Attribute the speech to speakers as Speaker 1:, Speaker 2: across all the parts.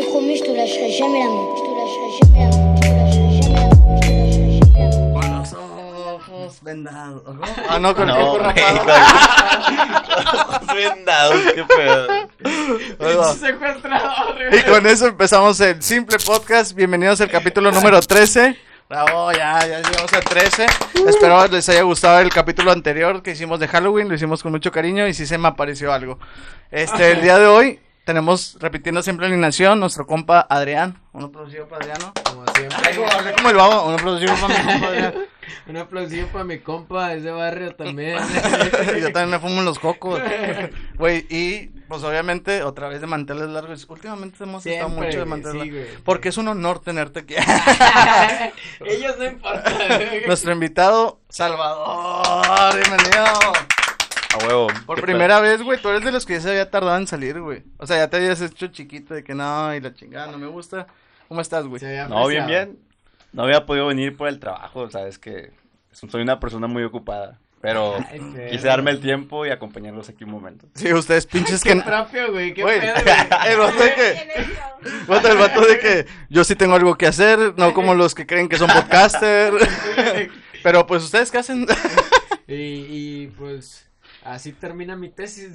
Speaker 1: je te lâcherai jamais la main. Je te lâcherai jamais la main. Je te lâcherai jamais la main. Je te lâcherai jamais la main.
Speaker 2: Con los ojos vendados.
Speaker 3: Ah, no, con el
Speaker 4: No,
Speaker 3: ojo
Speaker 4: güey,
Speaker 3: rapado.
Speaker 4: con- con- vendados, qué pedo. Bueno,
Speaker 2: Secuestrador,
Speaker 3: Y con eso empezamos el simple podcast. Bienvenidos al capítulo número 13. Bravo, ya, ya llegamos a 13. Uh. Espero les haya gustado el capítulo anterior que hicimos de Halloween. Lo hicimos con mucho cariño y sí se me apareció algo. Este, el día de hoy tenemos, repitiendo siempre la alineación, nuestro compa Adrián. Uno producido para Adriano.
Speaker 5: Como siempre.
Speaker 3: Ay, como- hablé como el babo. Uno producido para mi compa Adrián.
Speaker 5: Un aplausillo para mi compa de ese barrio también.
Speaker 3: Yo también me fumo los cocos. Güey, y pues obviamente otra vez de manteles largos. Últimamente hemos estado
Speaker 5: Siempre,
Speaker 3: mucho de
Speaker 5: güey,
Speaker 3: manteles
Speaker 5: sí,
Speaker 3: largos.
Speaker 5: güey.
Speaker 3: Porque es un honor tenerte aquí.
Speaker 5: Ellos no importan.
Speaker 3: Nuestro invitado, Salvador, bienvenido.
Speaker 4: A huevo.
Speaker 3: Por
Speaker 4: qué
Speaker 3: primera vez, güey, tú eres de los que ya se había tardado en salir, güey. O sea, ya te habías hecho chiquito de que no, y la chingada, no me gusta. ¿Cómo estás, güey?
Speaker 5: Se había
Speaker 4: pedo. No, bien,
Speaker 5: apreciado.
Speaker 4: bien. No había podido venir por el trabajo, sabes que soy una persona muy ocupada. Pero
Speaker 5: Ay, perro.
Speaker 4: quise darme el tiempo y acompañarlos aquí un momento.
Speaker 3: Sí, ustedes pinches que...
Speaker 5: Qué
Speaker 3: no-
Speaker 5: propio, güey. Qué
Speaker 3: Güey,
Speaker 5: pedo, güey.
Speaker 3: el vato de que... vato- el vato de que yo sí tengo algo que hacer, no como los que creen que son podcaster. Pero pues, ¿ustedes qué hacen?
Speaker 5: Y, y pues así termina mi tesis.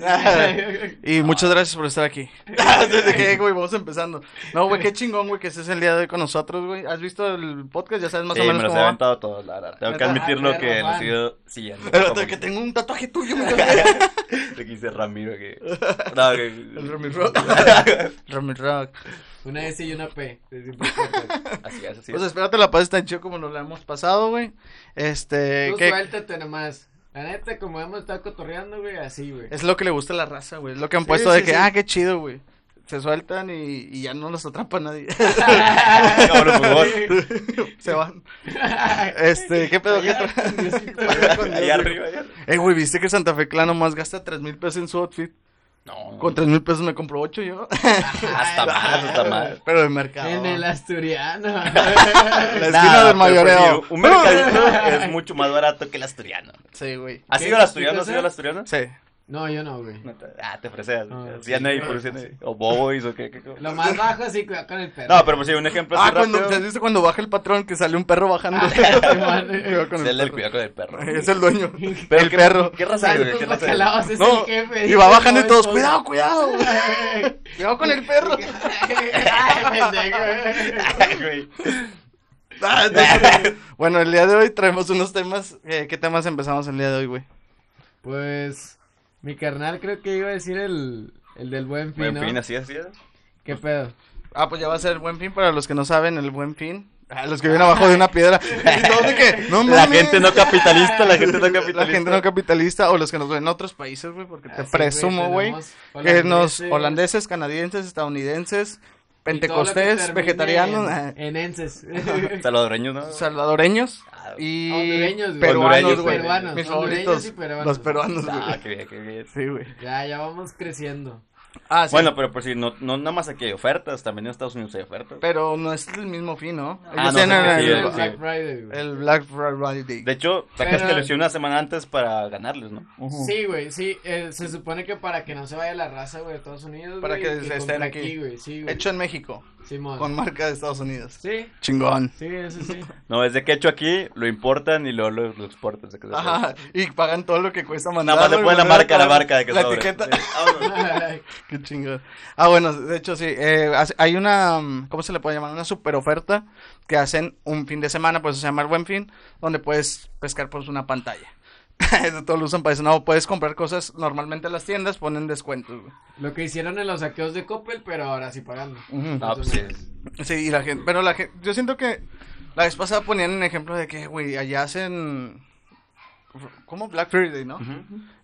Speaker 3: Y muchas gracias por estar aquí. Desde que, güey, vamos empezando. No, güey, qué chingón, güey, que estés el día de hoy con nosotros, güey. ¿Has visto el podcast? Ya sabes más
Speaker 4: Sí,
Speaker 3: o
Speaker 4: me
Speaker 3: menos
Speaker 4: los he
Speaker 3: cómo va.
Speaker 4: aventado todos, la verdad. Tengo que
Speaker 3: Neta.
Speaker 4: admitirlo
Speaker 5: Ah,
Speaker 4: que
Speaker 5: perro,
Speaker 4: lo he
Speaker 5: Juan.
Speaker 4: sido siguiendo.
Speaker 3: Pero
Speaker 4: como-
Speaker 3: de que tengo un tatuaje tuyo, mi cabrón.
Speaker 4: Le quise Ramiro que. No, que-
Speaker 3: El Remy Rock. Remy Rock.
Speaker 5: Una S y una P. desde mi
Speaker 4: Así es, así es.
Speaker 3: Pues espérate la paz tan chido como nos la hemos pasado, güey. Este,
Speaker 5: Tú
Speaker 3: que
Speaker 5: suéltate nomás. La neta, como hemos estado cotorreando, güey, así, güey.
Speaker 3: es lo que le gusta a la raza, güey. Es lo que han
Speaker 5: Sí,
Speaker 3: puesto de
Speaker 5: sí,
Speaker 3: que,
Speaker 5: sí.
Speaker 3: ah, qué chido, güey. Se sueltan y, y ya no los atrapa nadie.
Speaker 4: Cabrón, por favor.
Speaker 3: Se van. Este, qué pedo, qué tra-
Speaker 4: Ahí arriba, ahí arriba.
Speaker 3: Eh, güey, ¿viste que Santa Fe Clan nomás gasta tres mil pesos en su outfit?
Speaker 4: No.
Speaker 3: Con tres mil pesos me compró ocho yo.
Speaker 4: Hasta más, hasta más.
Speaker 3: Pero de mercado.
Speaker 5: En el pues, asturiano.
Speaker 3: La esquina del mayoreo.
Speaker 4: pues, Un mercadito es mucho más barato que el asturiano.
Speaker 3: Sí, güey.
Speaker 4: ¿Has
Speaker 5: ¿Qué?
Speaker 4: sido el asturiano?
Speaker 5: ¿Qué
Speaker 4: ¿Has sido el
Speaker 5: cosa?
Speaker 4: asturiano?
Speaker 3: Sí.
Speaker 5: no, yo no, güey.
Speaker 4: No te- Ah, te freseas.
Speaker 5: Ah,
Speaker 4: Si anda ahí
Speaker 5: sí.
Speaker 4: por si anda ahí. O Bobois o qué. qué- qué.
Speaker 5: Lo más bajo sí, cuidado con el perro.
Speaker 4: No, pero pues sí, un ejemplo así
Speaker 3: Ah, cuando,
Speaker 4: rápido.
Speaker 3: ¿te has visto cuando baja el patrón que sale un perro bajando?
Speaker 5: Ah,
Speaker 3: Cuidado con
Speaker 4: Es
Speaker 3: el
Speaker 4: el del
Speaker 3: perro.
Speaker 4: cuidado con el perro.
Speaker 3: Es el dueño.
Speaker 4: Pero
Speaker 3: el
Speaker 4: qué-
Speaker 3: perro.
Speaker 4: ¿Qué
Speaker 5: O sea,
Speaker 4: raza, güey?
Speaker 5: los
Speaker 4: ¿Qué raza?
Speaker 5: bacalaos es
Speaker 3: No,
Speaker 5: el jefe.
Speaker 3: y va bajando y
Speaker 5: no,
Speaker 3: todos,
Speaker 5: es
Speaker 3: cuidado, cuidado. Cuidado con el perro.
Speaker 5: Ay, pendejo.
Speaker 4: Ay, güey.
Speaker 3: Ah, entonces, bueno, el día de hoy traemos unos temas. eh, ¿Qué temas empezamos el día de hoy, güey?
Speaker 5: Pues, mi carnal creo que iba a decir el, el del buen fin,
Speaker 4: En
Speaker 5: ¿no?
Speaker 4: fin, así es, así es.
Speaker 5: ¿Qué pedo?
Speaker 3: Ah, pues ya va a ser el buen fin para los que no saben el buen fin. Ah, los que viven abajo de una piedra. ¿Y todos de que, No
Speaker 4: La
Speaker 3: mames.
Speaker 4: gente no capitalista, la gente no
Speaker 3: La
Speaker 4: capitalista.
Speaker 3: gente no capitalista o los que nos ven en otros países, güey, porque te
Speaker 5: Así,
Speaker 3: presumo, güey,
Speaker 5: tenemos
Speaker 3: que nos
Speaker 5: holandeses,
Speaker 3: holandeses, canadienses, estadounidenses,
Speaker 5: y todo lo que
Speaker 3: pentecostés,
Speaker 5: termine
Speaker 3: vegetarianos,
Speaker 5: En,
Speaker 3: eh,
Speaker 5: en enses.
Speaker 4: Salvadoreños, ¿no?
Speaker 3: salvadoreños
Speaker 4: Ah,
Speaker 3: y
Speaker 5: Hondureños, güey.
Speaker 3: peruanos,
Speaker 4: Hondureños,
Speaker 3: güey.
Speaker 5: peruanos,
Speaker 3: Mis
Speaker 5: hondureños
Speaker 3: favoritos,
Speaker 5: y peruanos.
Speaker 3: los peruanos, güey.
Speaker 4: Ah, qué bien, qué bien.
Speaker 3: Sí, güey.
Speaker 5: ya, ya vamos creciendo.
Speaker 3: Ah, sí.
Speaker 4: Bueno, pero por si no, no nada más aquí hay ofertas, también en Estados Unidos hay ofertas.
Speaker 3: pero no es el mismo fin, ¿no?
Speaker 4: Ah,
Speaker 3: Ellos
Speaker 4: no,
Speaker 3: tienen
Speaker 4: porque
Speaker 3: el,
Speaker 4: sí,
Speaker 5: el
Speaker 4: sí.
Speaker 5: Black Friday, güey.
Speaker 3: el Black Friday.
Speaker 4: De hecho, sacaste
Speaker 5: Pero-
Speaker 4: elección una semana antes para ganarles, ¿no?
Speaker 5: Sí, güey, sí, eh, se supone que para que no se vaya la raza, güey, de Estados Unidos,
Speaker 3: Para
Speaker 5: güey,
Speaker 3: que estén
Speaker 5: compre
Speaker 3: aquí.
Speaker 5: güey, sí, güey.
Speaker 3: Hecho en México,
Speaker 4: Ah.
Speaker 5: Simón.
Speaker 3: con marca de Estados Unidos.
Speaker 5: Sí,
Speaker 3: Chingón.
Speaker 5: sí, eso sí.
Speaker 4: No, desde que he hecho aquí, lo importan y luego lo, lo exportan. se queda-
Speaker 3: Ajá, y pagan todo lo que cuesta mandarlo.
Speaker 4: Nada más le
Speaker 3: y
Speaker 4: ponen la
Speaker 3: mandarlo
Speaker 4: marca, la
Speaker 3: todo.
Speaker 4: marca de que
Speaker 3: La
Speaker 4: sobre.
Speaker 3: etiqueta. Ah,
Speaker 4: Sí, vámonos.
Speaker 5: Ay,
Speaker 3: Qué chingón. Ah, bueno, de hecho sí. eh, hace- hay una, mm, ¿cómo se le puede llamar? Una super oferta que hacen un fin de semana, pues se llama el buen fin, donde puedes pescar por una pantalla. Eso Todo lo usan para eso. No, puedes comprar cosas. Normalmente las tiendas ponen descuentos. güey.
Speaker 5: Lo que hicieron en los saqueos de Coppel, pero ahora sí pagando.
Speaker 4: No, pues sí.
Speaker 3: Sí, y la gente. Pero la gente. Yo siento que la vez pasada ponían un ejemplo de que, güey, allá hacen. ¿Cómo? Black Friday, ¿no?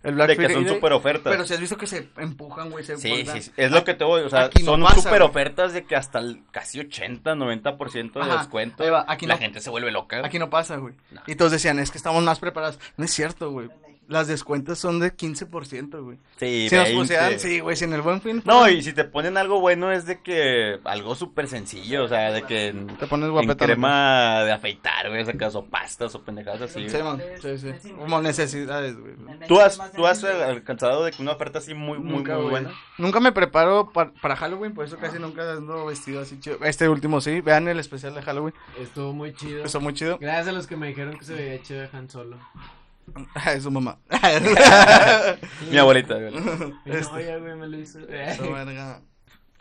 Speaker 3: El Black
Speaker 4: De que son
Speaker 3: Friday,
Speaker 4: super ofertas.
Speaker 3: Pero si has visto que se empujan, güey. Se
Speaker 4: Sí,
Speaker 3: empujan.
Speaker 4: sí, sí, es lo que te voy, o sea,
Speaker 3: Aquí no
Speaker 4: son
Speaker 3: pasa,
Speaker 4: super
Speaker 3: güey.
Speaker 4: ofertas de que hasta el casi 80, 90% de
Speaker 3: Ajá,
Speaker 4: descuento.
Speaker 3: ahí va, aquí
Speaker 4: la
Speaker 3: no-
Speaker 4: gente se vuelve loca.
Speaker 3: Aquí no pasa, güey.
Speaker 4: No.
Speaker 3: Y todos decían, es que estamos más preparados. No es cierto, güey. las descuentas son de 15%, güey.
Speaker 4: Sí,
Speaker 3: si nos
Speaker 4: 20.
Speaker 3: pusieran, sí, güey, si en el buen fin.
Speaker 4: No, y si te ponen algo bueno es de que algo súper sencillo, o sea, de que en,
Speaker 3: te pones
Speaker 4: en
Speaker 3: guapetón.
Speaker 4: crema de afeitar, güey, sacas o pastas o pendejadas así.
Speaker 3: Sí,
Speaker 4: güey.
Speaker 3: man, sí, sí. Como necesidades, güey.
Speaker 4: ¿Tú has, tú has alcanzado de que una oferta así muy, muy,
Speaker 3: Nunca,
Speaker 4: muy
Speaker 3: güey.
Speaker 4: buena?
Speaker 3: Nunca me preparo pa- para Halloween, por eso casi nunca ando vestido así chido. Este último sí, vean el especial de Halloween,
Speaker 5: Estuvo muy chido.
Speaker 3: está muy chido.
Speaker 5: Gracias a los que me dijeron que se veía chido Han Solo.
Speaker 3: Es su mamá.
Speaker 4: Mi abuelita, güey.
Speaker 5: Y
Speaker 3: Este.
Speaker 5: No, ya, güey, me lo hizo.
Speaker 3: Su verga.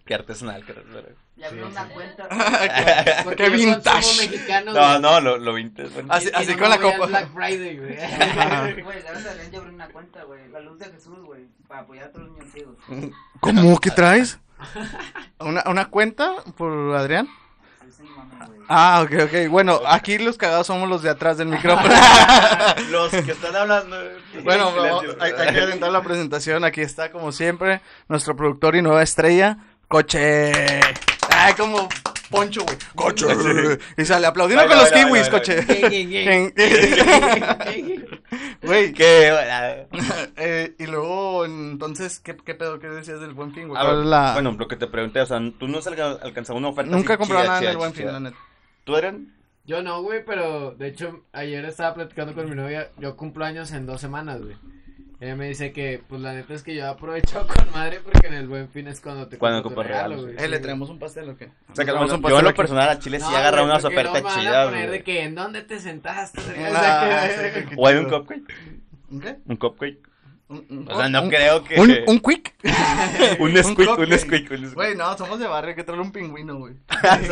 Speaker 4: Qué artesanal, qué artesanal.
Speaker 6: Le abrió una cuenta.
Speaker 3: Qué
Speaker 5: Porque yo consumo
Speaker 3: vintage.
Speaker 5: mexicano,
Speaker 4: No,
Speaker 5: güey.
Speaker 4: no, lo, lo vintes, güey.
Speaker 3: Así-
Speaker 5: Es que
Speaker 3: así
Speaker 5: no
Speaker 3: con la
Speaker 5: voy al
Speaker 3: copa.
Speaker 5: Black Friday, güey.
Speaker 6: Güey, la verdad, ya abrió una cuenta, güey. La luz de Jesús, güey. Para apoyar a todos los niños ciegos.
Speaker 3: ¿Cómo? ¿Qué traes? ¿Una, ¿Una cuenta por Adrián?
Speaker 6: Sí, sí, mames, güey.
Speaker 3: Ah, ok, ok. Bueno, aquí los cagados somos los de atrás del micrófono.
Speaker 4: Los que están hablando. güey.
Speaker 3: Bueno,
Speaker 4: Silencio,
Speaker 3: vamos, hay,
Speaker 4: güey.
Speaker 3: hay que aventar la presentación. Aquí está, como siempre, nuestro productor y nueva estrella, Coche. Ay, como Poncho, güey. Coche. Y sale aplaudiendo
Speaker 4: Baila,
Speaker 3: con los
Speaker 4: baila,
Speaker 3: kiwis,
Speaker 4: baila,
Speaker 3: Coche.
Speaker 5: Ye, ye,
Speaker 3: Güey,
Speaker 4: Que, ah,
Speaker 3: eh, y luego, entonces, ¿qué, qué pedo? ¿Qué decías del buen fin, güey?
Speaker 4: ah,
Speaker 3: ¿Cuál es la-
Speaker 4: Bueno, lo que te pregunté, o sea, tú no has alca- alcanzado una oferta.
Speaker 3: Nunca he
Speaker 4: así
Speaker 3: comprado
Speaker 4: chida,
Speaker 3: nada en
Speaker 4: chida,
Speaker 3: el buen
Speaker 4: chida.
Speaker 3: fin, la neta.
Speaker 4: ¿Tú, Adrián?
Speaker 5: Yo no, güey, pero de hecho ayer estaba platicando con mi novia, yo cumplo años en dos semanas, güey. Ella me dice que, pues la neta es que yo aprovecho con madre porque en el buen fin es cuando te
Speaker 4: Cuando
Speaker 5: compro tu
Speaker 4: ocupas regalos,
Speaker 5: güey.
Speaker 3: Eh, ¿Le
Speaker 5: Sí.
Speaker 3: traemos un pastel o qué?
Speaker 4: O sea,
Speaker 3: ¿Le
Speaker 4: que bueno,
Speaker 3: traemos un
Speaker 4: yo en
Speaker 3: pastel o
Speaker 4: lo
Speaker 3: qué?
Speaker 4: personal a Chile sí
Speaker 5: No,
Speaker 4: he agarrado
Speaker 5: güey,
Speaker 4: unas
Speaker 5: porque no
Speaker 4: ofertas
Speaker 5: me van a
Speaker 4: chidas.
Speaker 5: poner
Speaker 4: güey.
Speaker 5: de que, ¿en dónde te sentaste? O
Speaker 3: Ah,
Speaker 5: sea, que-
Speaker 3: sí,
Speaker 4: O hay un
Speaker 3: chido.
Speaker 4: cupcake.
Speaker 3: ¿Qué?
Speaker 4: Un cupcake.
Speaker 3: Un- un-
Speaker 4: O sea, no
Speaker 3: un-
Speaker 4: creo que.
Speaker 3: ¿Un, un quick?
Speaker 4: Un squeak, un
Speaker 3: cupcake.
Speaker 4: squeak, un squeak.
Speaker 3: Güey, no, somos de barrio, hay que traerle un pingüino, güey.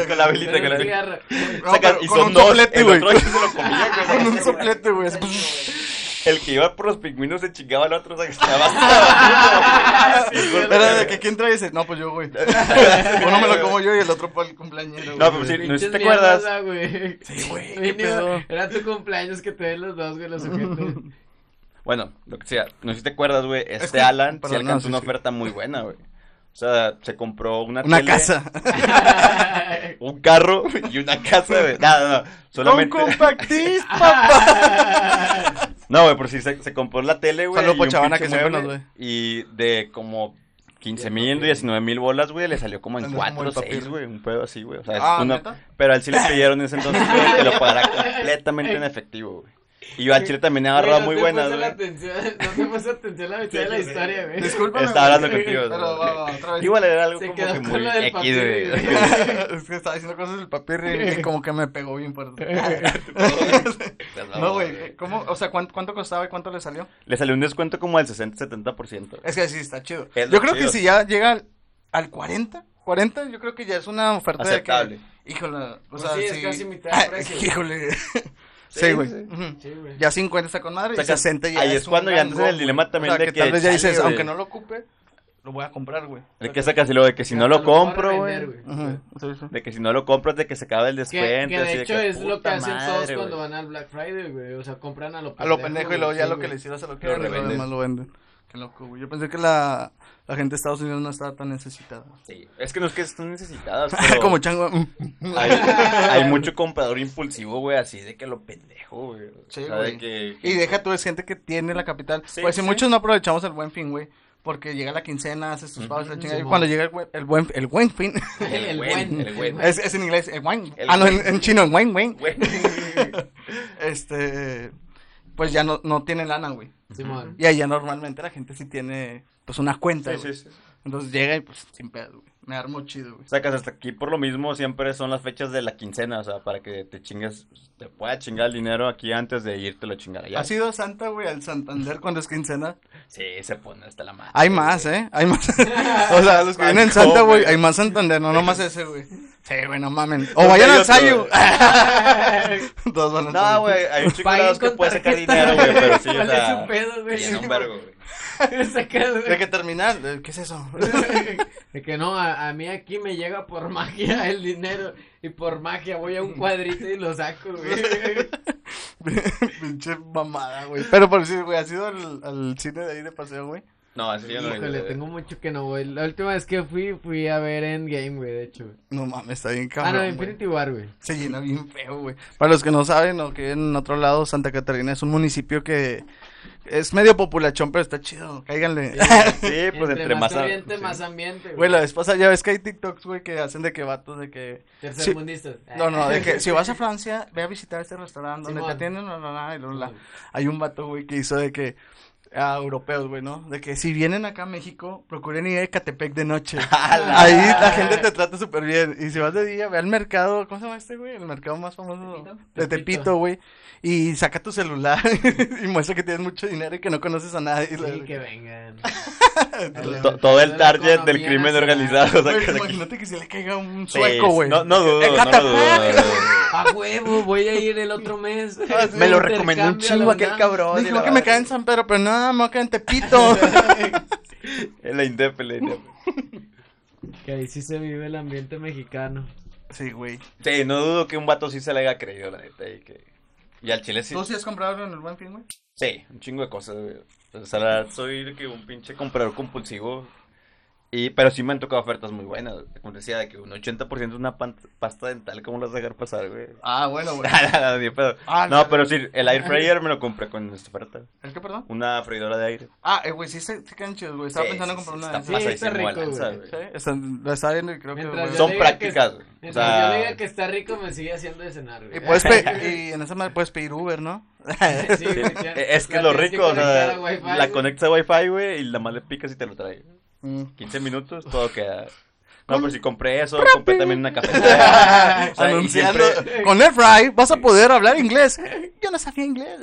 Speaker 4: Con la velita,
Speaker 5: Pero
Speaker 4: con la velita.
Speaker 5: un cigarro.
Speaker 3: No,
Speaker 4: Saca-
Speaker 3: pero
Speaker 4: y
Speaker 3: con
Speaker 4: son
Speaker 3: un
Speaker 4: dos.
Speaker 3: soplete,
Speaker 4: el
Speaker 3: güey.
Speaker 4: otro se lo comía, güey.
Speaker 3: Con un soplete, güey. así,
Speaker 4: El que iba por los pingüinos se chingaba al otro, o sea, que estaba. Sí, güey.
Speaker 3: Era de que quién trae ese. No, pues yo, güey. Uno me lo como yo y el otro para el cumpleañero.
Speaker 4: No,
Speaker 3: güey.
Speaker 4: pero sí. No, si
Speaker 5: Pinches
Speaker 4: te acuerdas.
Speaker 5: mierdas, ah, güey.
Speaker 3: Sí, güey. ¿Qué
Speaker 5: Mínimo,
Speaker 3: pedo?
Speaker 5: Era tu cumpleaños que te den los dos, güey, los sujetos.
Speaker 4: Bueno, lo que sea, no sé si te acuerdas, güey, este
Speaker 3: que-
Speaker 4: Alan sí
Speaker 3: perdón,
Speaker 4: alcanzó
Speaker 3: no, sí,
Speaker 4: una
Speaker 3: sí.
Speaker 4: oferta muy buena, güey. O sea, se compró una
Speaker 3: Una
Speaker 4: tele,
Speaker 3: casa.
Speaker 4: un carro y una casa, güey. Nada, no, no, solamente...
Speaker 3: Un compactista.
Speaker 4: No, güey, pero sí, se, se compró la tele, güey.
Speaker 3: Saludos
Speaker 4: y
Speaker 3: pa'
Speaker 4: un
Speaker 3: Chavana,
Speaker 4: pinche
Speaker 3: que siempre nos
Speaker 4: mueble,
Speaker 3: ve.
Speaker 4: Y de como 15 mil, 19 mil bolas, güey, le salió como en
Speaker 3: Anda,
Speaker 4: 4
Speaker 3: como el
Speaker 4: o 6,
Speaker 3: papel.
Speaker 4: güey, un pedo así, güey. O sea, es
Speaker 3: Ah,
Speaker 4: una-
Speaker 3: ¿neta?
Speaker 4: Pero al chile pidieron en ese entonces, güey, que lo pagara completamente en efectivo, güey. Y yo al chile también he agarrado muy buenas,
Speaker 5: güey.
Speaker 4: güey.
Speaker 5: No te puse la atención, no te puse atención a la mitad de la historia, güey.
Speaker 3: Discúlpame.
Speaker 4: Estaba hablando
Speaker 3: güey.
Speaker 4: contigo,
Speaker 3: Pero
Speaker 4: güey.
Speaker 3: va, va, otra vez.
Speaker 4: Igual era algo
Speaker 5: Se
Speaker 4: como
Speaker 5: quedó
Speaker 4: que
Speaker 5: con
Speaker 4: muy
Speaker 5: lo del
Speaker 4: X,
Speaker 5: papel,
Speaker 4: güey.
Speaker 5: güey.
Speaker 3: es que estaba diciendo cosas del papel y, y como que me pegó bien fuerte. No, güey. ¿Cómo? O sea, ¿cuánto, cuánto costaba y cuánto le salió?
Speaker 4: Le salió un descuento como del 60-70%.
Speaker 3: Es que sí, está chido.
Speaker 4: Es lo
Speaker 3: yo creo
Speaker 4: chido.
Speaker 3: que si ya llega al, al 40, 40, yo creo que ya es una oferta de que-
Speaker 4: Aceptable.
Speaker 3: híjole, o
Speaker 5: Pues
Speaker 3: sea,
Speaker 5: sí, es
Speaker 3: sí.
Speaker 5: casi mitad de
Speaker 3: Ah,
Speaker 5: precio.
Speaker 3: Híjole. Sí, güey.
Speaker 4: sí.
Speaker 3: Ujú.
Speaker 5: Sí, güey.
Speaker 3: Ya 50 está con madre
Speaker 4: O sea,
Speaker 3: y
Speaker 4: que
Speaker 3: 60 ya
Speaker 4: ahí es cuando
Speaker 3: un
Speaker 4: ya andas en
Speaker 3: gango,
Speaker 4: el dilema
Speaker 3: güey.
Speaker 4: también
Speaker 3: o sea, que,
Speaker 4: de que
Speaker 3: tal vez ya
Speaker 4: chale,
Speaker 3: dices,
Speaker 4: güey.
Speaker 3: aunque no lo ocupe, lo voy a comprar, güey.
Speaker 4: De que Pues sacas y luego de que si no
Speaker 5: Hasta
Speaker 4: lo
Speaker 5: lo puedo
Speaker 4: compro, güey.
Speaker 5: revender, güey.
Speaker 3: Ujú, sí, sí.
Speaker 4: De que si no lo compras, de que se acaba el
Speaker 5: Que,
Speaker 4: descuento.
Speaker 5: que
Speaker 4: así
Speaker 5: de hecho es lo que
Speaker 4: puta
Speaker 5: hacen
Speaker 4: madre,
Speaker 5: todos
Speaker 4: güey.
Speaker 5: cuando van al Black Friday, güey. O sea, compran a lo
Speaker 3: A lo pendejo y luego ya
Speaker 5: sí,
Speaker 3: lo que
Speaker 5: güey.
Speaker 3: le hicieron se lo
Speaker 4: Lo
Speaker 3: quedan y lo
Speaker 4: revenden.
Speaker 3: demás lo venden. Qué loco, güey. Yo pensé que la, la gente de Estados Unidos no estaba tan necesitada.
Speaker 4: Sí, Es que no es que estén necesitadas, pero
Speaker 3: Como chango. mm,
Speaker 4: hay, hay mucho comprador impulsivo, güey, así de que lo pendejo, güey.
Speaker 3: Sí,
Speaker 4: o sea, de
Speaker 3: güey.
Speaker 4: que...
Speaker 3: Y deja tú, es gente que tiene la capital.
Speaker 4: Sí,
Speaker 3: pues si
Speaker 4: sí.
Speaker 3: muchos no aprovechamos el buen fin, güey. Porque llega la quincena, haces tus pagos, la chingada, y cuando llega el buen, el buen, el buen fin,
Speaker 4: El
Speaker 5: El
Speaker 4: buen,
Speaker 5: buen.
Speaker 4: el buen.
Speaker 3: es, es en inglés, el buen.
Speaker 4: El
Speaker 3: ah, no, en,
Speaker 4: buen.
Speaker 3: en chino, el buen, buen.
Speaker 4: Güey.
Speaker 3: Este, pues ya no, no tiene lana, güey.
Speaker 5: Simón.
Speaker 3: Y allá normalmente la gente sí tiene, pues, una cuenta,
Speaker 4: Sí,
Speaker 3: güey.
Speaker 4: sí, sí.
Speaker 3: Entonces llega y, pues, sin pedo, güey. Me armo chido, güey.
Speaker 4: Sacas hasta aquí por lo mismo, siempre son las fechas de la quincena, o sea, para que te chingues, te pueda chingar el dinero aquí antes de irte lo chingar allá.
Speaker 3: ¿Has ido Santa, güey, al Santander cuando es quincena?
Speaker 4: Sí, se pone hasta la madre.
Speaker 3: Hay más, ¿eh? Hay más. o sea, los que vienen en
Speaker 4: Ay,
Speaker 3: Santa, güey,
Speaker 4: come.
Speaker 3: hay más Santander, no nomás ese, güey. Sí, güey, no mamen. O
Speaker 4: No,
Speaker 3: vayan
Speaker 4: hay
Speaker 3: al
Speaker 4: otro,
Speaker 3: Sayu. Todos van al Sayu.
Speaker 4: No, güey, hay un chico
Speaker 5: Paguen
Speaker 4: lados que
Speaker 5: con
Speaker 4: puede sacar
Speaker 5: tarjeta,
Speaker 4: dinero, güey, pero sí, o
Speaker 5: ¿Cuál es
Speaker 4: sea,
Speaker 5: su pedo, güey?
Speaker 4: tiene un vergo, güey.
Speaker 5: Sacas, güey.
Speaker 3: De que terminar, eh, ¿qué es eso?
Speaker 5: De que no, a, a mí aquí me llega por magia el dinero. Y por magia voy a un cuadrito y lo saco, güey.
Speaker 3: Pinche mamada, güey. Pero por si, güey, ¿has ido al, al cine de ahí de paseo, güey?
Speaker 4: No, así yo no
Speaker 5: Híjole,
Speaker 4: güey.
Speaker 5: tengo mucho que no voy. La última vez que fui, fui a ver Endgame, güey, de hecho. güey.
Speaker 3: No mames, está bien
Speaker 5: Ah,
Speaker 3: cabrón.
Speaker 5: no,
Speaker 3: güey.
Speaker 5: Infinity War, güey.
Speaker 3: Se llena bien feo, güey. Para los que no saben o que viven en otro lado, Santa Catarina es un municipio que es medio populachón, pero está chido. Cáiganle.
Speaker 4: Sí, pues entre más. a-
Speaker 5: ambiente,
Speaker 4: sí.
Speaker 5: más ambiente,
Speaker 3: Güey, la vez pasada ya ves que hay TikToks, güey, que hacen de que vatos, de que...
Speaker 5: Tercermundistas.
Speaker 3: No, no, de que si vas a Francia, ve a visitar este restaurante donde te
Speaker 5: Simón.
Speaker 3: atienden, la, la, la, y la, la. Hay un vato, güey, que hizo de que... A europeos, güey, ¿no? De que si vienen acá a México, procuren ir a Ecatepec de noche. Ahí la gente te trata súper bien. Y si vas de día, ve al mercado, ¿cómo se llama este, güey? El mercado más famoso
Speaker 6: ¿Tepito?
Speaker 3: de Tepito,
Speaker 5: Tepito.
Speaker 3: güey. Y saca tu celular y muestra que tienes mucho dinero y que no conoces a nadie.
Speaker 5: Sí, que vengan.
Speaker 4: To- Todo el
Speaker 5: La
Speaker 4: target del
Speaker 5: economía
Speaker 4: crimen
Speaker 5: nacional.
Speaker 4: organizado. o sea,
Speaker 3: Güey,
Speaker 4: que-
Speaker 3: imagínate que se le caiga un
Speaker 4: Sí,
Speaker 3: sueco, güey.
Speaker 4: No, no dudo, no lo dudo.
Speaker 5: A huevo, voy a ir el otro mes.
Speaker 4: Ah, Me lo recomendó un chingo aquel cabrón. y
Speaker 3: Dijo
Speaker 4: la
Speaker 3: que me
Speaker 4: verdad-
Speaker 3: cae en San Pedro, pero no, me cae en Tepito.
Speaker 4: La Indep, la Indep.
Speaker 5: Que ahí sí se vive el ambiente mexicano.
Speaker 3: sí, güey.
Speaker 4: Sí, no dudo que un vato sí se le haya creído, la neta. Y, que... y al chile sí.
Speaker 3: ¿Tú sí has comprado en el Buen Fin, güey?
Speaker 4: Sí, un chingo de cosas, güey. O sea, la verdad, soy de que un pinche comprador compulsivo. Y, pero sí me han tocado ofertas muy buenas. güey. Como decía, de que un 80% de una pan- pasta dental, ¿cómo lo vas a dejar pasar, güey?
Speaker 3: Ah, bueno, güey.
Speaker 4: Ni pedo.
Speaker 3: Ah,
Speaker 4: no,
Speaker 3: no,
Speaker 4: pero sí, el air fryer me lo compré con esta oferta.
Speaker 3: ¿El qué, perdón?
Speaker 4: Una freidora de aire.
Speaker 3: Ah, eh, güey, sí se, se quedan chidos, güey. Estaba
Speaker 4: Sí,
Speaker 3: pensando
Speaker 4: sí,
Speaker 3: en comprar
Speaker 4: sí,
Speaker 3: una de
Speaker 4: está
Speaker 3: esas.
Speaker 5: Sí,
Speaker 4: pasadísimo
Speaker 5: está
Speaker 4: de
Speaker 5: rico,
Speaker 4: lanza, güey.
Speaker 5: güey.
Speaker 3: Sí, están- la está viendo y creo que...
Speaker 5: Mientras
Speaker 3: güey.
Speaker 5: yo
Speaker 4: Son
Speaker 5: diga
Speaker 4: prácticas,
Speaker 5: que-
Speaker 4: güey. O
Speaker 5: Mientras
Speaker 4: sea,
Speaker 5: yo diga que está rico, me sigue haciendo de cenar, güey.
Speaker 3: Y, puedes pe- y en esa madre puedes pedir Uber, ¿no?
Speaker 5: Sí,
Speaker 4: sí, eh,
Speaker 5: güey, ya-
Speaker 4: es que
Speaker 5: la
Speaker 4: lo
Speaker 5: tienes
Speaker 4: rico, o
Speaker 5: conectar
Speaker 4: sea,
Speaker 5: a Wi-Fi,
Speaker 4: la
Speaker 5: güey.
Speaker 4: conectas a Wi-Fi, güey, y la más le picas y te lo trae.
Speaker 3: Mm.
Speaker 4: 15 minutos, todo queda. No, pero si compré eso, compré también una cafetera.
Speaker 3: Ah,
Speaker 4: O sea, y
Speaker 3: anunciando.
Speaker 4: siempre-
Speaker 3: Con Air Fry vas a poder hablar inglés. Yo no sabía inglés.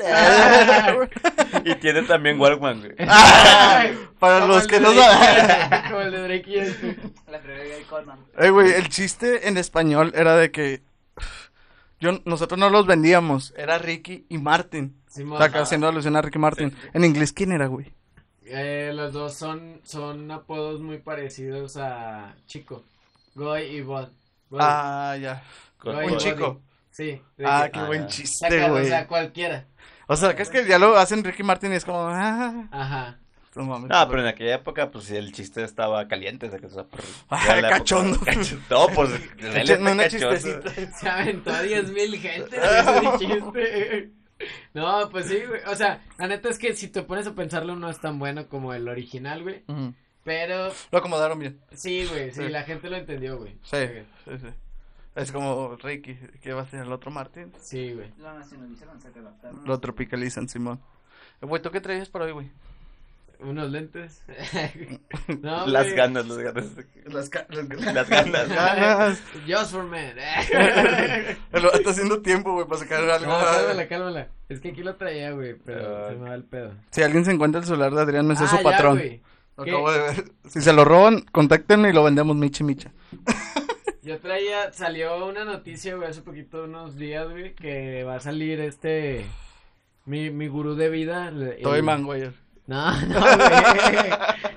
Speaker 4: y tiene también Walkman, güey.
Speaker 3: Ah, Para
Speaker 5: Como
Speaker 3: los
Speaker 5: el
Speaker 3: que
Speaker 5: de
Speaker 3: no
Speaker 5: Drake
Speaker 3: saben.
Speaker 5: y- Como el de Drake y este.
Speaker 6: La primera de Conan.
Speaker 3: Eh, güey, el chiste en español era de que yo, nosotros no los vendíamos. Era Ricky y Martin. O
Speaker 5: Simón. ah,
Speaker 3: sea, que haciendo alusión a Ricky Martin. En inglés, ¿quién era, güey?
Speaker 5: Eh, los dos son, son apodos muy parecidos a Chico. Goy y Bod. Goy.
Speaker 3: Ah, ya.
Speaker 4: Con-
Speaker 5: Goy y
Speaker 3: un
Speaker 5: Body.
Speaker 3: chico.
Speaker 5: Sí. de
Speaker 3: Ah,
Speaker 5: que-
Speaker 3: qué
Speaker 4: Ah,
Speaker 3: buen
Speaker 4: ya.
Speaker 3: chiste,
Speaker 5: sácalo, O
Speaker 3: güey.
Speaker 5: sea, cualquiera.
Speaker 3: O sea, que es que ya lo hacen Ricky Martin y es como. Ah,
Speaker 5: Ajá.
Speaker 3: no mames.
Speaker 4: No, pero en aquella época, pues sí, el chiste estaba caliente. O sea, que, o sea, por-
Speaker 3: Ah,
Speaker 4: era la época-
Speaker 3: cachondo.
Speaker 4: No, pues. realmente
Speaker 3: Échenme una
Speaker 4: cachondo.
Speaker 3: chistecita.
Speaker 5: Se aventó a 10 mil gente. ese chiste. No, pues sí, güey. O sea, la neta es que si te pones a pensarlo, no es tan bueno como el original, güey.
Speaker 3: Ujú.
Speaker 5: Pero
Speaker 3: Lo acomodaron bien.
Speaker 5: sí, güey. Sí,
Speaker 3: Sí.
Speaker 5: la gente lo entendió, güey.
Speaker 3: Sí, sí, sí. Es como Ricky, que va a ser el otro Martín.
Speaker 5: Sí, güey.
Speaker 6: Lo nacionalizaron, se adaptaron.
Speaker 3: Lo tropicalizan, Simón. Eh, Güey, ¿tú qué traías para hoy, güey?
Speaker 5: Unos lentes. No,
Speaker 4: Las
Speaker 5: güey.
Speaker 4: ganas, las ganas.
Speaker 3: Las,
Speaker 4: Las ganas.
Speaker 3: ganas.
Speaker 5: Just for men.
Speaker 3: Está haciendo tiempo, güey, para sacar algo.
Speaker 5: No, cálmala, cálmala. Es que aquí lo traía, güey, pero
Speaker 4: Ah.
Speaker 5: se me va el pedo. Ah,
Speaker 3: Si alguien se encuentra el celular de Adrián, no es su
Speaker 5: ya,
Speaker 3: patrón.
Speaker 5: güey.
Speaker 3: Lo
Speaker 5: ¿Qué?
Speaker 3: acabo de ver. Si se lo roban, contáctenme y lo vendemos michi micha.
Speaker 5: Yo traía, salió una noticia, güey, hace poquito, unos días, güey, que va a salir este, mi, mi gurú de vida.
Speaker 4: Eh.
Speaker 5: el-
Speaker 3: Toy Man, güey.
Speaker 5: No, no, güey.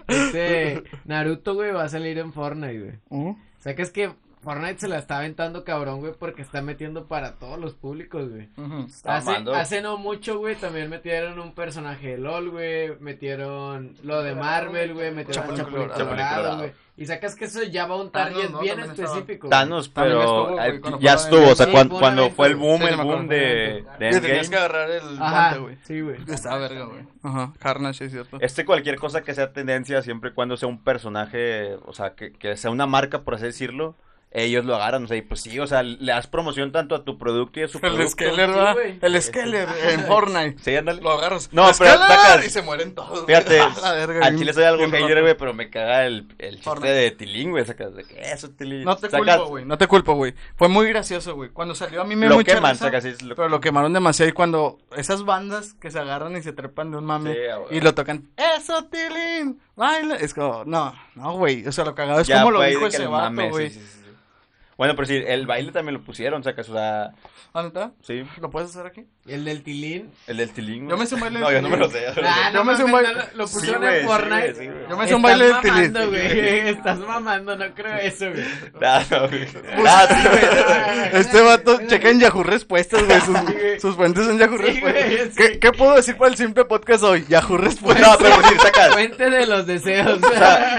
Speaker 5: Este, Naruto, güey, va a salir en Fortnite, güey.
Speaker 3: ¿Mm?
Speaker 5: O sea, que es que Fortnite se la está aventando cabrón, güey, porque está metiendo para todos los públicos, güey.
Speaker 4: Está
Speaker 5: Hace,
Speaker 4: mamando.
Speaker 5: hace no mucho, güey, también metieron un personaje de LOL, güey, metieron lo de Marvel, güey, metieron
Speaker 3: Chapulín
Speaker 5: Chapulín
Speaker 3: Colorado.
Speaker 5: Colorado,
Speaker 4: Colorado.
Speaker 5: güey. Y sacas que eso ya va a un target
Speaker 3: Thanos, ¿no?
Speaker 5: bien
Speaker 3: También estaba.
Speaker 5: específico. güey.
Speaker 4: Thanos, pero
Speaker 3: También estuvo, güey,
Speaker 4: eh,
Speaker 3: cuando
Speaker 4: ya
Speaker 3: fueron
Speaker 4: estuvo, o sea,
Speaker 5: Sí,
Speaker 4: cuan-
Speaker 5: fue
Speaker 4: cuando
Speaker 5: evento,
Speaker 4: fue el
Speaker 5: güey.
Speaker 4: boom,
Speaker 3: Sí,
Speaker 4: el
Speaker 3: me
Speaker 4: boom
Speaker 3: acuerdo.
Speaker 4: de, de
Speaker 3: Que tenías que
Speaker 4: Endgame.
Speaker 3: agarrar el
Speaker 5: Ajá,
Speaker 3: guante, güey.
Speaker 5: sí, güey.
Speaker 3: Está verga, güey. Ajá, Carnage, es cierto.
Speaker 4: Este cualquier cosa que sea tendencia, siempre y cuando sea un personaje, o sea, que, que sea una marca, por así decirlo, ellos lo agarran, o sea, y pues sí, o sea, le das promoción tanto a tu producto y a su
Speaker 3: El
Speaker 4: producto.
Speaker 3: Skeller,
Speaker 5: sí,
Speaker 3: ¿verdad?
Speaker 5: güey.
Speaker 3: El Skeller en Fortnite.
Speaker 4: Sí, ándale.
Speaker 3: Este Lo agarras.
Speaker 4: No, pero
Speaker 3: ¡Skeller!
Speaker 4: sacas-
Speaker 3: Y se mueren todos.
Speaker 4: Fíjate,
Speaker 3: A la verga,
Speaker 4: al
Speaker 3: bien-
Speaker 4: chile soy algo
Speaker 3: bien
Speaker 4: hater,
Speaker 3: roto.
Speaker 4: güey, pero me caga el, el chiste
Speaker 3: Fortnite.
Speaker 4: de Tilín, güey, sacas de que eso, Tilín.
Speaker 3: No te
Speaker 4: Sacas-
Speaker 3: culpo, güey. No te culpo, güey. Fue muy gracioso, güey. Cuando salió a mí me dio
Speaker 4: Lo
Speaker 3: mucha
Speaker 4: queman,
Speaker 3: risa,
Speaker 4: sacas, es lo-
Speaker 3: Pero lo quemaron demasiado. Y cuando esas bandas que se agarran y se trepan de un mame
Speaker 4: Sí, güey.
Speaker 3: y lo tocan, ¡Eso, Tilín! ¡Baila! Es como, no, no, güey. O sea, lo cagado es
Speaker 4: Ya
Speaker 3: como lo
Speaker 4: fue ahí
Speaker 3: dijo
Speaker 4: de que
Speaker 3: ese
Speaker 4: el
Speaker 3: vato,
Speaker 4: mame, sí,
Speaker 3: güey.
Speaker 4: sí, sí, sí. Bueno, pero sí, el baile también lo pusieron, sacas, o sea,
Speaker 3: ¿Dónde está?
Speaker 4: sí,
Speaker 3: ¿Lo puedes hacer aquí?
Speaker 5: El del tilín.
Speaker 4: el del tilín.
Speaker 3: Yo
Speaker 4: güey.
Speaker 3: me hice un baile
Speaker 4: No,
Speaker 3: del
Speaker 4: yo no me lo sé.
Speaker 5: Ah,
Speaker 3: Yo
Speaker 5: no
Speaker 3: me hice un
Speaker 5: mames,
Speaker 3: baile-
Speaker 5: no, Lo
Speaker 4: Sí,
Speaker 5: pusieron
Speaker 4: güey,
Speaker 5: en
Speaker 4: sí,
Speaker 5: Fortnite.
Speaker 4: güey, sí, güey.
Speaker 3: Yo me hice un baile del
Speaker 5: Estás
Speaker 3: tilín.
Speaker 5: mamando, güey. Estás mamando, no creo eso, güey.
Speaker 4: Ah, no, güey.
Speaker 3: Pues
Speaker 4: Ah, sí, güey.
Speaker 3: Este vato checa en Yahoo Respuestas, güey. Sus, sus fuentes en Yahoo
Speaker 5: Sí, güey,
Speaker 3: Respuestas.
Speaker 5: sí.
Speaker 3: ¿Qué, qué puedo decir para el simple podcast hoy? Yahoo
Speaker 4: No,
Speaker 3: Respuestas.
Speaker 4: pero sí, sacas.
Speaker 5: Fuente de los deseos.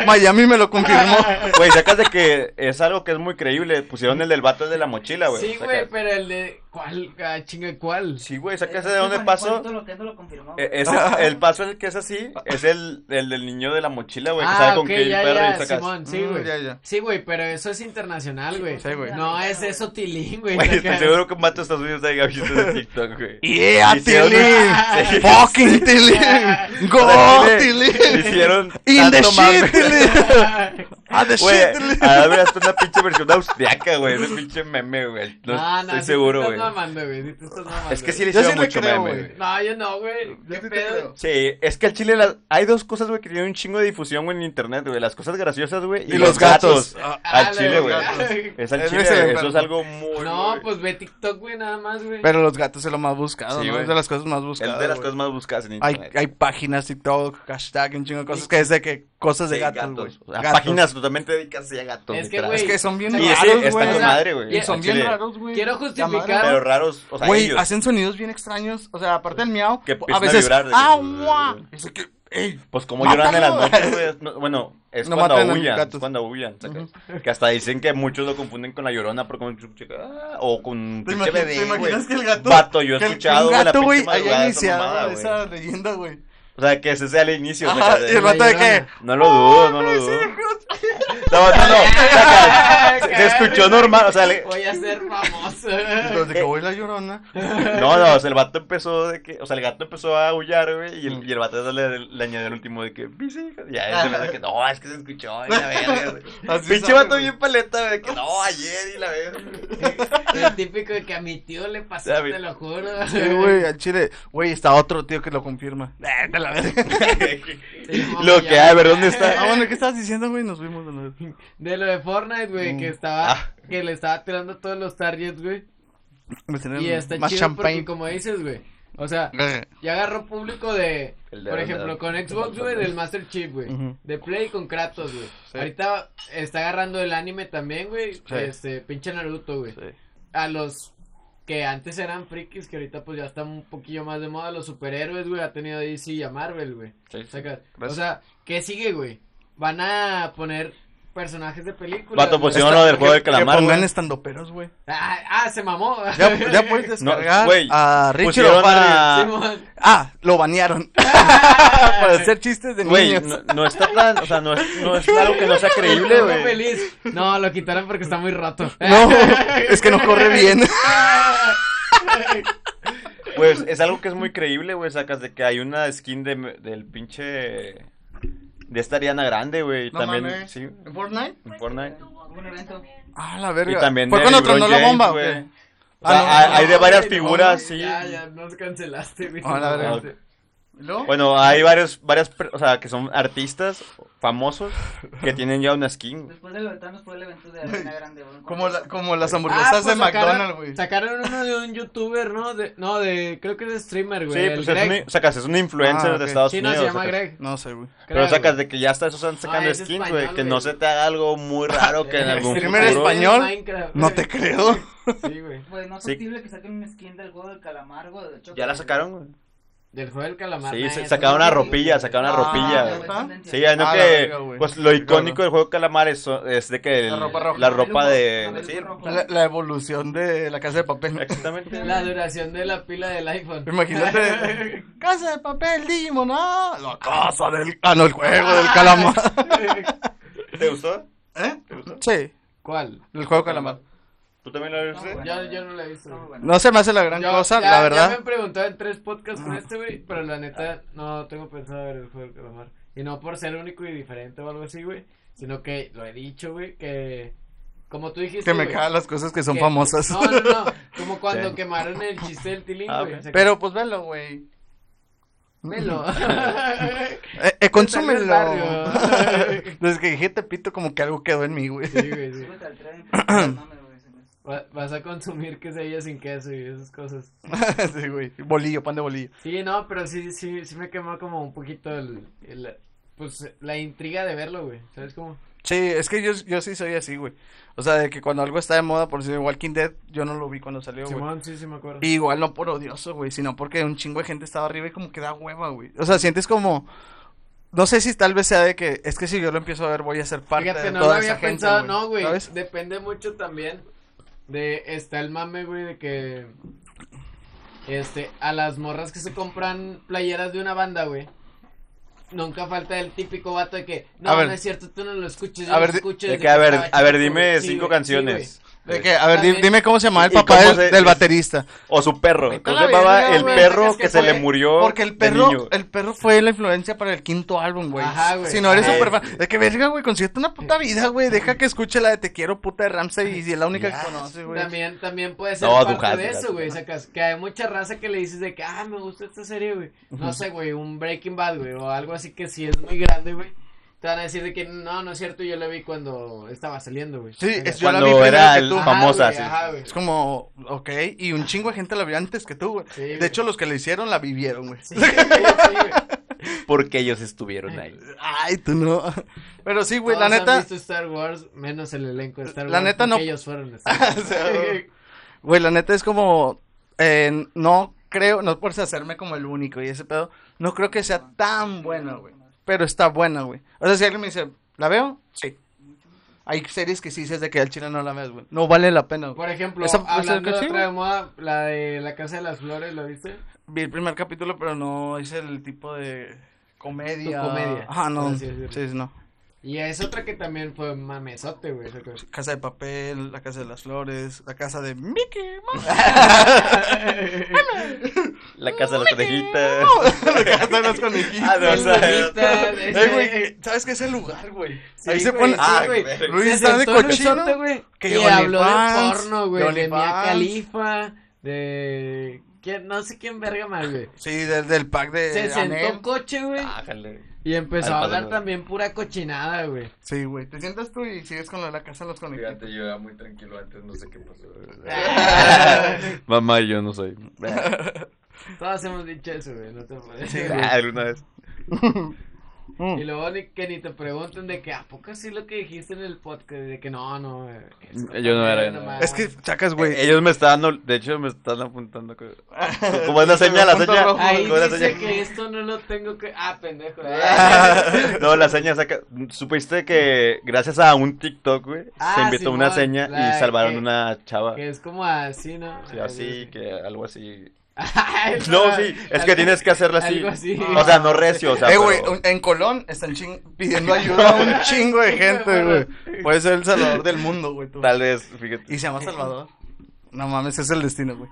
Speaker 3: Miami me lo confirmó.
Speaker 4: Güey, sacas de que es algo que es muy creíble. Pusieron el del vato de la mochila, Ah, güey.
Speaker 5: Sí,
Speaker 4: sacas.
Speaker 5: güey, pero el de. ¿Cuál? Ah, chinga, ¿cuál?
Speaker 4: Sí, güey,
Speaker 6: Eh,
Speaker 4: sacas de dónde pasó.
Speaker 6: Todo lo que lo confirmó.
Speaker 4: E-
Speaker 6: güey.
Speaker 4: ese- el paso el que es así es el, el del niño de la mochila, güey. que
Speaker 5: ah,
Speaker 4: sabe con
Speaker 5: ok,
Speaker 4: qué
Speaker 5: ya,
Speaker 4: perro y
Speaker 5: ya,
Speaker 4: sacas.
Speaker 5: Simón, sí,
Speaker 3: Mm,
Speaker 5: güey.
Speaker 3: ya, ya.
Speaker 5: Sí, güey, pero eso es internacional, güey.
Speaker 3: Sí, güey.
Speaker 5: No, es eso tilín, güey.
Speaker 4: Güey, estoy
Speaker 5: sacas.
Speaker 4: seguro que un vato de Estados Unidos haya visto ese TikTok, güey.
Speaker 3: Yeah,
Speaker 4: Hicieron-
Speaker 3: Tilly.
Speaker 4: Sí.
Speaker 3: Fucking Tilly. Go,
Speaker 4: Hicieron-
Speaker 3: Tilly.
Speaker 4: Hicieron
Speaker 3: In the
Speaker 4: tanto mame.
Speaker 3: shit, Tilly. Ah, the
Speaker 4: Güey,
Speaker 3: shit, Tilly.
Speaker 4: a ver, hasta una pinche versión austriaca, güey. Ese pinche meme, güey. No,
Speaker 5: No, no,
Speaker 4: estoy
Speaker 5: sí te
Speaker 4: seguro,
Speaker 5: estás
Speaker 4: güey.
Speaker 5: mamando, güey. sí te estás mamando,
Speaker 4: Es que sí
Speaker 5: güey.
Speaker 4: le
Speaker 3: Yo
Speaker 4: hicieron
Speaker 3: sí le
Speaker 4: mucho
Speaker 3: creo,
Speaker 4: meme,
Speaker 3: güey.
Speaker 4: güey.
Speaker 5: No, yo no, güey. ¿Qué
Speaker 3: sí te
Speaker 5: pedo?
Speaker 3: creo.
Speaker 4: Sí, es que al chile las- hay dos cosas, güey, que tienen un chingo de difusión, güey, en internet, güey. Las cosas graciosas, güey, y,
Speaker 3: Y los gatos.
Speaker 5: Ah,
Speaker 4: Al
Speaker 5: la
Speaker 4: chile, güey.
Speaker 5: verga.
Speaker 4: Es al
Speaker 3: Es
Speaker 4: chile,
Speaker 3: ese,
Speaker 4: güey,
Speaker 3: pero-
Speaker 4: eso es algo muy...
Speaker 5: No,
Speaker 4: muy-
Speaker 5: pues ve TikTok, güey, nada más, güey.
Speaker 3: Pero los gatos es lo más buscado,
Speaker 4: Sí,
Speaker 3: ¿no?
Speaker 4: güey.
Speaker 3: Es de las cosas más
Speaker 4: Es
Speaker 3: buscadas.
Speaker 4: de las
Speaker 3: güey.
Speaker 4: cosas más buscadas en
Speaker 3: Hay,
Speaker 4: internet.
Speaker 3: hay páginas, TikTok, hashtag, un chingo de cosas que es de que cosas de
Speaker 4: Sí,
Speaker 3: gatos, güey.
Speaker 4: O sea,
Speaker 3: Gatos.
Speaker 4: Páginas totalmente dedicadas sí, a gatos.
Speaker 5: Es que,
Speaker 4: literal.
Speaker 5: güey,
Speaker 3: Es que son bien
Speaker 5: Sí,
Speaker 4: Y ese
Speaker 3: raros,
Speaker 4: está
Speaker 3: güey.
Speaker 5: o
Speaker 4: con
Speaker 5: sea,
Speaker 4: madre, güey.
Speaker 5: y
Speaker 4: al
Speaker 3: son bien
Speaker 4: chile.
Speaker 3: raros, güey.
Speaker 5: Quiero
Speaker 3: La madre.
Speaker 5: justificar-
Speaker 4: Pero raros, o sea,
Speaker 3: Güey,
Speaker 4: ellos.
Speaker 3: hacen sonidos bien extraños. O sea, aparte del miau,
Speaker 4: Que
Speaker 3: a
Speaker 4: empiezan a
Speaker 3: veces.
Speaker 4: vibrar de que- eh,
Speaker 3: ¡Ah, guau! Eso que. ¡Ey!
Speaker 4: Pues como lloran en las
Speaker 3: ¡Mátalo!
Speaker 4: noches, güey. No, bueno, es
Speaker 3: No
Speaker 4: cuando
Speaker 3: maten a los
Speaker 4: huyan,
Speaker 3: gatos.
Speaker 4: es cuando huyan. sacas. Que hasta dicen que muchos lo confunden con la llorona, pero con un chica, ah, o con un
Speaker 3: ¿Te
Speaker 4: pinche
Speaker 3: imaginas,
Speaker 4: bebé,
Speaker 3: te imaginas
Speaker 4: güey.
Speaker 3: que el gato.
Speaker 4: Vato, yo he
Speaker 3: que el-
Speaker 4: escuchado,
Speaker 3: que
Speaker 4: güey,
Speaker 3: un
Speaker 4: la
Speaker 3: gato,
Speaker 4: pinche
Speaker 3: güey, haya
Speaker 4: madrugada esa mamada,
Speaker 3: iniciado
Speaker 4: güey.
Speaker 3: esa leyenda, güey.
Speaker 4: O sea, que ese sea el inicio, güey.
Speaker 3: Ajá,
Speaker 4: sacas.
Speaker 3: y el vato de que. ¡Ah,
Speaker 4: No lo dudo, no lo dudo. No, no, no.
Speaker 5: Ah,
Speaker 4: sacas. Se- Se escuchó normal, o sea, le-
Speaker 5: Voy a ser famoso.
Speaker 3: Entonces,
Speaker 5: Eh,
Speaker 3: de que voy la llorona.
Speaker 4: No, no, o sea, el vato empezó de que, o sea, el gato empezó a aullar, güey, y
Speaker 3: Mm.
Speaker 4: el, y el vato le, le añadió el último de que, mis hijos, ya, ese me que, no, es que se escuchó, y la verga, güey.
Speaker 3: Así
Speaker 4: Pinche
Speaker 3: sabe,
Speaker 4: vato
Speaker 3: güey.
Speaker 4: bien paleta, güey, que no, ayer, y la verga.
Speaker 5: El típico de que a mi tío le pasó,
Speaker 4: Sabe.
Speaker 5: te lo juro.
Speaker 3: Sí, güey, al chile. Güey, está otro tío que lo confirma. Eh, te la verga.
Speaker 4: Lo que, a ver, ¿dónde
Speaker 3: Ah,
Speaker 4: está?
Speaker 3: bueno, ¿qué estabas diciendo, güey? Nos vimos de nuevo.
Speaker 5: De lo de Fortnite,
Speaker 3: Mm.
Speaker 5: güey, que estaba,
Speaker 4: Ah.
Speaker 5: que le estaba tirando todos los targets, güey.
Speaker 3: Me tenían
Speaker 5: Y está
Speaker 3: Mm, más
Speaker 5: chido
Speaker 3: champagne.
Speaker 5: porque como dices, güey. O sea,
Speaker 3: Ujú.
Speaker 5: ya agarró público de,
Speaker 4: El de-
Speaker 5: por ejemplo,
Speaker 4: el-
Speaker 5: con Xbox, güey, del Master Chief, güey.
Speaker 3: Ujú.
Speaker 5: De Play con Kratos, güey. Ahorita está agarrando el anime también, güey. Este, pinche Naruto, güey. A los que antes eran frikis, que ahorita pues ya están un poquillo más de moda, los superhéroes, güey, ha tenido DC y a Marvel, güey.
Speaker 4: Sí, sí.
Speaker 5: Sacas. O
Speaker 4: Gracias.
Speaker 5: sea, ¿qué sigue, güey? Van a poner personajes de películas.
Speaker 4: Vato,
Speaker 5: güey.
Speaker 4: pues, sí, uno del juego del
Speaker 3: Que
Speaker 4: calamar,
Speaker 3: pongan
Speaker 4: güey.
Speaker 3: estandoperos, güey.
Speaker 5: Ah, ah, se mamó.
Speaker 3: Ya, ya puedes descargar
Speaker 4: güey,
Speaker 3: a Richard
Speaker 4: pusieron
Speaker 3: O'Farrell.
Speaker 4: a-
Speaker 5: Simón.
Speaker 3: Ah, lo banearon. Para hacer chistes de
Speaker 4: Güey,
Speaker 3: niños.
Speaker 4: no, no está tan, o sea, no es, no es algo que no sea creíble,
Speaker 5: Estuvo
Speaker 4: güey.
Speaker 5: feliz. No, lo quitaron porque está muy roto.
Speaker 3: No, es que no corre bien.
Speaker 4: Pues es algo que es muy creíble, güey, sacas de que hay una skin de, del pinche, de esta Ariana Grande, güey, y también, sí, en
Speaker 3: Fortnite?
Speaker 4: Fortnite.
Speaker 6: Hubo un evento.
Speaker 3: Ah, la verga.
Speaker 4: Y también
Speaker 3: ¿Fue
Speaker 4: de
Speaker 3: cuando
Speaker 4: LeBron
Speaker 3: tronó la
Speaker 4: James,
Speaker 3: bomba?
Speaker 4: güey.
Speaker 3: güey?
Speaker 4: O sea,
Speaker 3: Ah, no,
Speaker 4: hay, hay de
Speaker 3: no,
Speaker 4: varias
Speaker 5: Ay, no,
Speaker 4: figuras,
Speaker 5: güey,
Speaker 4: sí.
Speaker 5: Ya, ya, nos cancelaste, güey.
Speaker 3: Ah, la verga.
Speaker 4: Ah, Bueno, hay varios, varias, per- o sea, que son artistas famosos que tienen ya una skin.
Speaker 6: Después del Bertanos fue el evento de Arena Grande, güey.
Speaker 3: Como, la- como las
Speaker 5: Ah,
Speaker 3: hamburguesas
Speaker 5: pues
Speaker 3: de
Speaker 5: sacaron-
Speaker 3: McDonald's, güey.
Speaker 5: Sacaron uno de un youtuber, ¿no? De, no, de, creo que es de streamer,
Speaker 4: Sí,
Speaker 5: güey. el
Speaker 4: pues es
Speaker 5: Greg.
Speaker 4: un, sacas, es un influencer
Speaker 3: Ah, ok.
Speaker 4: de Estados
Speaker 5: Sí, no,
Speaker 4: Unidos.
Speaker 5: se llama
Speaker 4: sacas.
Speaker 5: Greg.
Speaker 3: No sé, güey.
Speaker 4: Pero
Speaker 5: Creo,
Speaker 4: sacas
Speaker 5: güey.
Speaker 4: de que ya está, están sacando
Speaker 5: Ah, es
Speaker 4: skins,
Speaker 5: español,
Speaker 4: güey, que
Speaker 5: güey.
Speaker 4: no se te haga algo muy raro que en algún
Speaker 3: Streamer
Speaker 4: futuro-
Speaker 3: español.
Speaker 5: Minecraft,
Speaker 3: No
Speaker 5: güey.
Speaker 3: te creo.
Speaker 5: Sí, güey.
Speaker 6: Güey, no es
Speaker 4: Sí.
Speaker 6: posible que saquen un skin del juego del calamar, güey. de Choco,
Speaker 4: Ya la
Speaker 6: güey.
Speaker 4: sacaron, güey.
Speaker 5: Del juego del calamar.
Speaker 4: Sí,
Speaker 5: nah,
Speaker 4: se-
Speaker 5: eso
Speaker 4: sacaron
Speaker 5: no
Speaker 4: una
Speaker 5: es
Speaker 4: ropilla,
Speaker 5: posible,
Speaker 4: sacaron una
Speaker 5: güey.
Speaker 4: ropilla,
Speaker 6: Ah,
Speaker 4: güey.
Speaker 3: ¿Neta?
Speaker 6: tendencia.
Speaker 4: Sí, ya no
Speaker 3: Ah, la
Speaker 4: que,
Speaker 3: verga, güey.
Speaker 4: pues lo
Speaker 3: Sí, claro.
Speaker 4: icónico del juego Calamar es, es de que el-
Speaker 3: La ropa roja.
Speaker 4: la ropa
Speaker 6: La
Speaker 4: de...
Speaker 6: del
Speaker 4: sí,
Speaker 6: rojo.
Speaker 3: La, la evolución de la casa de papel.
Speaker 4: exactamente.
Speaker 5: La duración de la pila del iPhone.
Speaker 3: Imagínate. casa de papel, Digimon, no. La casa del. Ah, no, el juego del calamar.
Speaker 4: ¿Te gustó?
Speaker 3: ¿Eh? Sí,
Speaker 5: ¿Cuál?
Speaker 3: el juego calamar.
Speaker 4: ¿Tú también lo viste?
Speaker 6: güey.
Speaker 5: Yo, yo no la he visto.
Speaker 6: No,
Speaker 5: güey.
Speaker 6: muy bueno.
Speaker 3: No se me hace la gran
Speaker 5: Yo-
Speaker 3: cosa,
Speaker 5: ya-
Speaker 3: la
Speaker 5: Ya
Speaker 3: verdad.
Speaker 5: me preguntó en tres podcasts con este, güey. Pero la neta, no tengo pensado ver el juego del calamar. Y no por ser único y diferente o algo así, güey. Sino que lo he dicho, güey, que. Como tú dijiste.
Speaker 3: Que me
Speaker 5: güey,
Speaker 3: cagan las cosas que son
Speaker 5: que-
Speaker 3: famosas.
Speaker 5: No, no, no. Como cuando
Speaker 4: Sí.
Speaker 5: quemaron el chiste del tilín,
Speaker 4: Ah,
Speaker 5: güey.
Speaker 4: ok.
Speaker 5: o sea, que-
Speaker 3: Pero pues velo, güey.
Speaker 5: Velo.
Speaker 3: Eh, eh, consúmelo.
Speaker 5: barrio.
Speaker 3: Desde que dije te pito, como que algo quedó en mí, güey.
Speaker 5: sí, güey, sí.
Speaker 6: Súbete al tren, pues, no mames, güey.
Speaker 5: va- vas a consumir quesadillas sin queso y esas cosas.
Speaker 3: sí, güey. Bolillo, pan de bolillo.
Speaker 5: Sí, no, pero sí, sí, sí me quemó como un poquito el, el- pues, la intriga de verlo, güey. ¿Sabes cómo?
Speaker 3: Sí, es que yo, yo sí soy así, güey. O sea, de que cuando algo está de moda, por decir Walking Dead, yo no lo vi cuando salió, güey.
Speaker 5: Simón, sí, sí me acuerdo.
Speaker 3: Y igual no por odioso, güey, sino porque un chingo de gente estaba arriba y como que da hueva, güey. O sea, sientes como... No sé si tal vez sea de que... Es que si yo lo empiezo a ver voy a ser parte
Speaker 5: Fíjate,
Speaker 3: de
Speaker 5: no lo
Speaker 3: toda
Speaker 5: había
Speaker 3: esa gente,
Speaker 5: pensado, no, güey.
Speaker 3: ¿Sabes?
Speaker 5: Depende mucho también de. Está el mame, güey, de que. Este, a las morras que se compran playeras de una banda, güey. Nunca falta el típico vato de que. No,
Speaker 3: A ver.
Speaker 5: no es cierto, tú no lo escuches. Yo
Speaker 3: A
Speaker 5: lo
Speaker 3: ver, di-
Speaker 5: escucho
Speaker 4: De
Speaker 5: desde
Speaker 4: que, a ver,
Speaker 5: estaba
Speaker 4: a ver,
Speaker 5: chico,
Speaker 4: dime
Speaker 5: güey. Sí,
Speaker 4: cinco
Speaker 5: güey, sí,
Speaker 4: canciones.
Speaker 3: De que, a ver, di-
Speaker 5: Pues, También-
Speaker 3: dime cómo se llamaba el
Speaker 4: ¿Y
Speaker 3: papá
Speaker 4: cómo
Speaker 3: del,
Speaker 4: se-
Speaker 3: del baterista.
Speaker 4: O su perro.
Speaker 3: Vete a
Speaker 4: ¿Cómo
Speaker 3: la
Speaker 4: se llamaba
Speaker 3: verga,
Speaker 4: el
Speaker 3: güey.
Speaker 4: perro
Speaker 5: Es que
Speaker 4: que se
Speaker 5: fue-
Speaker 4: le murió?
Speaker 3: Porque el
Speaker 4: de
Speaker 3: perro,
Speaker 4: niño?
Speaker 3: el perro fue la influencia para el quinto álbum, güey.
Speaker 5: Ajá, güey.
Speaker 3: Si no eres
Speaker 4: Ajá.
Speaker 3: súper fan. Es que verga, güey, consíguete una puta vida, güey. Deja que escuche la de Te quiero, puta de Ramsey. Y si es la única que conoce, güey.
Speaker 5: También, también puede ser
Speaker 4: No,
Speaker 5: parte
Speaker 4: Dujas,
Speaker 5: de
Speaker 4: Dujas,
Speaker 5: eso, güey.
Speaker 4: Dujas.
Speaker 5: Sacas que hay mucha raza que le dices de que, ah, me gusta esta serie, güey. No sé, güey, un Breaking Bad, güey, o algo así que sí es muy grande, güey. Te van a decir de que no, no es cierto, yo la vi cuando estaba saliendo, güey.
Speaker 3: Sí,
Speaker 5: Sacas.
Speaker 3: es- yo la vi
Speaker 4: Cuando
Speaker 3: primero
Speaker 4: era
Speaker 3: que
Speaker 4: el-
Speaker 3: tú.
Speaker 5: Ajá,
Speaker 4: famosa.
Speaker 5: güey,
Speaker 4: sí.
Speaker 5: ajá, güey.
Speaker 3: Es como, ok, y un chingo de gente la vio antes que tú, güey.
Speaker 5: Sí,
Speaker 3: de
Speaker 5: güey.
Speaker 3: hecho, los que la hicieron la vivieron, güey.
Speaker 5: Sí, güey, sí, güey.
Speaker 4: Porque ellos estuvieron ahí.
Speaker 3: Ay, tú no. Pero sí, güey, la
Speaker 5: Todos han
Speaker 3: neta,
Speaker 5: visto Star Wars, menos el elenco de Star
Speaker 3: La
Speaker 5: Wars.
Speaker 3: neta, no-
Speaker 5: porque Ellos fueron Star Wars.
Speaker 3: güey, la neta es como, eh, no creo, no por hacerme como el único y ese pedo, no creo que sea tan buena, güey. Pero está buena, güey. O sea, si alguien me dice, ¿la veo? Sí. Hay series que sí dices de que al chile no la ves, güey. No vale la pena, güey.
Speaker 5: Por ejemplo,
Speaker 3: Esa- esa
Speaker 5: hablando de
Speaker 3: canción,
Speaker 5: otra de
Speaker 3: güey.
Speaker 5: moda, la de La Casa de las Flores, ¿la viste?
Speaker 3: Vi el primer capítulo, pero no es el tipo de comedia.
Speaker 5: Tu comedia,
Speaker 3: Ajá,
Speaker 5: por
Speaker 3: no.
Speaker 5: así
Speaker 3: Sí,
Speaker 5: decirlo.
Speaker 3: sí, no.
Speaker 5: Y es otra que también fue mamesote, güey. esa cosa.
Speaker 3: Casa de Papel, La Casa de las Flores, La Casa de Mickey Mouse.
Speaker 4: La casa de las conejitas.
Speaker 3: la Casa de las
Speaker 4: Ah, no, o
Speaker 3: Conejitas.
Speaker 4: sea,
Speaker 3: Eh, güey, ¿sabes qué es el lugar, güey?
Speaker 5: Sí,
Speaker 3: Ahí se
Speaker 5: güey,
Speaker 3: pone...
Speaker 5: sí,
Speaker 3: Ah,
Speaker 5: güey.
Speaker 4: qué verga.
Speaker 3: Luis
Speaker 5: Se
Speaker 3: está de
Speaker 5: sentó en un
Speaker 3: cochino.
Speaker 5: sote, güey,
Speaker 3: que
Speaker 5: y habló de
Speaker 3: OnlyFans,
Speaker 5: porno,
Speaker 3: de
Speaker 5: güey, de Mia
Speaker 3: OnlyFans.
Speaker 5: Khalifa, de... ¿Quién? No sé quién verga más, güey.
Speaker 3: Sí, del, del pack de
Speaker 5: Se
Speaker 3: Eh, Anel. Ah,
Speaker 5: sentó coche, güey,
Speaker 4: Ájale.
Speaker 5: y empezó a
Speaker 4: Al
Speaker 5: hablar
Speaker 4: pasar,
Speaker 5: también pura cochinada, güey.
Speaker 3: Sí, güey. Te sientas tú y sigues con lo de la casa de los conejitos.
Speaker 4: yo era muy tranquilo antes, no sé qué pasó. Mamá, yo no soy.
Speaker 5: Todos hemos dicho eso, güey, no te puedes.
Speaker 4: Alguna vez.
Speaker 3: Mm.
Speaker 5: Y luego ni, que ni te pregunten de que, ¿a poco sí lo que dijiste en el podcast? De que no, no, güey, es otra
Speaker 4: Yo no era,
Speaker 5: madre,
Speaker 4: yo no
Speaker 5: nomás".
Speaker 4: era.
Speaker 3: Es que sacas,
Speaker 4: Güey,
Speaker 3: güey.
Speaker 4: ellos me están, de hecho, me están apuntando. co- Como es la
Speaker 3: Sí,
Speaker 4: seña, la
Speaker 3: punto
Speaker 4: seña.
Speaker 3: rojo,
Speaker 5: Ahí
Speaker 4: como la
Speaker 5: dice
Speaker 4: seña.
Speaker 5: que esto no lo tengo que... Ah, pendejo.
Speaker 4: No, la seña saca. Supiste que gracias a un TikTok, güey,
Speaker 5: Ah,
Speaker 4: se inventó una
Speaker 5: Simón,
Speaker 4: seña
Speaker 5: la
Speaker 4: y salvaron
Speaker 5: que-
Speaker 4: una chava.
Speaker 5: Que es como así, ¿no?
Speaker 4: Sí, así, que algo así.
Speaker 5: Ay,
Speaker 4: No, sí, es que
Speaker 5: algo-
Speaker 4: tienes que hacerla así.
Speaker 5: algo así.
Speaker 4: O sea, no recio, o sea.
Speaker 3: eh, güey,
Speaker 4: pero-
Speaker 3: en Colón están ching- pidiendo ayuda a un chingo de gente, güey. Puede ser el salvador del mundo, güey. tú.
Speaker 4: Tal vez, fíjate.
Speaker 3: Y se llama Salvador. No mames, es el destino, güey.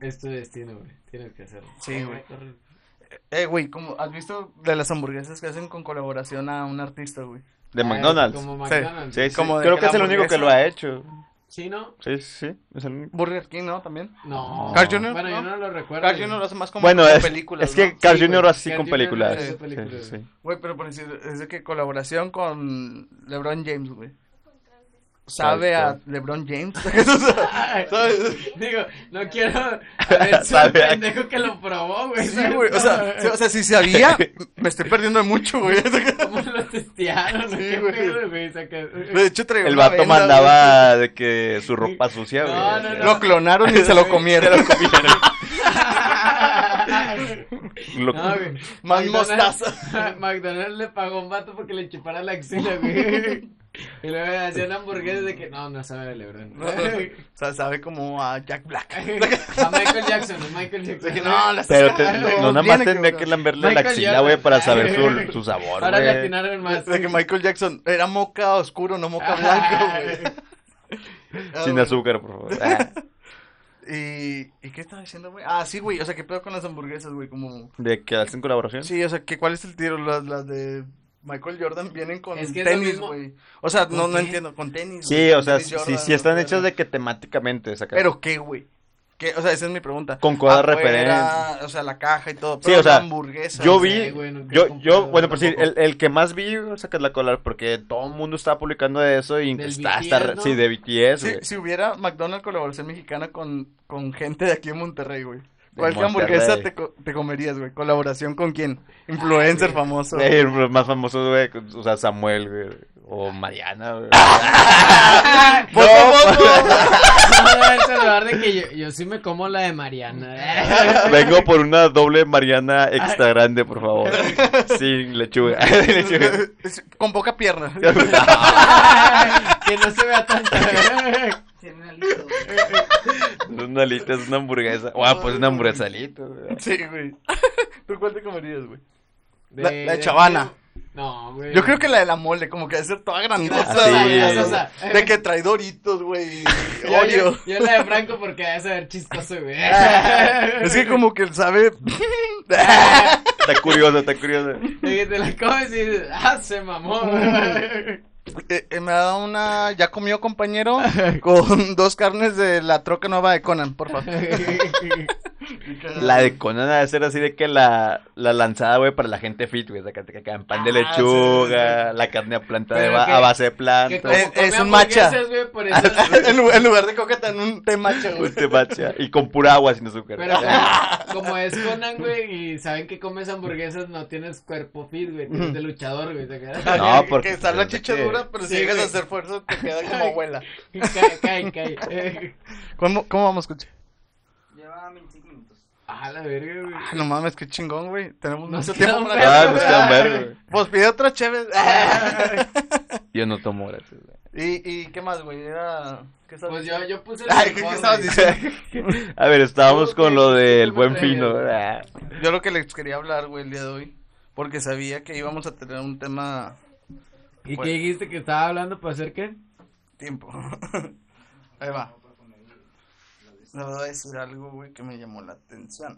Speaker 5: Es tu destino, güey. Tienes que hacerlo.
Speaker 3: Sí, güey. Eh, güey, como has visto de las hamburguesas que hacen con colaboración a un artista, güey.
Speaker 4: De
Speaker 5: Ay,
Speaker 4: McDonald's.
Speaker 5: Ah, Como McDonald's.
Speaker 4: Sí, sí,
Speaker 3: Como de
Speaker 4: creo
Speaker 3: que
Speaker 4: que,
Speaker 3: la
Speaker 4: es el único que
Speaker 3: hamburguesa-
Speaker 4: lo ha hecho.
Speaker 5: ¿Sí, no?
Speaker 4: Sí, sí, sí, es el único.
Speaker 3: Burger King, ¿no? También.
Speaker 5: No.
Speaker 3: Carl Jr.,
Speaker 5: Bueno, yo
Speaker 3: Ah, ¿no?
Speaker 5: no lo recuerdo.
Speaker 3: Carl Jr. lo hace más como
Speaker 4: Bueno,
Speaker 3: con
Speaker 4: es,
Speaker 3: películas,
Speaker 4: es que
Speaker 3: ¿no?
Speaker 4: Carl
Speaker 5: Sí,
Speaker 4: Jr.
Speaker 5: güey,
Speaker 4: así
Speaker 5: Carl
Speaker 4: con
Speaker 5: Jr.
Speaker 4: películas.
Speaker 5: hace
Speaker 4: Sí,
Speaker 5: películas.
Speaker 4: sí, sí.
Speaker 3: Güey, pero por decir, es de que colaboración con LeBron James, güey. Sabe a
Speaker 4: Tal
Speaker 3: LeBron James. O sea, ¿sabes?
Speaker 5: Digo, no quiero a ver si un
Speaker 4: Sabe a-
Speaker 5: pendejo que lo probó, güey.
Speaker 3: Sí,
Speaker 5: ¿sabes?
Speaker 3: güey. O sea, sí, o sea, si sabía, me estoy perdiendo de mucho, güey.
Speaker 5: ¿Cómo lo testearon?
Speaker 3: Sí,
Speaker 5: ¿Qué
Speaker 3: güey.
Speaker 5: pedo, güey? Saca-
Speaker 3: De hecho, traía
Speaker 4: El
Speaker 3: una
Speaker 4: vato
Speaker 3: venda,
Speaker 4: mandaba de que su ropa sucia, güey.
Speaker 5: No, no,
Speaker 3: güey.
Speaker 5: no.
Speaker 3: Lo clonaron y se lo comieron.
Speaker 4: Lo-
Speaker 5: No, güey.
Speaker 3: Más
Speaker 5: McDonald's-
Speaker 3: mostaza.
Speaker 5: McDonald's le pagó a un vato porque le chupara la axila, güey. Y luego le hacían hamburguesas de que no, no sabe de Lebron.
Speaker 3: No, no, O sea, sabe como a Jack Black.
Speaker 5: A Michael Jackson, a Michael Jackson.
Speaker 3: Dije, no, la
Speaker 4: Pero te-
Speaker 3: Ah,
Speaker 4: no, nada más
Speaker 3: tiene
Speaker 4: tendría
Speaker 3: que-
Speaker 4: que lamberle la
Speaker 5: Michael
Speaker 4: axila,
Speaker 5: Jordan.
Speaker 4: güey, para saber su, su sabor,
Speaker 5: Ahora le
Speaker 4: güey.
Speaker 5: atinaron más.
Speaker 3: De que Michael Jackson era moca oscuro, no moca blanco, güey. Ah,
Speaker 4: Sin
Speaker 3: bueno.
Speaker 4: azúcar, por favor. Ah,
Speaker 3: ¿Y, ¿y qué estaba diciendo, güey? Ah, sí, güey. O sea, ¿qué pedo con las hamburguesas, güey? Como...
Speaker 4: ¿De que hacen colaboración?
Speaker 3: Sí, o sea, ¿qué, ¿cuál es el tiro? Las, las de Michael Jordan vienen con
Speaker 5: Es que es lo
Speaker 3: tenis,
Speaker 5: mismo.
Speaker 3: güey. O sea, no,
Speaker 5: ¿Con
Speaker 3: no
Speaker 5: qué?
Speaker 3: entiendo, con tenis.
Speaker 4: Sí,
Speaker 3: güey,
Speaker 4: o
Speaker 3: con
Speaker 4: sea,
Speaker 3: tenis
Speaker 4: sí,
Speaker 3: Jordan,
Speaker 4: sí están
Speaker 3: o sea,
Speaker 4: hechas de que temáticamente. saca-
Speaker 3: ¿Pero qué, güey? ¿Qué? O sea, esa es mi pregunta.
Speaker 4: Con cuadra
Speaker 3: Afuera,
Speaker 4: referencia.
Speaker 3: O sea, la caja y todo.
Speaker 4: Sí,
Speaker 3: Pero
Speaker 4: o sea,
Speaker 3: la hamburguesa.
Speaker 4: Yo
Speaker 3: no
Speaker 4: vi,
Speaker 3: sé.
Speaker 5: güey, nunca he
Speaker 4: yo, yo,
Speaker 5: comprado
Speaker 4: bueno, por si
Speaker 5: tampoco.
Speaker 4: el, el que más vi, o sea, que es la colar, porque todo el mundo estaba publicando de eso y
Speaker 5: Del
Speaker 4: está,
Speaker 5: BTS,
Speaker 4: está-
Speaker 5: ¿no?
Speaker 4: sí, de BTS,
Speaker 3: Si,
Speaker 4: güey.
Speaker 3: si hubiera McDonald's colaboración mexicana con, con gente de aquí en Monterrey, güey. ¿Cuál
Speaker 4: Monterrey.
Speaker 3: hamburguesa te, co- te comerías, güey? ¿Colaboración con quién? Influencer famoso.
Speaker 4: Güey, los más famosos, güey, o sea, Samuel, güey, o Mariana, güey.
Speaker 3: ¡Foto, foto!
Speaker 5: Vamos a ver, Salvador, de que yo, yo sí me como la de Mariana.
Speaker 4: Vengo por una doble Mariana extra grande, por favor. Sin lechuga. Lechuga.
Speaker 3: Es- con poca pierna.
Speaker 5: que no se vea tanto.
Speaker 6: Tiene una lista,
Speaker 7: Eh.
Speaker 6: güey.
Speaker 4: una alita, es una
Speaker 3: Ah,
Speaker 4: hamburguesa. Guau, pues una hamburguesa alita, güey.
Speaker 3: Sí, güey. ¿Tú cuál te comerías, güey?
Speaker 5: De-
Speaker 3: La- la
Speaker 5: de-
Speaker 3: chavana.
Speaker 5: No, güey.
Speaker 3: Yo creo que la de la mole, como que debe ser toda grandosa,
Speaker 4: Ah, sí.
Speaker 3: güey.
Speaker 4: Ah,
Speaker 3: o sea,
Speaker 5: sí.
Speaker 3: de que trae doritos, güey. y
Speaker 5: Yo, yo-
Speaker 3: Oreo.
Speaker 5: yo la de Franco porque debe saber chistoso, güey.
Speaker 3: Ah, Es que como que él sabe.
Speaker 4: Está curioso, está curioso.
Speaker 5: De que te la comes y dices, ah, se mamó.
Speaker 3: Eh, eh, me ha dado una. Ya comió, compañero. Con dos carnes de la troca nueva de Conan, por favor.
Speaker 4: La de Conan ha de ser así de que la, la lanzada, güey, para la gente fit, güey. O sea, que te quedan pan de
Speaker 3: Ah,
Speaker 4: lechuga, la carne a planta de
Speaker 5: Pero
Speaker 4: ba-
Speaker 5: que-
Speaker 4: a base de
Speaker 5: Que
Speaker 4: planta.
Speaker 5: como
Speaker 3: Es-
Speaker 5: come
Speaker 3: es un matcha.
Speaker 5: hamburguesas, güey, por eso-
Speaker 3: en, lu- en lugar de coqueta, en un té macho, güey.
Speaker 4: Este matcha, Y con pura agua sin azúcar. Ah,
Speaker 5: Pero como, como es Conan, güey, y saben que comes hamburguesas, no tienes cuerpo fit, güey, tienes de luchador, güey. te quedas-
Speaker 4: No,
Speaker 3: Que-
Speaker 4: porque-
Speaker 3: Que está la
Speaker 4: porque-
Speaker 3: chicha dura, pero si
Speaker 5: Sí,
Speaker 3: llegas a
Speaker 5: güey.
Speaker 3: hacer fuerza, te queda como abuela.
Speaker 5: Cae, cae, cae.
Speaker 3: ¿Cómo, cómo vamos, escuchar?
Speaker 6: Lleva 25 minutos.
Speaker 5: Ah, la verga, güey.
Speaker 3: Ah, no mames, qué chingón, güey. Tenemos
Speaker 5: Nos
Speaker 3: mucho
Speaker 5: queda
Speaker 3: tiempo
Speaker 5: un
Speaker 3: para
Speaker 5: pedo,
Speaker 4: Ah,
Speaker 3: grabar.
Speaker 4: nos quedan ver, güey.
Speaker 3: Pues pide otra chévere.
Speaker 4: Yo no tomo gracias, güey.
Speaker 3: ¿Y, ¿Y qué más, güey? Era... ¿Qué estabas
Speaker 5: Pues yo,
Speaker 3: diciendo?
Speaker 5: yo puse el
Speaker 3: Ay, ¿qué, qué
Speaker 5: uniforme.
Speaker 3: estabas diciendo?
Speaker 4: A ver, estábamos con lo del buen
Speaker 5: Sí.
Speaker 4: fino. ¿verdad?
Speaker 3: Yo lo que les quería hablar, güey, el día de hoy. Porque sabía que íbamos a tener un tema
Speaker 5: ¿Y qué dijiste que estaba hablando para hacer qué?
Speaker 3: tiempo. Ahí va. Le voy a decir algo, güey, que me llamó la atención.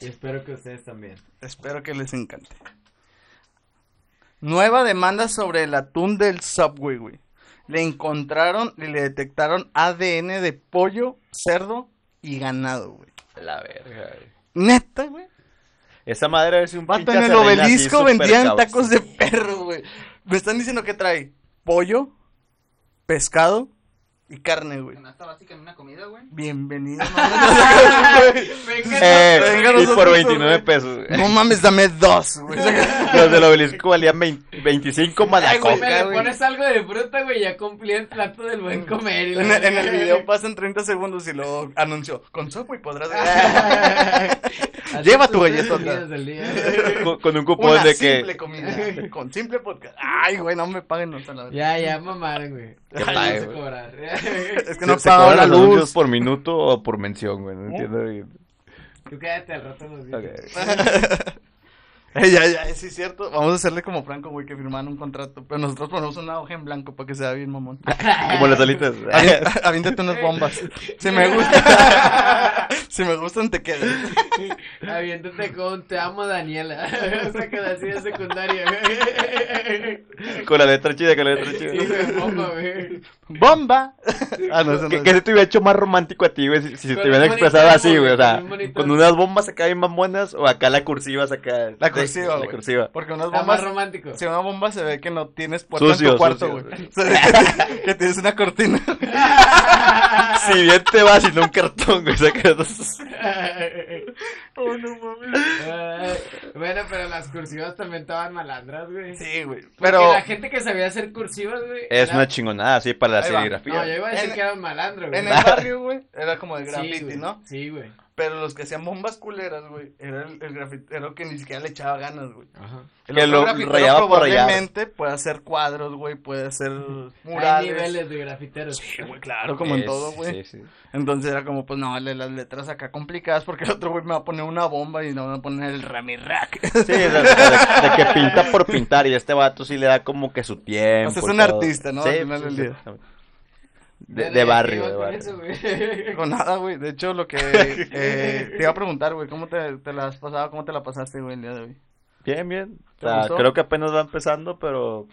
Speaker 5: Y espero que ustedes también.
Speaker 3: Espero que les encante. Nueva demanda sobre el atún del Subway, güey. Le encontraron y le detectaron ADN de pollo, cerdo y ganado, güey.
Speaker 4: La verga, güey.
Speaker 3: Neta, güey.
Speaker 4: Esa madre es un
Speaker 3: Vato,
Speaker 4: pinche
Speaker 3: en el
Speaker 4: serrín así,
Speaker 3: obelisco
Speaker 4: súper
Speaker 3: vendían
Speaker 4: cabrón.
Speaker 3: tacos de perro, güey. Me están diciendo que trae pollo, pescado y carne, güey.
Speaker 6: Canasta básica en una comida, güey.
Speaker 3: Bienvenido. mames.
Speaker 4: Eh,
Speaker 3: Venga,
Speaker 4: y por
Speaker 3: nosotros,
Speaker 4: 29
Speaker 3: güey.
Speaker 4: pesos. güey.
Speaker 3: no mames, dame dos, güey.
Speaker 4: Los del obelisco valían 20 25 más la
Speaker 5: Ay, güey,
Speaker 4: coca,
Speaker 5: me le
Speaker 4: güey.
Speaker 5: pones algo de fruta, güey, ya cumplí el plato del buen comer. y la
Speaker 3: En, el- en
Speaker 5: verga,
Speaker 3: el
Speaker 5: güey.
Speaker 3: video pasan 30 segundos y lo anunció. Con Subway podrás.
Speaker 5: Así
Speaker 3: Lleva
Speaker 5: tus
Speaker 3: tu
Speaker 5: tres
Speaker 3: galletota.
Speaker 5: comidas del día.
Speaker 4: Con, con un cupón
Speaker 3: Una
Speaker 4: de
Speaker 3: simple
Speaker 4: que.
Speaker 3: comida. Con simple podcast. Ay, güey, no me paguen no, la verdad.
Speaker 5: Ya, ya mamaron, güey. Ya
Speaker 4: padre,
Speaker 5: vamos a
Speaker 4: güey.
Speaker 5: cobrar.
Speaker 3: Es que no
Speaker 4: se cobran
Speaker 3: pagan la
Speaker 4: los anuncios
Speaker 3: luz.
Speaker 4: por minuto o por mención, güey. No entiendo.
Speaker 5: Tú quédate al rato nos dices.
Speaker 4: Ok.
Speaker 3: Eh, ya, ya, sí es cierto. Vamos a hacerle como Franco, güey, que firman un contrato. Pero nosotros ponemos una hoja en blanco para que sea bien mamón.
Speaker 4: Ah, Como las alitas. ah,
Speaker 3: Avi- Aviéntate unas bombas. Si me gusta. si me gustan, te quedas.
Speaker 5: Aviéntate con te amo Daniela. Saca la silla secundaria.
Speaker 4: con la letra chida, con la letra chida.
Speaker 5: Hijo de bomba, güey.
Speaker 3: ¡Bomba! ah, no, eso no
Speaker 4: Que,
Speaker 3: es.
Speaker 4: que se te hubiera hecho más romántico a ti, güey, si, si se
Speaker 5: Con
Speaker 4: te hubieran
Speaker 5: un
Speaker 4: expresado
Speaker 5: monitor,
Speaker 4: así, güey, o
Speaker 5: con
Speaker 4: sea,
Speaker 5: un monitor.
Speaker 4: con unas bombas acá bien mamonas o acá la cursiva acá.
Speaker 3: La cursiva,
Speaker 4: La
Speaker 3: güey.
Speaker 4: cursiva.
Speaker 3: Porque unas
Speaker 5: Está más
Speaker 3: bombas.
Speaker 5: romántico.
Speaker 3: Si una bomba se ve que no tienes puerta en
Speaker 4: Sucio,
Speaker 3: tu cuarto,
Speaker 4: sucio.
Speaker 3: güey. Se ve que- que tienes una cortina.
Speaker 4: Si bien te vas y no un cartón, güey, saca
Speaker 3: oh, no mames.
Speaker 5: Ah, bueno, pero las cursivas también estaban malandras, güey.
Speaker 3: Sí, güey.
Speaker 5: Pero...
Speaker 3: Pero
Speaker 5: la gente que sabía hacer cursivas, güey.
Speaker 4: Es
Speaker 5: la-
Speaker 4: una chingonada, sí, para la
Speaker 3: Ahí va.
Speaker 5: No, yo
Speaker 4: serigrafía.
Speaker 5: iba a decir
Speaker 3: En-
Speaker 5: que eran malandros, güey.
Speaker 3: en el barrio, güey, era como de
Speaker 5: Sí,
Speaker 3: graffiti,
Speaker 5: güey.
Speaker 3: ¿no?
Speaker 5: Sí, güey.
Speaker 3: Pero los que hacían bombas culeras, güey, era el, el grafitero que ni siquiera le echaba ganas, güey.
Speaker 5: Ajá.
Speaker 3: El
Speaker 4: Que
Speaker 3: otro
Speaker 4: lo
Speaker 3: grafitero
Speaker 4: rayaba por rayar.
Speaker 3: probablemente puede hacer cuadros, güey, puede hacer
Speaker 5: Hay
Speaker 3: murales.
Speaker 5: niveles de grafiteros.
Speaker 3: Sí, güey, claro, como en
Speaker 4: Es-
Speaker 3: todo, güey.
Speaker 4: Sí, sí.
Speaker 3: Entonces era como, pues no, vale, las letras acá complicadas porque el otro güey me va a poner una bomba y no me va a poner el ramirrack.
Speaker 4: Sí, de, de- de que pinta por pintar y este vato sí le da como que su tiempo.
Speaker 3: O sea, Pues es
Speaker 4: y
Speaker 3: un
Speaker 4: todo.
Speaker 3: artista, ¿no?
Speaker 4: Sí,
Speaker 3: Al final del
Speaker 4: sí,
Speaker 3: día.
Speaker 4: sí. De, de barrio, de barrio.
Speaker 3: Con nada, güey. De hecho, lo que eh, te iba a preguntar, güey, ¿cómo te, te la has pasado? ¿Cómo te la pasaste, güey, el día de hoy?
Speaker 4: Bien, bien. O
Speaker 3: ¿Te
Speaker 4: sea,
Speaker 3: gustó?
Speaker 4: creo que apenas va empezando, pero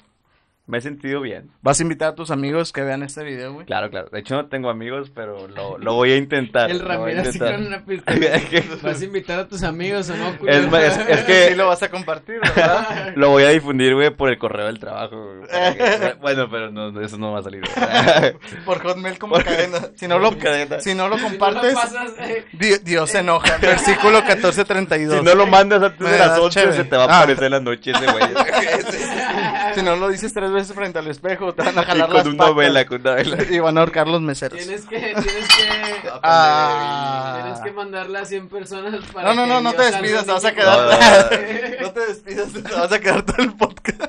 Speaker 4: Me he sentido bien.
Speaker 3: ¿Vas a invitar a tus amigos que vean este video, güey?
Speaker 4: Claro, claro. De hecho, no tengo amigos, pero lo, lo voy a intentar.
Speaker 5: El
Speaker 4: lo voy a
Speaker 5: Ramiro así
Speaker 4: intentar.
Speaker 5: con una pistola. ¿Vas a invitar a tus amigos o no?
Speaker 4: Es más, es- es que-
Speaker 3: Sí lo vas a compartir, ¿verdad?
Speaker 4: Lo voy a difundir, güey, por el correo del trabajo. güey, para que- Bueno, pero no, eso no va a salir. güey.
Speaker 3: Por Hotmail como cadena. Si no lo,
Speaker 4: cadena.
Speaker 3: si no lo
Speaker 5: Si no la
Speaker 3: compartes,
Speaker 5: pasas, eh,
Speaker 3: Di- Dios se enoja. Versículo 1432.
Speaker 4: Si no lo mandas antes
Speaker 3: Me
Speaker 4: de
Speaker 3: da
Speaker 4: las 11,
Speaker 3: chévere.
Speaker 4: se te va
Speaker 3: Ah.
Speaker 4: a aparecer en la noche ese güey.
Speaker 3: Si no lo dices tres veces frente al espejo, te van a
Speaker 4: Y
Speaker 3: jalar las
Speaker 4: con una
Speaker 3: patas.
Speaker 4: vela, con una vela.
Speaker 3: Y van a ahorcar los meseros.
Speaker 5: Tienes que, tienes que,
Speaker 3: Ah.
Speaker 5: tienes que mandarla a 100 personas para
Speaker 3: No, no,
Speaker 5: que
Speaker 3: no, no
Speaker 5: Dios
Speaker 3: te
Speaker 5: salve
Speaker 3: despidas, te vas a quedar.
Speaker 4: No, no,
Speaker 3: No te despidas, te vas a quedar todo el podcast.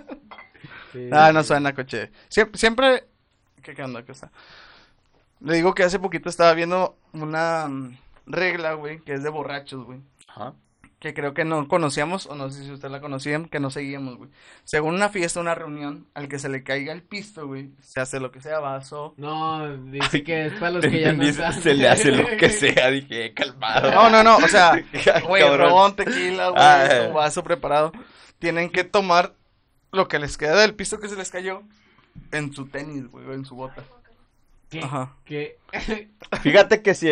Speaker 5: Sí.
Speaker 3: Ah, no suena, coche. Siempre, siempre... ¿Qué, qué onda? ¿Qué está? Le digo que hace poquito estaba viendo una mm, regla, güey, que es de borrachos, güey.
Speaker 4: Ajá.
Speaker 3: que creo que no conocíamos, o no sé si usted la conocían, que no seguíamos, güey. Según una fiesta, una reunión, al que se le caiga el pisto, güey, se hace lo que sea, vaso.
Speaker 5: No, dice que es para los que ya no
Speaker 4: Entendí,
Speaker 5: están.
Speaker 4: Se le hace lo que sea, dije, calmado.
Speaker 3: No, no, no, o sea,
Speaker 4: Cabrón.
Speaker 3: güey, ron, tequila, güey,
Speaker 4: Ah, eh.
Speaker 3: un vaso preparado. Tienen que tomar lo que les queda del pisto que se les cayó en su tenis, güey, o en su bota.
Speaker 5: ¿Qué?
Speaker 3: Ajá.
Speaker 5: ¿Qué?
Speaker 4: Fíjate que si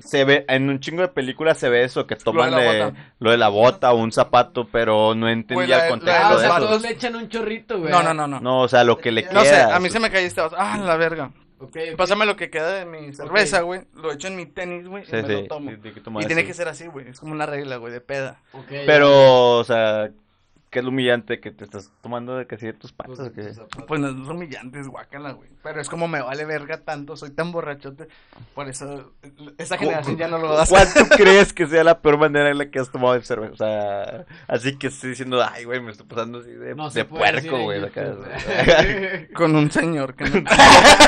Speaker 4: se ve, en un chingo de películas se ve eso, que toman
Speaker 3: Lo
Speaker 4: lo
Speaker 3: de la
Speaker 4: de,
Speaker 3: bota.
Speaker 4: lo de la bota o un zapato, pero no entendía
Speaker 3: Güey, la- la-
Speaker 4: el
Speaker 5: Ah,
Speaker 4: contexto
Speaker 5: o
Speaker 4: de
Speaker 5: sea,
Speaker 3: vasos.
Speaker 4: eso.
Speaker 5: todos le echan un chorrito, güey.
Speaker 3: No, no, no, no. No,
Speaker 4: No, o sea, lo que le queda.
Speaker 6: No
Speaker 3: sé, a mí se me cayó este vaso. Ah, la verga.
Speaker 5: Ok,
Speaker 3: Pásame lo que queda de mi cerveza, güey. Lo echo en mi tenis, güey, y
Speaker 4: Sí,
Speaker 3: me
Speaker 4: sí,
Speaker 3: lo tomo.
Speaker 4: sí, tiene que
Speaker 3: y
Speaker 4: tomar
Speaker 3: tiene
Speaker 4: eso.
Speaker 3: que ser así, güey. Es como una regla, güey, de peda.
Speaker 5: ok.
Speaker 4: Pero, o sea, que es lo humillante que te estás tomando de casi de tus patas.
Speaker 5: Pues,
Speaker 4: ¿o qué?
Speaker 5: tus zapatos.
Speaker 3: Pues no es humillante, es guácala, güey. Pero es como me vale verga tanto, soy tan borrachote. Por eso, esa generación ya no lo hace.
Speaker 4: ¿Cuál tú crees que sea la peor manera en la que has tomado el cerveza? O sea, así que estoy diciendo, ay, güey, me estoy pasando así de,
Speaker 5: No
Speaker 4: de
Speaker 5: se puede decir
Speaker 4: puerco, güey.
Speaker 5: en
Speaker 4: la
Speaker 5: YouTube.
Speaker 4: cara.
Speaker 3: Con un señor que no-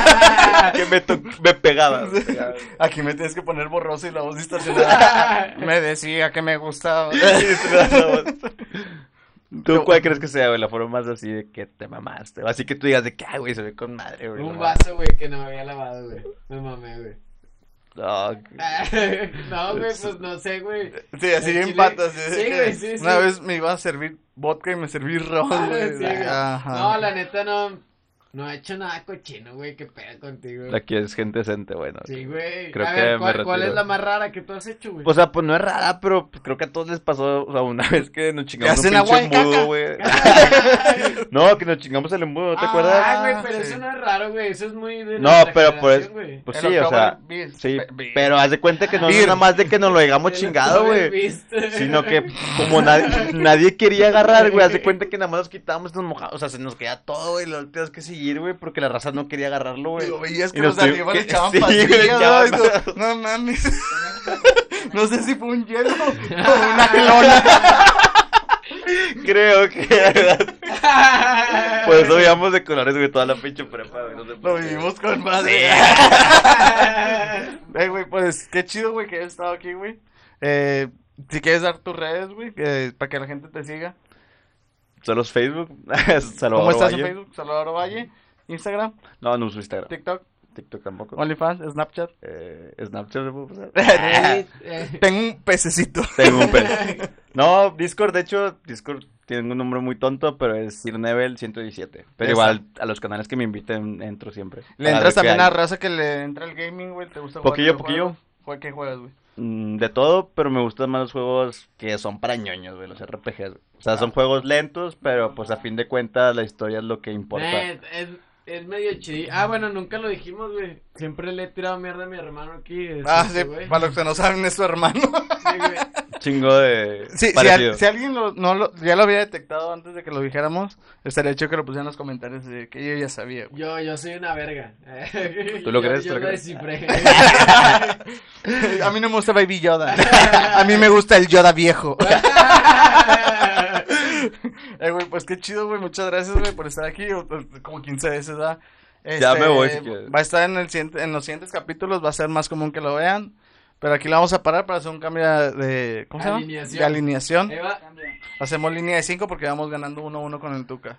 Speaker 4: que me, to- me pegaba. me pegaba.
Speaker 3: Aquí me tienes que poner borroso y la voz distorsionada. me decía que me gustaba.
Speaker 4: ¿Tú cuál crees que sea, güey? La forma más así de que te mamaste. o Así que tú digas de que, ay, güey, se ve con madre, güey.
Speaker 5: Un
Speaker 4: no
Speaker 5: vaso, güey, que no me había lavado, güey. Me mamé, güey.
Speaker 4: mames". No,
Speaker 5: No, güey, pues no sé, güey.
Speaker 3: Sí, así
Speaker 5: El
Speaker 3: en
Speaker 5: chile-
Speaker 3: patas. así de
Speaker 5: Sí,
Speaker 3: que
Speaker 5: güey, sí, sí.
Speaker 3: Una vez me iba a servir vodka y me serví ron.
Speaker 5: Ah, Sí,
Speaker 3: güey.
Speaker 5: güey.
Speaker 3: Ajá.
Speaker 5: No, la neta no. No he hecho nada cochino, güey. Qué pedo contigo.
Speaker 4: aquí es gente decente, bueno.
Speaker 5: Sí, güey.
Speaker 4: Creo
Speaker 5: a
Speaker 4: que
Speaker 5: ver,
Speaker 4: me
Speaker 5: ¿cuál, cuál
Speaker 4: retiro.
Speaker 5: es la más rara que tú has hecho, güey?
Speaker 4: O sea, pues no es rara, pero pues, creo que a todos les pasó, o sea, una vez que nos chingamos
Speaker 3: hacen
Speaker 4: un
Speaker 3: agua
Speaker 4: pinche
Speaker 3: de caca.
Speaker 4: embudo, güey. no, que nos chingamos el embudo, ¿no te acuerdas?
Speaker 5: Ah, güey, pero
Speaker 3: Sí.
Speaker 5: eso no es raro, güey. Eso es muy de
Speaker 4: No,
Speaker 5: nuestra
Speaker 4: pero por
Speaker 5: generación,
Speaker 4: eso,
Speaker 5: güey.
Speaker 4: pues
Speaker 3: El
Speaker 4: sí, o
Speaker 3: October
Speaker 4: sea,
Speaker 3: Beast.
Speaker 4: sí,
Speaker 3: Be- Beast.
Speaker 4: pero haz de cuenta que no es
Speaker 3: Beer.
Speaker 4: nada más de que nos lo digamos
Speaker 5: Del
Speaker 4: chingado,
Speaker 5: October
Speaker 4: güey.
Speaker 5: Beast.
Speaker 4: Sino que como nadie, nadie quería agarrar, güey, haz de cuenta que nada más nos quitábamos, nos mojábamos, o sea, se nos queda todo, güey, lo tenías que seguir, güey, porque la raza no quería agarrarlo, güey.
Speaker 3: Y lo veías que
Speaker 4: Y
Speaker 3: los
Speaker 4: nos
Speaker 3: de arriba
Speaker 4: tuvimos que-
Speaker 3: le echaban
Speaker 4: sí, güey, le
Speaker 3: pastillas,
Speaker 4: echaban
Speaker 3: ¿no? Y tú, No mames. No sé si fue un hielo o una gelona.
Speaker 4: Creo que, la verdad, por eso veíamos de colores, güey, toda la pinche prepa, güey, no sé
Speaker 3: Lo
Speaker 4: por qué.
Speaker 3: vivimos con madre. Eh, güey, pues qué chido, güey, que hayas estado aquí, güey. Eh, si quieres dar tus redes, güey, que- para que la gente te siga.
Speaker 4: Son los Facebook, Salvador
Speaker 3: ¿Cómo estás
Speaker 4: Valle.
Speaker 3: en Facebook? Salvador Valle. Instagram,
Speaker 4: No, no uso Instagram,
Speaker 3: TikTok,
Speaker 4: TikTok tampoco.
Speaker 3: OnlyFans, Snapchat.
Speaker 4: Eh, Snapchat, ¿le puedo pasar?
Speaker 5: Ah.
Speaker 3: Tengo un pececito.
Speaker 4: Tengo un pelo. No, Discord, de hecho, Discord tiene un nombre muy tonto, pero es Sirnevel 117. Pero
Speaker 3: Esa.
Speaker 4: igual, a los canales que me inviten, entro siempre.
Speaker 3: Le
Speaker 4: Para ver
Speaker 3: entras
Speaker 4: qué
Speaker 3: también
Speaker 4: hay.
Speaker 3: a raza que le entra el gaming, güey. ¿Te gusta
Speaker 4: Poquillo,
Speaker 3: jugar?
Speaker 4: poquillo.
Speaker 3: videojuegos? Jue- ¿Qué juegas, güey?
Speaker 4: Mm, De todo, pero me gustan más los juegos que son para ñoños, güey, los RPGs. güey. O
Speaker 3: Ah.
Speaker 4: sea, son juegos lentos, pero pues a fin de cuentas la historia es lo que importa.
Speaker 5: Eh, es, es medio chidi. Ah, bueno, nunca lo dijimos, güey. Siempre le he tirado mierda a mi hermano aquí. es
Speaker 3: Ah,
Speaker 5: este,
Speaker 3: sí,
Speaker 5: güey.
Speaker 3: para los que no saben, es su hermano.
Speaker 5: Sí, güey.
Speaker 4: Chingo de...
Speaker 3: Sí, si,
Speaker 4: parecido.
Speaker 3: al- si alguien lo- no lo- ya lo había detectado antes de que lo dijéramos, estaría hecho que lo pusieran en los comentarios de que yo ya sabía. güey.
Speaker 5: Yo, yo soy una verga.
Speaker 4: ¿Tú lo
Speaker 5: Yo-
Speaker 4: crees?
Speaker 5: Yo,
Speaker 4: ¿Tú lo
Speaker 5: lo
Speaker 4: crees?
Speaker 5: descifré.
Speaker 3: A mí no me gusta Baby Yoda. A mí me gusta el Yoda viejo. Eh, güey, pues qué chido, güey. Muchas gracias, güey, por estar aquí. o- o- Como 15 veces, ¿verdad?
Speaker 4: Ya me voy, si quieres.
Speaker 3: Este, Va a estar en, el, siguiente- en los siguientes capítulos, va a ser más común que lo vean. Pero aquí la vamos a parar para hacer un cambio de... ¿Cómo se llama?
Speaker 5: Alineación. Eh.
Speaker 3: De alineación.
Speaker 5: Ahí va.
Speaker 6: Cambia.
Speaker 3: Hacemos línea de 5 porque vamos ganando 1-1 con el Tuca.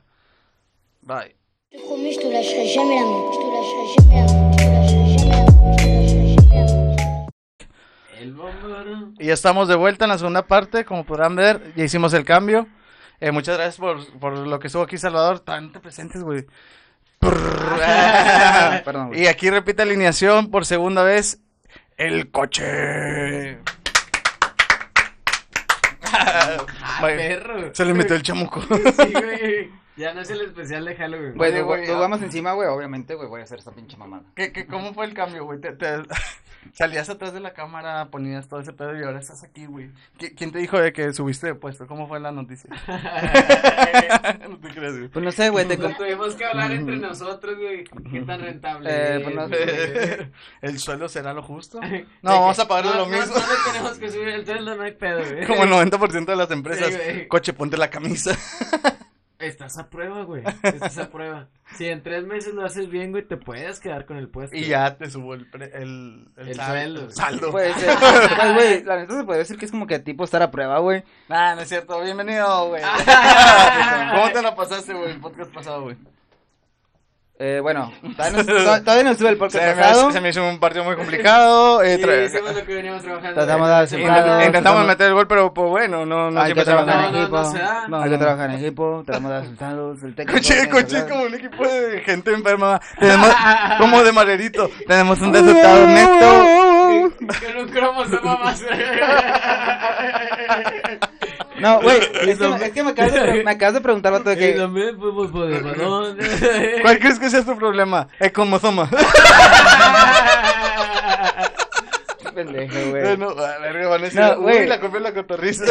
Speaker 3: Bye.
Speaker 1: te promets, je te lâcherai jamais la main. Je te lâcherai jamais la main. Je te lâcherai jamais la main. Je te lâcherai jamais la main.
Speaker 5: El bombero.
Speaker 3: Y ya estamos de vuelta en la segunda parte, como podrán ver, ya hicimos el cambio. Eh, muchas gracias por, por lo que estuvo aquí, Salvador. Tan presentes, güey. Perdón, güey. Y aquí repite alineación por segunda vez. El coche.
Speaker 5: Ah,
Speaker 3: Vaya,
Speaker 5: perro.
Speaker 3: Se le metió el chamuco.
Speaker 5: Sí, güey. Ya no es el especial de Halloween.
Speaker 3: Bueno,
Speaker 5: Bueno,
Speaker 3: Oye,
Speaker 7: Güey,
Speaker 3: güey,
Speaker 7: güey, ah. nos vamos encima, güey, obviamente, güey, voy a hacer esta pinche mamada.
Speaker 3: ¿Qué, qué, ¿Cómo fue el cambio, güey? Te- te- Salías atrás de la cámara, ponías todo ese pedo y ahora estás aquí, güey. ¿Qui- ¿Quién te dijo de que subiste de puesto? ¿Cómo fue la noticia? no te creas, güey.
Speaker 7: Pues no sé, güey, te
Speaker 5: Pues tuvimos que hablar entre nosotros, güey. Qué tan rentable.
Speaker 7: Eh,
Speaker 5: es,
Speaker 7: pues no
Speaker 5: güey.
Speaker 3: ¿El sueldo será lo justo?
Speaker 5: De
Speaker 3: No,
Speaker 5: que-
Speaker 3: vamos a pagarle
Speaker 5: no,
Speaker 3: lo
Speaker 5: no,
Speaker 3: mismo.
Speaker 5: No, le tenemos que subir el sueldo, no hay pedo, güey.
Speaker 3: Como el 90% de las empresas.
Speaker 5: Sí, güey.
Speaker 3: Coche, ponte la camisa.
Speaker 5: Estás a prueba, güey. Estás a prueba. Si en tres meses lo haces bien, güey, te puedes quedar con el puesto.
Speaker 3: Y ya te subo el, pre- el,
Speaker 5: El
Speaker 3: sal-
Speaker 5: sueldo.
Speaker 3: el saldo.
Speaker 7: Pues, eh, pues, güey, la neta se puede decir que es como que tipo estar a prueba, güey.
Speaker 3: Nah, Ah, no es cierto. Bienvenido, güey. ¿Cómo te la pasaste, güey? El podcast pasado, güey.
Speaker 7: Eh, bueno, todavía no, to- todavía no sube el
Speaker 3: Se
Speaker 7: podcast
Speaker 3: me,
Speaker 7: pasado.
Speaker 3: hace- se me hizo un partido muy complicado. eh,
Speaker 5: Sí,
Speaker 3: tra-
Speaker 5: hicimos lo que veníamos trabajando.
Speaker 7: Tratamos
Speaker 5: güey.
Speaker 7: de dar
Speaker 3: Sí,
Speaker 7: sembrados,
Speaker 3: intent- intentamos
Speaker 7: tratamos-
Speaker 3: meter el gol, pero pues bueno, no, no
Speaker 7: hay
Speaker 3: siempre
Speaker 7: que
Speaker 3: se va a
Speaker 7: trabajar
Speaker 5: no,
Speaker 7: en
Speaker 3: ganar.
Speaker 5: no, no
Speaker 7: equipo.
Speaker 5: se da.
Speaker 7: hay
Speaker 3: No,
Speaker 7: que
Speaker 3: no.
Speaker 7: trabajar en equipo, tratamos de dar resultados. El técnico.
Speaker 3: Coche,
Speaker 7: tiene que
Speaker 3: coche es
Speaker 7: hablar.
Speaker 3: como un equipo de gente enferma. Tenemos, como de maderito. Tenemos un resultado neto.
Speaker 5: Con un cromosoma más.
Speaker 7: No, güey, es que, me- es que me, acabas de, pre- me acabas de preguntar, vato, de
Speaker 5: Y
Speaker 7: que.
Speaker 5: también fuimos por el balón.
Speaker 3: ¿Cuál crees que sea tu problema? El cromosoma.
Speaker 7: Pendejo,
Speaker 3: Eh,
Speaker 7: güey.
Speaker 3: no, a ver, van a decir,
Speaker 7: No, güey.
Speaker 3: uy, la culpa es la cotorriza.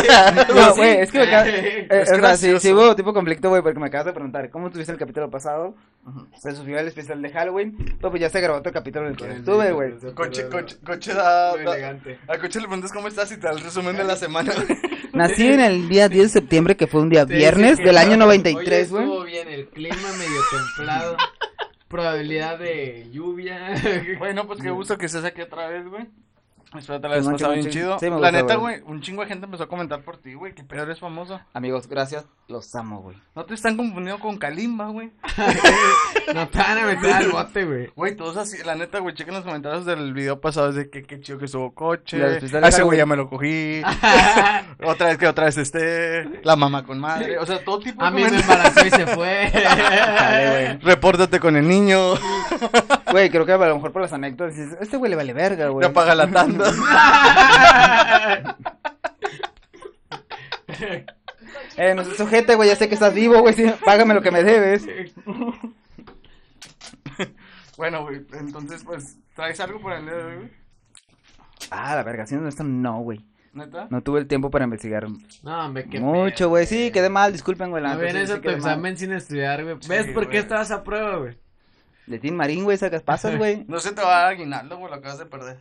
Speaker 7: No, güey, es que me acabas. eh,
Speaker 3: Es
Speaker 7: o sea, sí,
Speaker 3: gracioso.
Speaker 7: sí hubo tipo conflicto, güey, porque me acabas de preguntar cómo tuviste el capítulo pasado. Se subió el especial de Halloween. Pero pues ya se grabó otro capítulo en el que no estuve, güey.
Speaker 3: Coche, coche, coche da,
Speaker 5: Muy
Speaker 3: da-
Speaker 5: elegante.
Speaker 3: A coche le preguntas cómo estás y te da el resumen de la semana.
Speaker 7: Nací en el día 10 de septiembre, que fue un día
Speaker 5: Te
Speaker 7: viernes
Speaker 5: dice que
Speaker 7: del año
Speaker 5: hoy
Speaker 7: 93, güey.
Speaker 5: Estuvo bien el clima, medio templado. Probabilidad de lluvia.
Speaker 3: Bueno, pues qué gusto que estés aquí otra vez, güey. Espero te la hayas
Speaker 7: Simón,
Speaker 3: pasado
Speaker 7: Simón,
Speaker 3: bien
Speaker 7: sí.
Speaker 3: chido.
Speaker 7: Sí, me
Speaker 3: la
Speaker 7: gusta,
Speaker 3: neta,
Speaker 7: güey.
Speaker 3: güey, un chingo de gente empezó a comentar por ti, güey, que pedo eres famoso.
Speaker 7: Amigos, gracias, los amo, güey.
Speaker 3: No te están confundiendo con Kalimba, güey.
Speaker 5: No te van a meter al bote, güey.
Speaker 3: Güey, todos así, la neta, güey, chequen los comentarios del video pasado, es de que qué chido que estuvo coche.
Speaker 7: La especial
Speaker 3: A
Speaker 7: de
Speaker 3: ese güey
Speaker 7: Halloween.
Speaker 3: ya me lo cogí. otra vez que otra vez esté. La mamá con madre. O sea, todo tipo de
Speaker 5: A mí me
Speaker 3: comentarios.
Speaker 5: embarazó y se fue.
Speaker 7: Dale,
Speaker 3: Repórtate con el niño.
Speaker 7: güey. Güey, creo que a lo mejor por las anécdotas dices, este güey le vale verga, güey.
Speaker 3: Ya paga la tanda.
Speaker 7: Eh, no seas ojete, güey, ya sé que estás vivo, güey. sí, Págame lo que me debes.
Speaker 3: bueno, güey, entonces, pues, ¿traes algo para el día de hoy, güey?
Speaker 7: Ah, la verga, siendo esto no, güey.
Speaker 3: ¿Neta?
Speaker 7: No tuve el tiempo para investigar
Speaker 5: No, hombre, qué
Speaker 7: mucho,
Speaker 5: pedo,
Speaker 7: güey. Sí, quedé mal, disculpen, güey. la
Speaker 5: No
Speaker 7: neta, sí,
Speaker 5: vienes
Speaker 7: sí
Speaker 5: a tu
Speaker 7: quedé mal.
Speaker 5: examen sin estudiar, güey. ¿Ves
Speaker 3: Sí,
Speaker 5: por qué
Speaker 3: güey.
Speaker 5: estabas a prueba, güey?
Speaker 7: De Tim Marín, güey, sacas pasos, güey.
Speaker 3: No se te va a aguinaldo, güey, lo acabas de perder.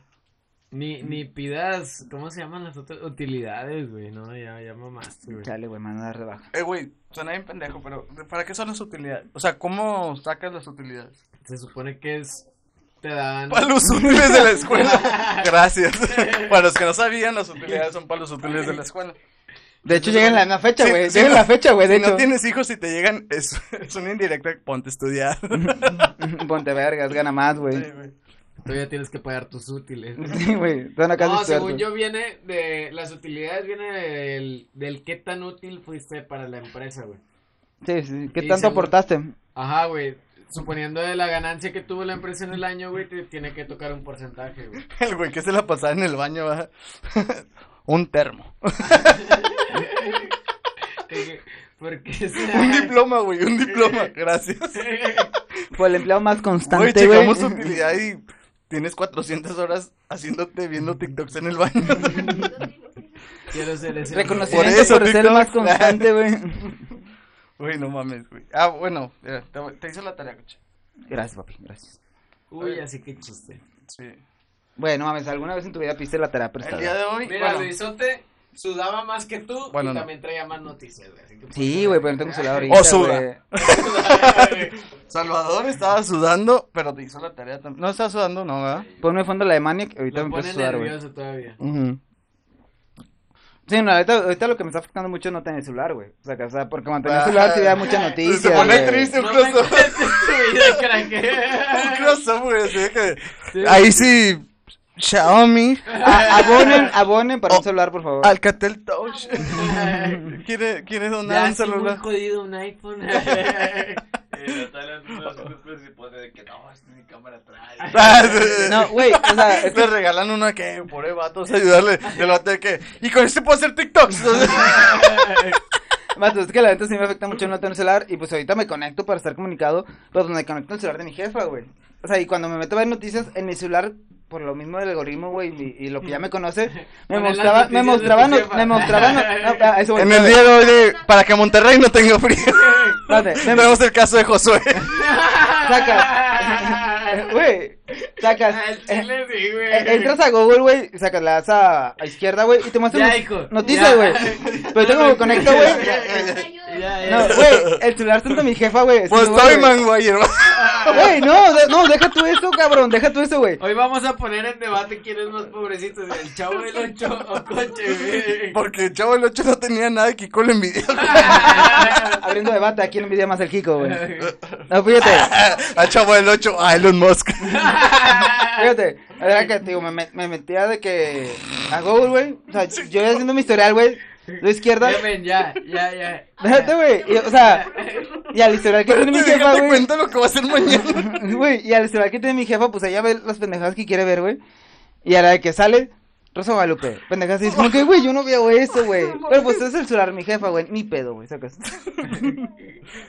Speaker 5: Ni,
Speaker 7: Mm.
Speaker 5: ni pidas, ¿cómo se llaman las otras utilidades, güey? No, ya, ya mamaste, güey.
Speaker 7: Chale, güey, mano, dar de baja.
Speaker 3: Eh, güey, suena bien pendejo, pero ¿para qué son las utilidades? O sea, ¿cómo sacas las utilidades?
Speaker 5: Se supone que es. Te dan.
Speaker 3: Para los útiles de la escuela. Gracias. Para los que no sabían, las utilidades son para los útiles de la escuela.
Speaker 7: De hecho, llega en la, en la fecha,
Speaker 3: Sí,
Speaker 7: güey.
Speaker 3: sí,
Speaker 7: llega en
Speaker 3: no.
Speaker 7: la fecha, güey, de
Speaker 3: Si no
Speaker 7: hecho.
Speaker 3: tienes hijos y te llegan, es, es una indirecta, ponte a estudiar.
Speaker 7: Ponte vergas, gana más, güey.
Speaker 5: Tú ya tienes que pagar tus útiles.
Speaker 7: Sí, güey. Te van a casi
Speaker 5: No,
Speaker 7: estudiar,
Speaker 5: según
Speaker 7: güey.
Speaker 5: yo viene de. Las utilidades viene del, del qué tan útil fuiste para la empresa, güey.
Speaker 7: Sí, sí, sí. ¿Qué
Speaker 5: Sí,
Speaker 7: tanto
Speaker 5: según-
Speaker 7: aportaste?
Speaker 5: Ajá, güey. Suponiendo de la ganancia que tuvo la empresa en el año, güey, te tiene que tocar un porcentaje, güey.
Speaker 3: El güey que se la pasaba en el baño, va. Un termo.
Speaker 5: Porque- Porque será-
Speaker 3: Un diploma, güey, un diploma. Gracias.
Speaker 7: Por el empleo más
Speaker 3: Güey,
Speaker 7: constante, güey.
Speaker 3: checamos tu utilidad y tienes 400 horas haciéndote viendo TikToks en el baño.
Speaker 5: Quiero ser ese.
Speaker 7: Reconocimiento
Speaker 3: Por
Speaker 7: por,
Speaker 3: eso,
Speaker 7: ser el
Speaker 3: TikTok.
Speaker 7: más constante, güey.
Speaker 3: Güey, no mames, güey. Ah, bueno, mira, te, te hice la tarea, coche.
Speaker 7: Gracias, papi, gracias.
Speaker 5: Uy, así que chiste.
Speaker 3: Sí.
Speaker 7: Bueno, mames, ¿alguna vez en tu vida piste la terapia
Speaker 3: El día
Speaker 7: prestada?
Speaker 3: de hoy.
Speaker 5: Mira,
Speaker 3: bueno,
Speaker 5: Luisote sudaba más que tú
Speaker 3: Bueno,
Speaker 5: y
Speaker 3: no.
Speaker 5: también traía más noticias, güey. así que por
Speaker 7: Sí,
Speaker 5: favor.
Speaker 7: güey, pero no tengo celular ahorita,
Speaker 3: O suda.
Speaker 7: güey.
Speaker 3: Salvador estaba sudando, pero te hizo la tarea también. No estaba sudando, no, ¿verdad?
Speaker 7: Ponme fondo la de Maniac, ahorita
Speaker 5: Lo
Speaker 7: me empiezo a
Speaker 5: pone
Speaker 7: sudar, güey.
Speaker 5: nervioso todavía.
Speaker 7: Ujú. Sí, no, ahorita, ahorita lo que me está afectando mucho es no tener celular, güey. O sea, que, o sea, porque mantener el celular sí da mucha noticia,
Speaker 3: Ah. Se pone
Speaker 7: güey.
Speaker 3: triste un
Speaker 5: No me
Speaker 3: crossover.
Speaker 5: cuentes tu vida, crack.
Speaker 3: Un crossover, así de que-
Speaker 5: Sí.
Speaker 3: Ahí sí. Xiaomi,
Speaker 7: A- Ah, abonen, abonen para
Speaker 3: Oh.
Speaker 7: un celular, por favor.
Speaker 3: Alcatel Touch. ¿Quiere, quiere donar
Speaker 5: Ya
Speaker 3: un
Speaker 5: sí, muy
Speaker 3: celular?
Speaker 5: jodido un iPhone.
Speaker 3: Ah, sí.
Speaker 7: No, güey, o sea, es que-
Speaker 3: Le regalan uno que, pobre vatos, ayudarle. De lo de que, y con este puedo hacer TikToks.
Speaker 7: Mato, es que la neta sí me afecta mucho no tener celular y pues ahorita me conecto para estar comunicado, pero pues me conecto al celular de mi jefa, güey. O sea, y cuando me meto a ver noticias en mi celular, por lo mismo del algoritmo, güey, y, y lo que ya me conoce, me
Speaker 5: Poner las
Speaker 7: mostraba,
Speaker 5: noticias
Speaker 7: me
Speaker 5: de
Speaker 7: mostraba,
Speaker 5: tu
Speaker 7: no-
Speaker 5: jefa.
Speaker 7: me mostraba, no- no, a eso voy,
Speaker 3: en el
Speaker 7: espérate,
Speaker 3: día de hoy, de- para que Monterrey no tenga frío.
Speaker 7: espérate, me-
Speaker 3: Tenemos el caso de Josué.
Speaker 7: sacas, güey, sacas,
Speaker 5: Al chile sí, güey.
Speaker 7: Eh, Entras a Google, güey, y sacas, le das a, a izquierda, güey, y te muestran
Speaker 5: Ya,
Speaker 7: not-
Speaker 5: hijo,
Speaker 7: noticias,
Speaker 5: ya.
Speaker 7: güey. Pero ahorita como me conecto, güey.
Speaker 5: Ya,
Speaker 7: No,
Speaker 5: ya.
Speaker 7: güey, el celular tanto mi jefa, güey. es
Speaker 3: Pues
Speaker 7: un Google,
Speaker 3: estoy,
Speaker 7: güey.
Speaker 3: man, güey. hermano.
Speaker 7: Güey, no, de- no, deja tú eso, cabrón, deja tú eso, güey.
Speaker 5: Hoy vamos a poner en debate quién es más pobrecito, si el chavo del 8 o coche, güey.
Speaker 3: Porque Chavo el 8 no tenía nada que Kiko le envidiaba.
Speaker 7: Abriendo debate, ¿a quién envidia más el Kiko, güey? No, fíjate,
Speaker 3: A Chavo el 8, a Elon Musk.
Speaker 7: fíjate. La verdad que, te digo, me, me- me metía de que a Google, güey. O sea, yo iba haciendo mi historial, güey. Lo izquierda.
Speaker 5: Ya, men, ya, ya, ya.
Speaker 7: Déjate, güey. y, O sea, y al historial que tiene mi jefa,
Speaker 3: Déjate
Speaker 7: güey.
Speaker 3: cuenta lo que va a hacer mañana.
Speaker 7: Güey, y al historial que tiene mi jefa, pues ella ve las pendejadas que quiere ver, güey. Y a la que sale, Rosa Guadalupe. Pendejadas y es como que, güey, yo no veo eso, güey. Pero pues es el celular, mi jefa, güey. Ni pedo, güey. Sacas.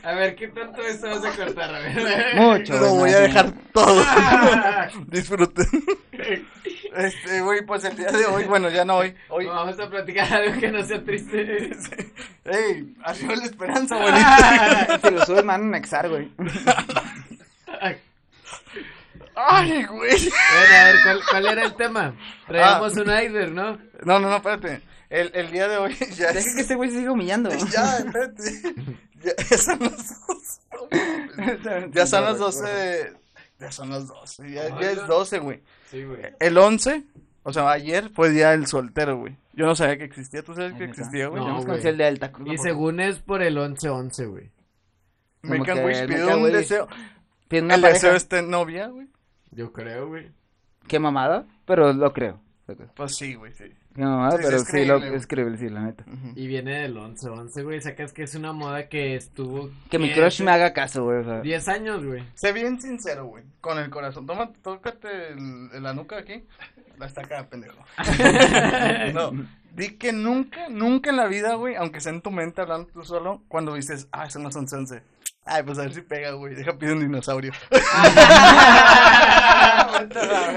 Speaker 5: A ver, ¿qué tanto de esto vas a cortar? A ver.
Speaker 7: Mucho,
Speaker 3: Lo voy
Speaker 7: güey, no,
Speaker 3: a
Speaker 7: sí.
Speaker 3: dejar todo. Disfruten. Este, güey, pues el día de hoy, bueno, ya no hoy. Hoy,
Speaker 5: Vamos a platicar algo que no sea triste.
Speaker 3: ey, arriba la esperanza, bonita.
Speaker 7: Te lo sube, man, en Exar, güey.
Speaker 3: Ay, güey.
Speaker 5: Bueno, a ver, ¿cuál, cuál era el tema? Traíamos un Aider, ¿no?
Speaker 3: No, no, no, espérate. El, el día de hoy ya
Speaker 7: Deja
Speaker 3: es...
Speaker 7: que este güey se siga humillando.
Speaker 3: Ya, espérate. Ya, ya son las 12. Ya son las 12 de- Ya son las 12. Ya, ya es 12, güey.
Speaker 5: Sí, güey.
Speaker 3: El 11, o sea, ayer fue día del soltero, güey. Yo no sabía que existía. ¿Tú sabes que
Speaker 7: Ahí está.
Speaker 3: existía, güey?
Speaker 5: No,
Speaker 7: Vamos con
Speaker 5: güey.
Speaker 7: el de Alta Cruz,
Speaker 5: Y
Speaker 7: ¿no?
Speaker 5: según es por el 11-11, güey.
Speaker 3: Me
Speaker 7: como
Speaker 3: can
Speaker 7: que
Speaker 3: wish
Speaker 7: me
Speaker 3: pidió
Speaker 7: can
Speaker 3: un
Speaker 7: wish.
Speaker 3: deseo.
Speaker 7: Tiene una
Speaker 3: El
Speaker 7: pareja.
Speaker 3: deseo esté novia, güey.
Speaker 5: Yo creo, güey.
Speaker 7: Qué mamada, pero lo creo. Qué
Speaker 3: Pues sí, güey, sí.
Speaker 7: mamada,
Speaker 3: Sí, sí,
Speaker 7: pero
Speaker 3: es
Speaker 7: sí, lo
Speaker 3: creíble, güey.
Speaker 7: es creíble, sí, la neta.
Speaker 5: Y viene del 11-11, güey. Sacas que es una moda que estuvo...
Speaker 7: Que mi
Speaker 5: ¿qué?
Speaker 7: crush me haga caso, güey. o sea.
Speaker 5: 10 años, güey.
Speaker 3: Sé bien sincero, güey. Con el corazón. Toma, tócate el- la nuca aquí. Hasta acá, pendejo. no. Di que nunca, nunca en la vida, güey, aunque sea en tu mente hablando tú solo, cuando dices, ah, son las 11. Ay, pues a ver si pega, güey. Deja pide un dinosaurio.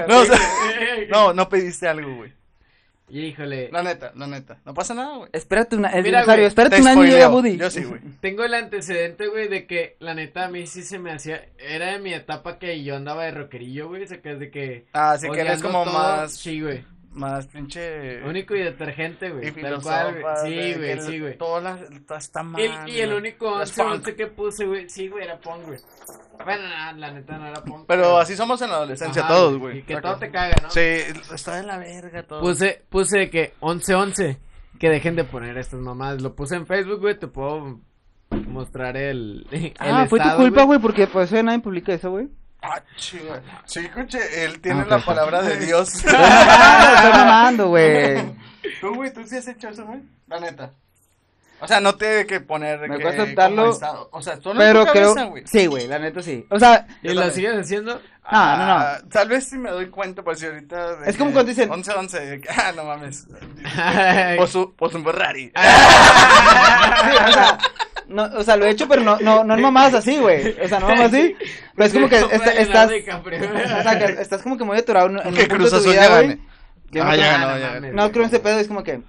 Speaker 3: no, o sea, no, no pediste algo, güey.
Speaker 5: Híjole.
Speaker 3: La neta, la neta. No pasa nada, güey.
Speaker 7: Espérate una, el
Speaker 5: Mira,
Speaker 7: dinosaurio,
Speaker 5: güey,
Speaker 7: espérate
Speaker 3: Te
Speaker 7: un año y llega
Speaker 3: spoileo.
Speaker 7: Buddy.
Speaker 3: Yo sí, güey.
Speaker 5: Tengo el antecedente, güey, de que la neta a mí sí se me hacía. Era de mi etapa que yo andaba de rockerillo, güey. Sacas de que.
Speaker 3: Ah, así que eres
Speaker 5: odiando
Speaker 3: como
Speaker 5: todo,
Speaker 3: más,
Speaker 5: Sí, güey.
Speaker 3: más pinche...
Speaker 5: Único y detergente,
Speaker 3: y
Speaker 5: güey. Tal cual, güey.
Speaker 3: filósofas,
Speaker 5: Sí,
Speaker 3: de que
Speaker 5: güey, sí, güey.
Speaker 3: Todo la, está- está mal.
Speaker 5: El- y el
Speaker 3: güey.
Speaker 5: único
Speaker 3: Las
Speaker 5: once
Speaker 3: punk.
Speaker 5: once que puse, güey. Sí, güey, era punk, güey. Bueno, no, la neta no era punk.
Speaker 3: Pero así somos en la adolescencia
Speaker 5: Ajá,
Speaker 3: todos, güey.
Speaker 5: Y que
Speaker 3: Acá.
Speaker 5: todo te caga, ¿no? Pues, eh,
Speaker 3: Sí, está de la verga todo.
Speaker 5: Puse, puse que 11-11. Que dejen de poner estas mamadas. Lo puse en Facebook, güey. Te puedo mostrar el. el
Speaker 7: Ah, fue tu
Speaker 5: estado,
Speaker 7: culpa, güey, porque por eso ya nadie publica eso, güey.
Speaker 3: Ah, chinga. Sí, escuche, él tiene
Speaker 7: Ah,
Speaker 3: la
Speaker 7: perfecto.
Speaker 3: palabra de Dios.
Speaker 7: Ah, Estoy mamando, güey.
Speaker 3: tú, güey, tú sí has hecho eso, güey. La neta. O sea, no te que poner.
Speaker 7: Me
Speaker 3: que,
Speaker 7: cuesta aceptarlo,
Speaker 3: como estado. O sea, solo
Speaker 7: Pero
Speaker 3: en tu cabeza,
Speaker 7: creo.
Speaker 3: güey.
Speaker 7: Sí, güey, la neta sí. O sea,
Speaker 5: ¿Y lo sigues haciendo?
Speaker 7: no, no, no.
Speaker 3: Ah, tal vez si me doy cuenta, por si ahorita. de
Speaker 7: Es como
Speaker 3: que
Speaker 7: cuando dicen-
Speaker 3: 11, 11. de que, ah, no mames. Por su, por su Ferrari.
Speaker 7: Ah,
Speaker 3: Ah.
Speaker 7: Sí, o sea, no, o sea, lo he hecho, pero no, no, no en mamadas así, güey. O sea, no mamadas así. Pero es como que est- estás, o sea, que estás como que muy atorado en, en un
Speaker 3: que
Speaker 7: punto
Speaker 3: Cruz
Speaker 7: de tu
Speaker 3: Azul
Speaker 7: vida,
Speaker 3: ya
Speaker 7: güey.
Speaker 3: gane.
Speaker 7: Yo no
Speaker 3: Ah,
Speaker 7: creo-
Speaker 3: ya
Speaker 5: Ah,
Speaker 3: ganó,
Speaker 5: no
Speaker 3: ya ganó.
Speaker 5: mames.
Speaker 7: No creo en ese pedo, es como que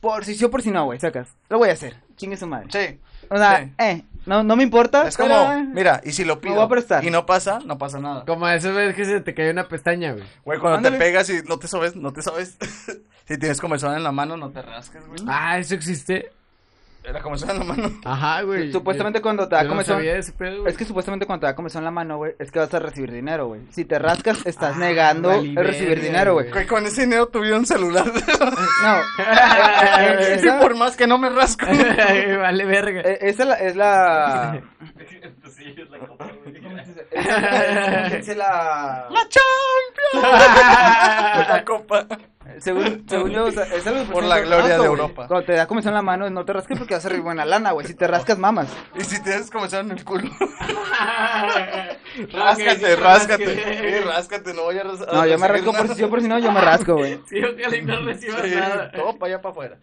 Speaker 7: por si sí o por si no, güey, sacas. Lo voy a hacer, chingue su madre.
Speaker 3: Sí.
Speaker 7: O sea,
Speaker 3: sí.
Speaker 7: eh, no, no me importa.
Speaker 3: Es como,
Speaker 7: pero, eh,
Speaker 3: mira, y si lo pido
Speaker 7: voy a prestar.
Speaker 3: y no pasa, no pasa nada.
Speaker 5: Como eso ves que se te cayó una pestaña, güey.
Speaker 3: Güey, cuando
Speaker 7: Ándale.
Speaker 3: te pegas y no te sabes, no te sabes. si tienes comezón en la mano, no te rasques, güey.
Speaker 5: Ah, eso existe.
Speaker 3: La comezón en la mano.
Speaker 5: Ajá, güey.
Speaker 7: Supuestamente cuando te
Speaker 5: Yo
Speaker 7: da
Speaker 5: no
Speaker 7: comezón.
Speaker 5: sabía ese pedo, güey.
Speaker 7: Es que supuestamente cuando te da comezón en la mano, güey, es que vas a recibir dinero, güey. Si te rascas, estás negando
Speaker 5: Ah, vale
Speaker 7: el
Speaker 5: verga,
Speaker 7: recibir dinero, güey.
Speaker 3: Güey,
Speaker 5: güey.
Speaker 3: con ese dinero tuve un celular.
Speaker 7: No. eh, eh,
Speaker 3: y
Speaker 7: esa-
Speaker 3: por más que no me rasco.
Speaker 5: vale verga.
Speaker 7: Eh, Esa la- es la.
Speaker 4: sí, es la copa, güey.
Speaker 7: Dice la...
Speaker 3: La copa.
Speaker 7: Según, según yo, o sea, es algo
Speaker 3: Por la
Speaker 7: importante.
Speaker 3: gloria
Speaker 7: Ojo,
Speaker 3: de
Speaker 7: güey,
Speaker 3: Europa.
Speaker 7: Cuando te da comezón en la mano, no te rasques porque vas a servir buena lana, güey. Si te rascas, mamas.
Speaker 3: Y si te has comenzado en el culo.
Speaker 5: Ok, sí,
Speaker 3: ráscate, ráscate.
Speaker 5: rasque.
Speaker 3: Sí, ráscate, no voy a rascar.
Speaker 7: No, yo me rasco por si yo por si no, yo me rasco, güey.
Speaker 5: Sí, ojalá y no recibas nada.
Speaker 3: todo para allá para afuera.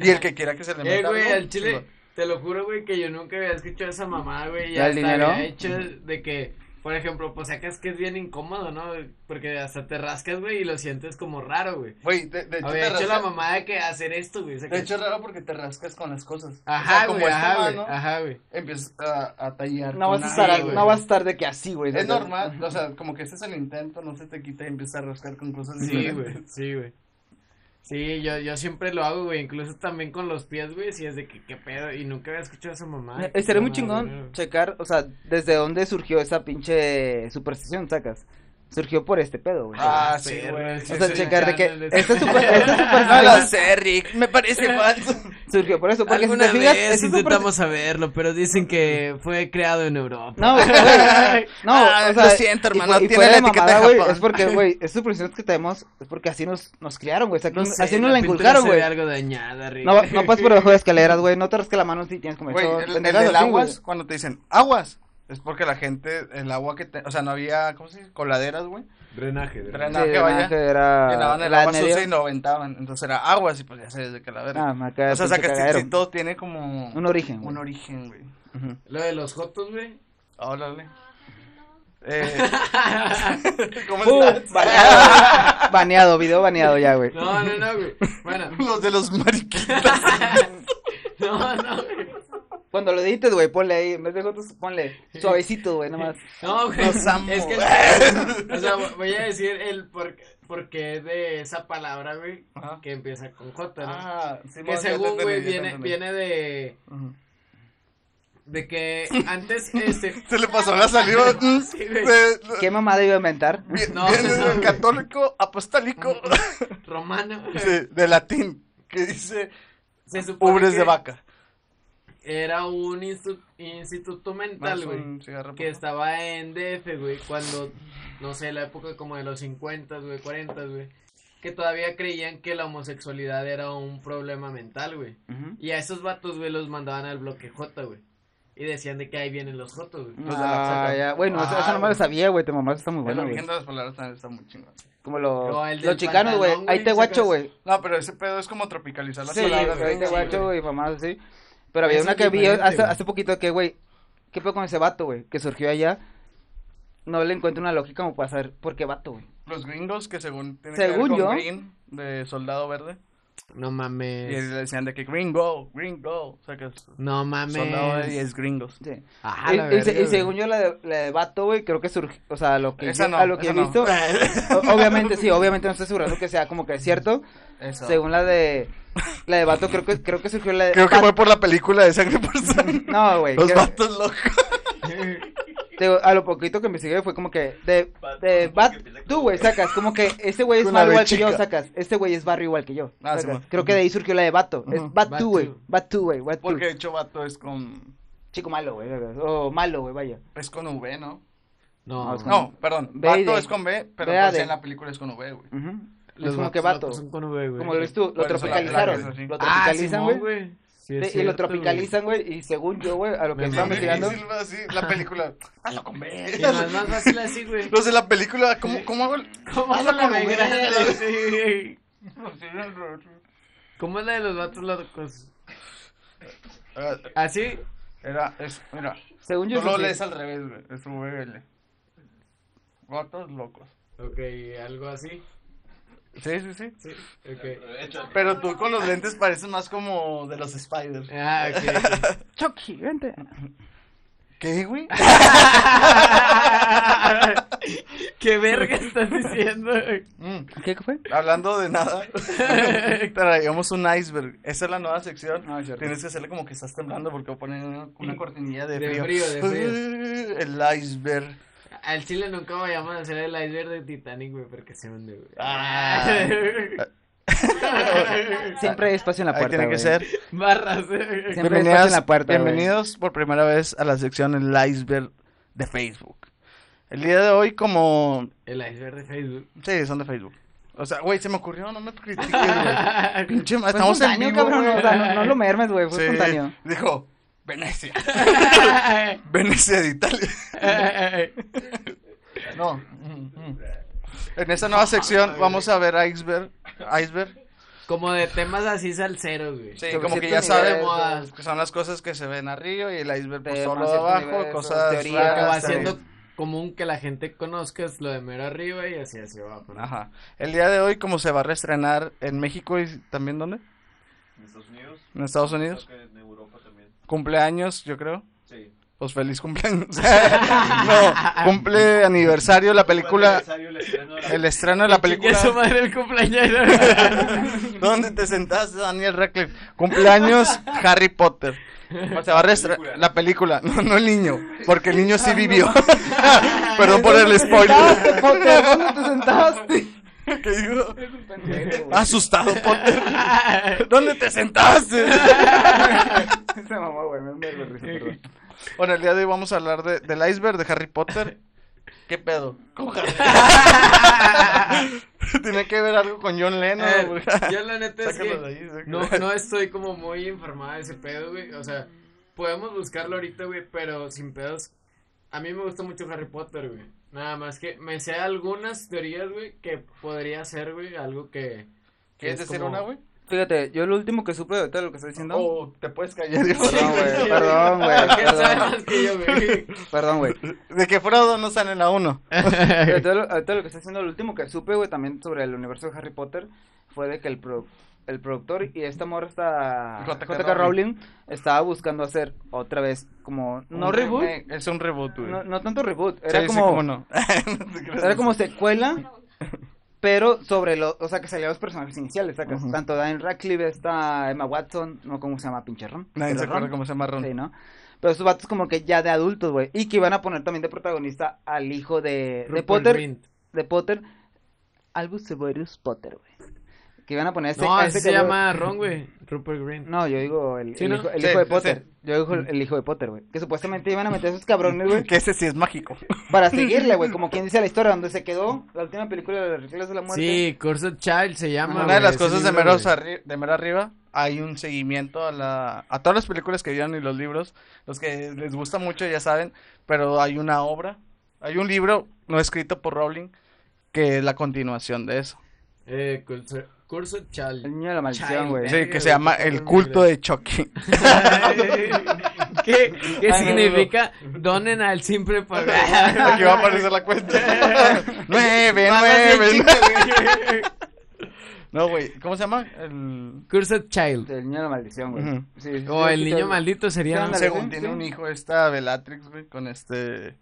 Speaker 3: Y el que quiera que se le
Speaker 5: Eh,
Speaker 3: meta.
Speaker 5: güey,
Speaker 3: algo,
Speaker 5: al chile,
Speaker 3: chingón.
Speaker 5: te lo juro, güey, que yo nunca había escuchado esa mamá, güey.
Speaker 7: ¿La
Speaker 5: Ya
Speaker 7: del dinero?
Speaker 5: había hecho de que, por ejemplo, pues sacas que es bien incómodo, ¿no? Porque hasta te rascas, güey, y lo sientes como raro, güey.
Speaker 3: Güey, de, de hecho, te
Speaker 5: Había hecho
Speaker 3: rasca-
Speaker 5: la mamá de que hacer esto, güey. o sea,
Speaker 3: de
Speaker 5: que-
Speaker 3: hecho es raro porque te rascas con las cosas. O sea,
Speaker 5: Ajá,
Speaker 3: como
Speaker 5: güey,
Speaker 3: esta
Speaker 5: ajá, güey,
Speaker 3: mano,
Speaker 5: ajá, güey.
Speaker 3: Empiezas a, a tallar.
Speaker 7: No
Speaker 3: con
Speaker 7: vas a
Speaker 3: algo,
Speaker 7: estar,
Speaker 3: güey.
Speaker 7: no vas a estar de que así, güey.
Speaker 3: Es normal, o sea, como que este es el intento, no se te quita y empiezas a rascar con cosas
Speaker 5: Sí,
Speaker 3: diferentes.
Speaker 5: güey, sí, güey. Sí, yo, yo siempre lo hago, güey, incluso también con los pies, güey, si es de que qué pedo, y nunca había escuchado a esa mamá.
Speaker 7: Eh, Estaría muy
Speaker 5: Mamá,
Speaker 7: chingón
Speaker 5: güey.
Speaker 7: checar, o sea, desde dónde surgió esa pinche superstición, sacas. Surgió por este pedo, güey.
Speaker 3: Ah,
Speaker 5: Ah,
Speaker 3: sí,
Speaker 5: perro,
Speaker 3: güey.
Speaker 5: ese
Speaker 7: o sea,
Speaker 5: es el
Speaker 7: checar de que este
Speaker 5: channel, ese-
Speaker 7: esta, super, esta
Speaker 3: No lo
Speaker 7: superstición
Speaker 3: sé, Rick, me parece falso.
Speaker 7: surgió por eso, porque si
Speaker 5: Alguna
Speaker 7: te fijas,
Speaker 5: vez
Speaker 7: esa
Speaker 5: intentamos saberlo, pero dicen que fue creado en Europa.
Speaker 7: No, güey, güey, no,
Speaker 3: Ah,
Speaker 7: o sea,
Speaker 3: lo siento, hermano,
Speaker 7: y, fu- y
Speaker 3: tiene
Speaker 7: fuera
Speaker 3: la
Speaker 7: de
Speaker 3: etiqueta
Speaker 7: mamada,
Speaker 3: de
Speaker 7: güey,
Speaker 3: Japón.
Speaker 7: es porque, güey, estas supersticiones que tenemos es porque así nos, nos criaron, güey, o sea, que
Speaker 5: No
Speaker 7: nos-
Speaker 5: sé,
Speaker 7: así nos
Speaker 5: la
Speaker 7: la
Speaker 5: pintura
Speaker 7: inculcaron,
Speaker 5: se
Speaker 7: güey.
Speaker 5: ve algo dañada, Rick.
Speaker 7: No, pues no pases por debajo de escaleras, güey, no te rasques la mano si tienes como
Speaker 3: Güey,
Speaker 7: eso,
Speaker 3: el, el
Speaker 7: pendejadas
Speaker 3: del
Speaker 7: así,
Speaker 3: aguas,
Speaker 7: güey.
Speaker 3: cuando te dicen aguas, es porque la gente, el agua que, te- o sea, no había, ¿cómo se dice? Coladeras, güey.
Speaker 5: Drenaje,
Speaker 3: Drenaje.
Speaker 7: Sí,
Speaker 3: No, que
Speaker 7: no,
Speaker 3: vaya.
Speaker 7: que era
Speaker 3: Llenaban el
Speaker 7: la
Speaker 3: agua
Speaker 7: medio-
Speaker 3: sucia y no aventaban. Entonces era aguas y pues ya se desde calavera.
Speaker 7: Ah, me acaba de
Speaker 3: o sea,
Speaker 7: pinche
Speaker 3: sacas
Speaker 7: cagadero.
Speaker 3: que todo tiene como
Speaker 7: Un origen, güey.
Speaker 3: un origen, güey.
Speaker 7: Ujú.
Speaker 5: Lo de los jotos, güey.
Speaker 3: Órale. Eh, ¿Cómo
Speaker 7: ¡Pum!
Speaker 3: estás?
Speaker 7: Baneado, baneado, video baneado ya, güey.
Speaker 5: No, no, no, güey. Bueno,
Speaker 3: Los de los mariquitas.
Speaker 5: no, no, güey.
Speaker 7: Cuando lo edites, güey, ponle ahí, en vez de jotos, ponle suavecito, güey, nomás.
Speaker 5: No, güey.
Speaker 3: Los amo.
Speaker 5: Es que, o sea, voy a decir el por, porqué de esa palabra, güey,
Speaker 3: Ajá.
Speaker 5: que empieza con J, ¿no?
Speaker 3: Ah, sí,
Speaker 5: que
Speaker 3: bueno, ya te
Speaker 5: según, güey,
Speaker 3: entendí, ya te
Speaker 5: viene,
Speaker 3: entendí.
Speaker 5: viene de,
Speaker 3: Ujú.
Speaker 5: de que antes, este,
Speaker 3: Se le pasó la saliva. mm,
Speaker 5: Sí, güey.
Speaker 3: de-
Speaker 7: ¿Qué mamada iba a inventar?
Speaker 3: Bien,
Speaker 5: No,
Speaker 3: viene
Speaker 5: no,
Speaker 3: del
Speaker 5: no.
Speaker 3: católico apostólico
Speaker 5: romano, güey,
Speaker 3: de, de latín que dice
Speaker 5: se supone
Speaker 3: ubres
Speaker 5: que
Speaker 3: de vaca.
Speaker 5: era un instu- instituto mental,
Speaker 3: Más
Speaker 5: güey,
Speaker 3: un cigarro,
Speaker 5: que
Speaker 3: por favor.
Speaker 5: estaba en DF, güey, cuando, no sé, la época como de los 50, güey, 40, güey, que todavía creían que la homosexualidad era un problema mental, güey. Y a esos vatos, güey, los mandaban al bloque J, güey. Y decían de que ahí vienen los J, güey.
Speaker 3: Los de la
Speaker 7: Ah,
Speaker 3: saca.
Speaker 7: ya. Bueno, eso,
Speaker 3: Ah,
Speaker 7: eso nomás
Speaker 3: güey.
Speaker 7: lo sabía, güey. Te mamás está muy
Speaker 3: El
Speaker 7: bueno, güey.
Speaker 3: origen de las palabras también está muy chingón.
Speaker 7: Como los,
Speaker 5: No, el del
Speaker 7: los chicanos, güey.
Speaker 5: pantalón,
Speaker 7: Ahí
Speaker 5: güey,
Speaker 7: te guacho,
Speaker 5: sacas.
Speaker 7: güey.
Speaker 3: No, pero ese pedo es como tropicalizar las
Speaker 7: Sí,
Speaker 3: palabras.
Speaker 7: ahí te
Speaker 5: sí,
Speaker 7: guacho,
Speaker 5: güey.
Speaker 7: güey, mamás así. Pero había
Speaker 5: Eso
Speaker 7: una
Speaker 5: es
Speaker 7: que vi
Speaker 5: diferente,
Speaker 7: hace,
Speaker 5: güey.
Speaker 7: hace poquito que, güey, ¿qué fue con ese vato, güey? Que surgió allá. No le encuentro una lógica como para saber por qué vato, güey.
Speaker 3: Los gringos que según tienen
Speaker 7: Según
Speaker 3: que ver
Speaker 7: yo.
Speaker 3: con green de soldado verde.
Speaker 5: No
Speaker 3: Y le
Speaker 5: mames.
Speaker 3: decían de que gringo, gringo. O sea que es
Speaker 5: No
Speaker 3: soldado verde y
Speaker 5: mames.
Speaker 3: es gringos.
Speaker 7: Sí.
Speaker 5: Ah,
Speaker 7: y,
Speaker 5: la
Speaker 7: y Eh, se-
Speaker 5: verga,
Speaker 7: y
Speaker 5: güey.
Speaker 7: según yo, la de, la de vato, güey, creo que surgió. O sea, lo que
Speaker 3: Esa
Speaker 7: yo-
Speaker 3: no,
Speaker 7: a lo que he
Speaker 3: esa no.
Speaker 7: visto. o- obviamente, sí, obviamente no estoy asegurando que sea como que es cierto.
Speaker 3: Eso.
Speaker 7: Según la de. La de vato, creo que, creo que surgió la de.
Speaker 3: Creo que fue por la película de Sangre por Sangre.
Speaker 7: No, güey.
Speaker 3: Los
Speaker 7: creo-
Speaker 3: vatos locos.
Speaker 7: Te digo, a lo poquito que me siguió fue como que de,
Speaker 4: Vato, porque
Speaker 7: de bat,
Speaker 4: empieza con
Speaker 7: tú güey, sacas, como que este güey es
Speaker 3: Con la
Speaker 7: malo
Speaker 3: B
Speaker 7: igual que yo,
Speaker 3: chica.
Speaker 7: sacas, este güey es barrio igual que yo,
Speaker 3: Ah,
Speaker 7: sacas.
Speaker 3: Simón.
Speaker 7: creo que de ahí surgió la de vato, es
Speaker 3: Ujú.
Speaker 7: bat tú güey,
Speaker 5: Batu.
Speaker 7: bat tú güey, bat tú,
Speaker 3: Porque de hecho vato es con.
Speaker 7: chico malo güey, sacas, o malo güey, vaya,
Speaker 3: Es con V, ¿no?
Speaker 5: No,
Speaker 7: No,
Speaker 3: No, perdón.
Speaker 7: Ah, B y
Speaker 3: vato
Speaker 7: D.
Speaker 3: es con B, pero
Speaker 7: B A
Speaker 3: pues
Speaker 7: D.
Speaker 3: en la película es con V, güey.
Speaker 7: Ujú.
Speaker 5: los
Speaker 7: es como que
Speaker 5: vatos
Speaker 7: vato,
Speaker 5: locos Son con V, güey.
Speaker 7: como lo ves tú, lo
Speaker 3: Por eso la
Speaker 7: tropicalizaron,
Speaker 3: plaga es así.
Speaker 7: lo
Speaker 5: Ah,
Speaker 7: tropicalizan
Speaker 5: Simón,
Speaker 7: güey,
Speaker 5: Sí, es
Speaker 7: sí,
Speaker 5: cierto,
Speaker 7: y lo
Speaker 5: güey.
Speaker 7: tropicalizan güey, y según yo güey, a lo que
Speaker 5: Me
Speaker 7: estaba
Speaker 5: mamé.
Speaker 7: investigando,
Speaker 3: Sí, sí, sí, la película. Hazlo con
Speaker 5: Y
Speaker 3: B.
Speaker 5: no, es más fácil así, güey.
Speaker 3: No sé, la película, ¿cómo, cómo hago el...?
Speaker 5: ¿Cómo es
Speaker 3: Hazlo
Speaker 5: la
Speaker 3: con V.
Speaker 5: migración? Sí, güey. ¿Cómo es la de los vatos locos?
Speaker 3: Ah,
Speaker 5: ¿Así?
Speaker 3: Era, es, mira,
Speaker 7: según yo,
Speaker 3: tú lo
Speaker 7: sí.
Speaker 3: lees al revés, güey, es VL. Gatos locos.
Speaker 5: Ok, algo así.
Speaker 3: Sí, sí, sí.
Speaker 5: Sí, ok.
Speaker 3: Pero tú con los lentes pareces más como de los Spiders.
Speaker 5: Ah, ok.
Speaker 7: Chucky, vente,
Speaker 3: ¿Qué, güey?
Speaker 5: ¿Qué verga estás diciendo?
Speaker 3: Mm,
Speaker 7: ¿qué fue?
Speaker 3: hablando de nada, traíamos un iceberg. Esa es la nueva sección.
Speaker 7: Ah, es cierto. Mm.
Speaker 3: Tienes que hacerle como que estás temblando porque ponen una, una cortinilla de
Speaker 5: De
Speaker 3: frío.
Speaker 5: frío, de
Speaker 3: frío. El iceberg.
Speaker 5: Al chile nunca vayamos a hacer el iceberg de Titanic, güey, porque se hunde, güey.
Speaker 3: Ah.
Speaker 7: Siempre hay espacio en la
Speaker 3: Ahí
Speaker 7: puerta.
Speaker 3: tiene que
Speaker 7: güey.
Speaker 3: ser.
Speaker 5: Barras.
Speaker 7: Siempre hay espacio en la puerta. güey.
Speaker 3: bienvenidos por primera vez a la sección El Iceberg de Facebook. El día de hoy, como.
Speaker 5: El iceberg de Facebook.
Speaker 3: Sí, son de Facebook. O sea, güey, se me ocurrió, no me critiques, güey. Pinche ma-
Speaker 7: Fue
Speaker 3: estamos en
Speaker 7: espontáneo,
Speaker 3: vivo,
Speaker 7: cabrón.
Speaker 3: güey.
Speaker 7: o sea, no, no lo mermes, güey. Fue
Speaker 3: Sí,
Speaker 7: espontáneo.
Speaker 3: Dijo, Venecia. Venecia de Italia. No. mm, En esta nueva sección vamos a ver Iceberg. Iceberg.
Speaker 5: Como de temas así salseros, güey.
Speaker 3: Sí,
Speaker 7: Sobre
Speaker 3: como que ya
Speaker 7: cierto nivel,
Speaker 3: sabemos
Speaker 5: güey.
Speaker 3: que son las cosas que se ven arriba y el iceberg pues,
Speaker 7: Temas,
Speaker 3: solo eh, de
Speaker 7: cierto
Speaker 3: abajo,
Speaker 7: nivel,
Speaker 3: cosas
Speaker 7: teorías,
Speaker 5: Lo que va
Speaker 3: raras,
Speaker 5: siendo
Speaker 3: teorías.
Speaker 5: común que la gente conozca es lo de mero arriba y así así va. pues.
Speaker 3: Ajá. El día de hoy, como se va a reestrenar en México y también dónde?
Speaker 4: ¿En Estados Unidos?
Speaker 3: En Estados Unidos.
Speaker 4: Creo que en Europa también.
Speaker 3: Cumpleaños, yo creo.
Speaker 4: Sí.
Speaker 3: Pues feliz cumpleaños. no, cumple aniversario la película.
Speaker 4: El estreno de la-
Speaker 3: El estreno de la
Speaker 5: Chingue su
Speaker 3: película.
Speaker 5: madre el cumpleañero.
Speaker 3: ¿Dónde te sentaste, Daniel Radcliffe? Cumpleaños Harry Potter. Se va a reestre-
Speaker 4: película.
Speaker 3: la película, no, no el niño, porque el niño
Speaker 7: Ah,
Speaker 3: sí vivió. Perdón por el spoiler.
Speaker 7: Sentaste, Potter, ¿dónde te sentaste?
Speaker 3: ¿Qué digo? Asustado, Potter. ¿Dónde te sentaste?
Speaker 7: Se mamó, güey. Me me lo risa, perdón.
Speaker 3: Bueno, el día de hoy vamos a hablar de- del iceberg de Harry Potter. ¿Qué pedo? Con Harry. Tiene que ver algo con John Lennon. güey.
Speaker 5: Eh, yo la neta es
Speaker 3: Sácalo de
Speaker 5: que
Speaker 3: ahí, sácalo.
Speaker 5: no, no estoy como muy informada de ese pedo, güey. O sea, podemos buscarlo ahorita, güey, pero sin pedos. A mí me gusta mucho Harry Potter, güey. Nada más que me sé algunas teorías, güey, que podría ser, güey, algo que... que
Speaker 3: ¿Quieres
Speaker 5: es
Speaker 3: decir
Speaker 5: como-
Speaker 3: una, güey?
Speaker 7: Fíjate, yo lo último que supe de todo lo que estás diciendo.
Speaker 3: Oh, te puedes callar. hijo.
Speaker 7: Perdón, güey. Perdón, güey.
Speaker 5: ¿Quién sabe
Speaker 7: Perdón,
Speaker 5: más que yo, güey?
Speaker 7: perdón, güey.
Speaker 3: De que Frodo no sale en la 1.
Speaker 7: De todo, lo, de todo lo que está haciendo, lo último que supe, güey, también sobre el universo de Harry Potter, fue de que el, pro- el productor y esta morra, esta
Speaker 3: J.K.
Speaker 7: J.K. Rowling, estaba buscando hacer otra vez, como, no reboot,
Speaker 3: Es un reboot, güey.
Speaker 7: no, no tanto reboot,
Speaker 3: Sí,
Speaker 7: era
Speaker 3: sí,
Speaker 7: como,
Speaker 3: cómo no. No te creas.
Speaker 7: era como secuela, pero sobre lo, o sea, que salían los personajes iniciales, sacas,
Speaker 3: Ujú.
Speaker 7: tanto Daniel Radcliffe, está Emma Watson, no, ¿cómo se llama? Pinche Ron.
Speaker 3: Nadie se
Speaker 7: Pero Ron.
Speaker 3: acuerda cómo se llama Ron.
Speaker 7: Sí, ¿no? Pero esos vatos como que ya de adultos, güey. Y que iban a poner también de protagonista al hijo de, de
Speaker 5: Rupert
Speaker 7: Potter.
Speaker 5: Grint.
Speaker 7: de Potter, Albus Severus Potter, güey. Que iban a poner
Speaker 3: este,
Speaker 7: ese,
Speaker 5: No,
Speaker 7: a
Speaker 5: ese
Speaker 7: ese
Speaker 5: se
Speaker 7: cabrón-
Speaker 5: llama Ron, güey. Rupert Green.
Speaker 7: No, yo digo el,
Speaker 5: Sí,
Speaker 7: el
Speaker 5: ¿no?
Speaker 7: hijo, el
Speaker 3: Sí,
Speaker 7: hijo de
Speaker 3: sí,
Speaker 7: Potter. Yo digo el, el hijo de Potter, güey. Que supuestamente iban a meter a esos cabrones, güey.
Speaker 3: Que ese sí es mágico.
Speaker 7: Para seguirle, güey. Como quien dice la historia, donde se quedó la última película de las reglas de la muerte.
Speaker 5: Sí, Cursed Child se
Speaker 7: Ah,
Speaker 5: llama.
Speaker 3: Una de
Speaker 5: güey,
Speaker 3: las
Speaker 5: ese
Speaker 3: cosas de
Speaker 5: libro,
Speaker 3: mero,
Speaker 5: güey.
Speaker 3: arri- de mero arriba, hay un seguimiento a, la, a todas las películas que vieron y los libros. Los que les gusta mucho ya saben, pero hay una obra, hay un libro no escrito por Rowling que es la continuación de eso.
Speaker 5: Eh, Cursed- Cursed Child.
Speaker 7: El niño de la maldición, güey.
Speaker 5: Child,
Speaker 3: Sí, que se llama El culto de Chucky.
Speaker 5: ¿Qué, qué
Speaker 7: Ay, no,
Speaker 5: significa donen al simple pagar?
Speaker 3: Aquí va a aparecer la cuenta. nueve,
Speaker 5: Más bien
Speaker 3: nueve.
Speaker 5: chica,
Speaker 3: No, güey, ¿cómo se llama? El...
Speaker 5: Cursed Child.
Speaker 7: El niño de la maldición, güey.
Speaker 3: Ujú.
Speaker 7: Sí, sí,
Speaker 5: O
Speaker 7: sí,
Speaker 5: el
Speaker 7: sí,
Speaker 5: niño
Speaker 7: sí.
Speaker 5: maldito sería.
Speaker 7: Sí,
Speaker 5: ¿no?
Speaker 7: ándale.
Speaker 3: Según tiene un hijo esta Bellatrix, güey, con este...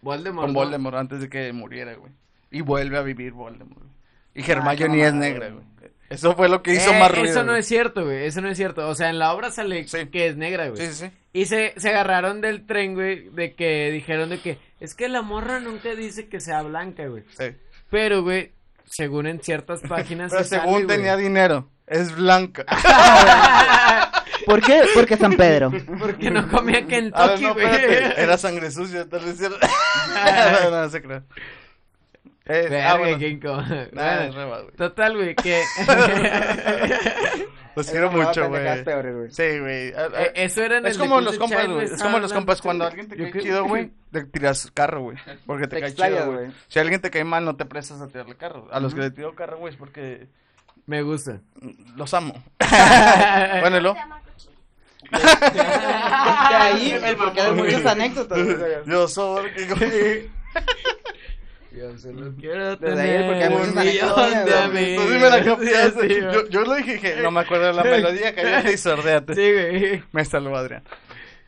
Speaker 5: Voldemort.
Speaker 3: con
Speaker 5: ¿no?
Speaker 3: Voldemort antes de que muriera, güey. Y vuelve a vivir Voldemort. güey. Y
Speaker 7: qué
Speaker 3: Hermione es
Speaker 7: mamada,
Speaker 3: negra, güey. Eso fue lo que hizo
Speaker 5: Eh,
Speaker 3: más ruido.
Speaker 5: Eso no
Speaker 3: güey.
Speaker 5: es cierto, güey. Eso no es cierto. O sea, en la obra sale
Speaker 3: Sí.
Speaker 5: que es negra, güey.
Speaker 3: Sí, sí, sí.
Speaker 5: Y se, se agarraron del tren, güey, de que dijeron de que es que la morra nunca dice que sea blanca, güey.
Speaker 3: sí.
Speaker 5: Pero, güey, según en ciertas páginas.
Speaker 3: Pero
Speaker 5: sí sale,
Speaker 3: según
Speaker 5: güey.
Speaker 3: tenía dinero, es blanca.
Speaker 5: Ah,
Speaker 7: ¿Por qué? Porque San Pedro.
Speaker 5: Porque no comía
Speaker 3: A ver, Ah,
Speaker 5: Kentucky,
Speaker 3: no,
Speaker 5: güey.
Speaker 3: espérate. Era sangre sucia, tal vez era... no, no, no se crea. Eh,
Speaker 5: Verga,
Speaker 3: ah, bueno.
Speaker 5: qué incómodo.
Speaker 3: Nah, es
Speaker 5: Bueno,
Speaker 3: reba, güey.
Speaker 5: Total, güey, que.
Speaker 3: Los quiero mucho, güey.
Speaker 7: Pendejadas peores, güey.
Speaker 3: Sí, güey. Ah, ah,
Speaker 5: Pues Eh, Eso era en
Speaker 3: Es
Speaker 5: el
Speaker 3: como
Speaker 5: de Ah,
Speaker 3: los
Speaker 5: Cursed
Speaker 3: compas,
Speaker 5: Child,
Speaker 3: güey. Es como los
Speaker 5: Estaban
Speaker 3: compas. Cuando
Speaker 5: hablando-
Speaker 3: alguien te
Speaker 5: Yo
Speaker 3: cae
Speaker 5: creo-
Speaker 3: chido, güey, te tiras carro, güey. Porque te,
Speaker 7: Te
Speaker 3: cae
Speaker 7: explayas,
Speaker 3: chido, güey.
Speaker 7: güey.
Speaker 3: Si a alguien te cae mal, no te prestas a tirarle carro. A los que le tiro carro, güey, es porque
Speaker 5: Me gusta.
Speaker 3: los amo. bueno, y luego,
Speaker 7: De ahí el porqué de muchas anécdotas, güey.
Speaker 3: Yo soy.
Speaker 5: Yo solo quiero
Speaker 7: Desde ahí, porque hay
Speaker 5: tener un
Speaker 7: muchas
Speaker 5: millón
Speaker 7: anécdotas,
Speaker 5: de
Speaker 7: güey.
Speaker 5: amigos.
Speaker 3: Tú sí me la copiaste.
Speaker 5: Sí,
Speaker 3: Yo, yo lo dije, dije, no me acuerdo de la melodía, cállate y sordeate.
Speaker 5: Sí, güey.
Speaker 3: Me saludó Adrián.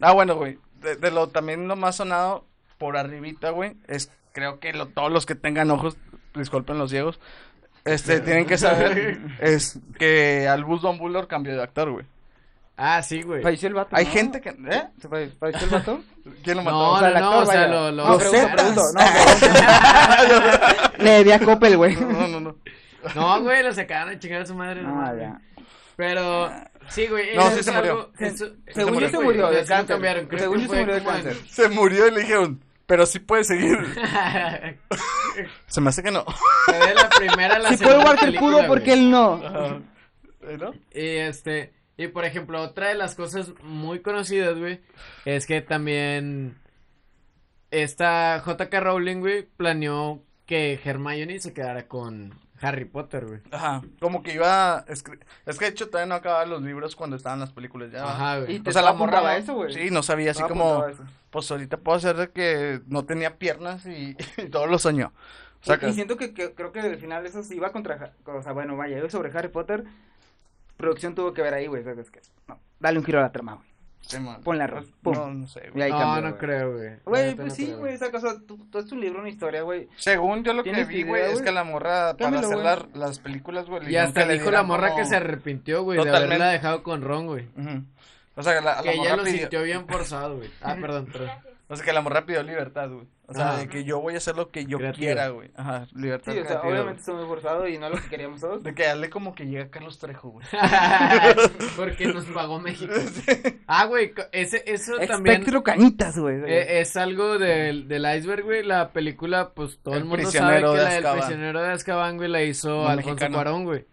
Speaker 3: Ah, bueno, güey. De, de lo también lo más sonado por arribita, güey, es creo que lo- todos los que tengan ojos, disculpen los ciegos, este, tienen que saber es que Albus Dumbledore cambió de actor, güey.
Speaker 5: Ah, sí, güey.
Speaker 7: Falleció el vato.
Speaker 3: Hay
Speaker 7: ¿no?
Speaker 3: gente que, ¿eh?
Speaker 7: ¿Se fue- falleció el vato?
Speaker 3: ¿Quién lo
Speaker 5: No,
Speaker 3: mató?
Speaker 5: no, no, o sea,
Speaker 7: vaya.
Speaker 5: lo- lo-
Speaker 7: No,
Speaker 5: lo
Speaker 7: pregunto,
Speaker 5: setas.
Speaker 7: pregunto, no, pregunto. Le debía Coppel, güey.
Speaker 3: No, no, no.
Speaker 5: No, güey, lo sacaron a chingar a su madre. no
Speaker 7: Ah,
Speaker 5: mames.
Speaker 7: ya.
Speaker 5: Pero, sí, güey.
Speaker 3: No,
Speaker 5: eso
Speaker 3: sí
Speaker 5: es
Speaker 3: se murió.
Speaker 5: algo- eso-
Speaker 7: Según yo se
Speaker 5: güey,
Speaker 7: murió de
Speaker 5: entonces lo
Speaker 7: cáncer.
Speaker 5: cambiaron, creo
Speaker 7: Según
Speaker 5: que
Speaker 7: yo se
Speaker 5: fue
Speaker 7: murió de
Speaker 5: como en-
Speaker 7: cáncer.
Speaker 3: Se murió y le dijeron, pero sí puede seguir. Se me hace que no.
Speaker 5: Fue de la primera a la
Speaker 7: Si
Speaker 5: segunda
Speaker 7: puede Walter
Speaker 5: película,
Speaker 7: pudo,
Speaker 5: güey.
Speaker 7: porque él no.
Speaker 3: ¿Eh, ¿No?
Speaker 5: Y este, y por ejemplo, otra de las cosas muy conocidas, güey, es que también esta J.K. Rowling, güey, planeó que Hermione se quedara con Harry Potter, güey.
Speaker 3: Ajá, como que iba... a escri- Es que de hecho todavía no acababan los libros cuando estaban las películas ya.
Speaker 5: Ajá, güey.
Speaker 7: Y
Speaker 3: O sea, la morra
Speaker 7: apuntaba
Speaker 3: no-
Speaker 7: eso, güey.
Speaker 3: Sí, no sabía así
Speaker 7: Todo
Speaker 3: como...
Speaker 7: apuntaba eso.
Speaker 3: Pues ahorita puedo hacer de que no tenía piernas y, y todo lo soñó. O sea,
Speaker 7: Y,
Speaker 3: que-
Speaker 7: y siento que, que- creo que al final eso sí iba contra. Ja- O sea, bueno, vaya, yo sobre Harry Potter. Producción tuvo que ver ahí, güey. ¿sabes qué? No, dale un giro a la trama, güey.
Speaker 3: Sí, man.
Speaker 7: Ponla rosa. Pum.
Speaker 3: No, no sé, güey.
Speaker 7: Y ahí
Speaker 5: no,
Speaker 7: cambió,
Speaker 5: no
Speaker 7: güey.
Speaker 5: creo, güey. La
Speaker 7: Güey,
Speaker 5: neta
Speaker 7: pues
Speaker 5: no
Speaker 7: sí,
Speaker 5: creo,
Speaker 7: güey, esa cosa. Tú, tú es un libro, una historia, güey.
Speaker 3: Según yo lo que
Speaker 7: ¿Tienes
Speaker 3: vi,
Speaker 7: idea,
Speaker 3: güey, es
Speaker 7: güey?
Speaker 3: que la morra,
Speaker 7: Cámbialo,
Speaker 3: para
Speaker 7: güey.
Speaker 3: hacer la- las películas, güey, le
Speaker 5: Y
Speaker 3: dijeron
Speaker 5: hasta
Speaker 3: que le
Speaker 5: dijo la
Speaker 3: dieran
Speaker 5: morra
Speaker 3: como-
Speaker 5: que se arrepintió, güey, de
Speaker 3: Totalmente.
Speaker 5: haberla dejado con Ron, güey.
Speaker 3: Ujú. O sea, que la, la
Speaker 5: Que
Speaker 3: morra
Speaker 5: ella lo
Speaker 3: pidió-
Speaker 5: sintió bien forzado, güey. Ah, perdón, perdón.
Speaker 3: O sea, que la morra pidió libertad, güey. O sea,
Speaker 5: Ajá.
Speaker 3: de que yo voy a hacer lo que yo
Speaker 5: Creativa.
Speaker 3: quiera, güey. Ajá,
Speaker 7: Sí,
Speaker 3: libertad
Speaker 7: o sea,
Speaker 3: creativa,
Speaker 7: obviamente estuvo muy forzado y no lo que queríamos todos.
Speaker 3: güey. De que dale como que llega Carlos Trejo, güey.
Speaker 5: Porque nos pagó México. Ah, güey, co- ese, eso también
Speaker 7: Espectro Cañitas, güey.
Speaker 5: Eh, es algo del, del iceberg, güey. La película, pues todo el,
Speaker 3: El
Speaker 5: mundo sabe que
Speaker 3: prisionero de
Speaker 5: la del
Speaker 3: Azkaban.
Speaker 5: prisionero de Azkaban, güey, la hizo
Speaker 3: Un
Speaker 5: Alfonso
Speaker 3: mexicano.
Speaker 5: Cuarón, güey.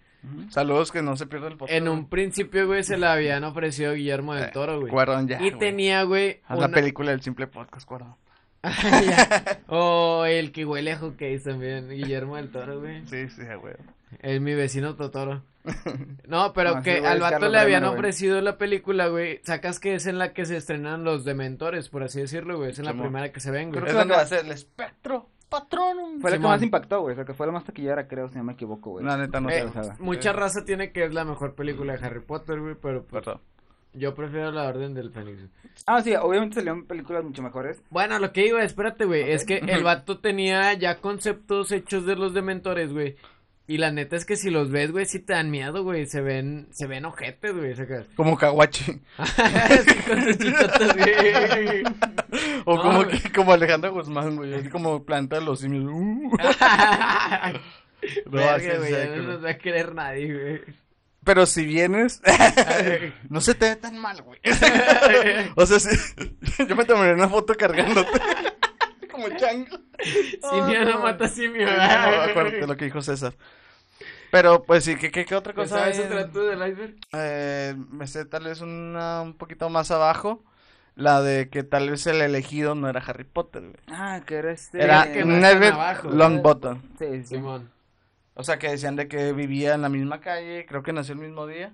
Speaker 3: Saludos, que no se pierda el podcast.
Speaker 5: En un principio, güey, se la habían ofrecido Guillermo del
Speaker 3: Eh,
Speaker 5: Toro, güey.
Speaker 3: Cuarón ya,
Speaker 5: y
Speaker 3: güey.
Speaker 5: tenía, güey,
Speaker 3: Haz
Speaker 5: una-
Speaker 3: la película del simple podcast, Cuarón.
Speaker 5: Ya. o el que huele a hockey también, Guillermo del Toro, güey.
Speaker 3: Sí, sí, güey.
Speaker 5: Es mi vecino Totoro. No, pero
Speaker 7: No, sí,
Speaker 5: que
Speaker 7: güey,
Speaker 5: al
Speaker 7: es
Speaker 5: vato
Speaker 7: Carlos
Speaker 5: le habían
Speaker 7: Bremer, güey.
Speaker 5: ofrecido la película, güey. Sacas que es en la que se estrenan los dementores, por así decirlo, güey. Es en la
Speaker 3: Simón.
Speaker 5: primera que se ven, güey.
Speaker 3: Es
Speaker 7: la
Speaker 3: donde
Speaker 7: que-
Speaker 3: va a ser el espectro patronum.
Speaker 7: Fue la que
Speaker 5: Simón.
Speaker 7: más impactó, güey. O sea, que fue la más taquillera, creo, si no me equivoco, güey.
Speaker 3: La neta, no
Speaker 5: Eh,
Speaker 3: sé.
Speaker 7: Ajá.
Speaker 5: Mucha raza tiene que es la mejor película de Harry Potter, güey, pero pues,
Speaker 3: Perdón.
Speaker 5: yo prefiero La Orden del Fénix.
Speaker 7: Ah, sí, obviamente salieron películas mucho mejores.
Speaker 5: Bueno, lo que iba, espérate, güey, es que el vato tenía ya conceptos hechos de los dementores, güey. Y la neta es que si los ves, güey, sí te dan miedo, güey, se ven se ven ojetes, güey, sacas.
Speaker 3: Como Kawachi.
Speaker 5: Sí, con sus chichotas, güey.
Speaker 3: O
Speaker 5: No,
Speaker 3: como,
Speaker 5: güey.
Speaker 3: que- como Alejandro Guzmán, güey. Así como planta de los simios. Uh. No,
Speaker 5: Verga,
Speaker 3: sí, sí,
Speaker 5: güey,
Speaker 3: sí,
Speaker 5: ya no
Speaker 3: culo.
Speaker 5: nos va a querer nadie, güey.
Speaker 3: Pero si vienes, no se te ve tan mal, güey. o sea, sí, yo me tomaré una foto cargándote. Como chango.
Speaker 5: Simio no mata simio.
Speaker 3: No, acuérdate lo que dijo César. Pero, pues sí, ¿qué, qué, qué otra cosa?
Speaker 5: ¿Sabes
Speaker 3: hay?
Speaker 5: otra tú del iceberg?
Speaker 3: Eh, me sé tal vez una un poquito más abajo. La de que tal vez el elegido no era Harry Potter, güey.
Speaker 7: Ah, que era este.
Speaker 3: Era
Speaker 5: que no están
Speaker 3: Neville
Speaker 5: abajo,
Speaker 3: Longbottom.
Speaker 7: Sí, sí.
Speaker 5: Simón.
Speaker 3: O sea, que decían de que vivía en la misma calle, creo que nació el mismo día.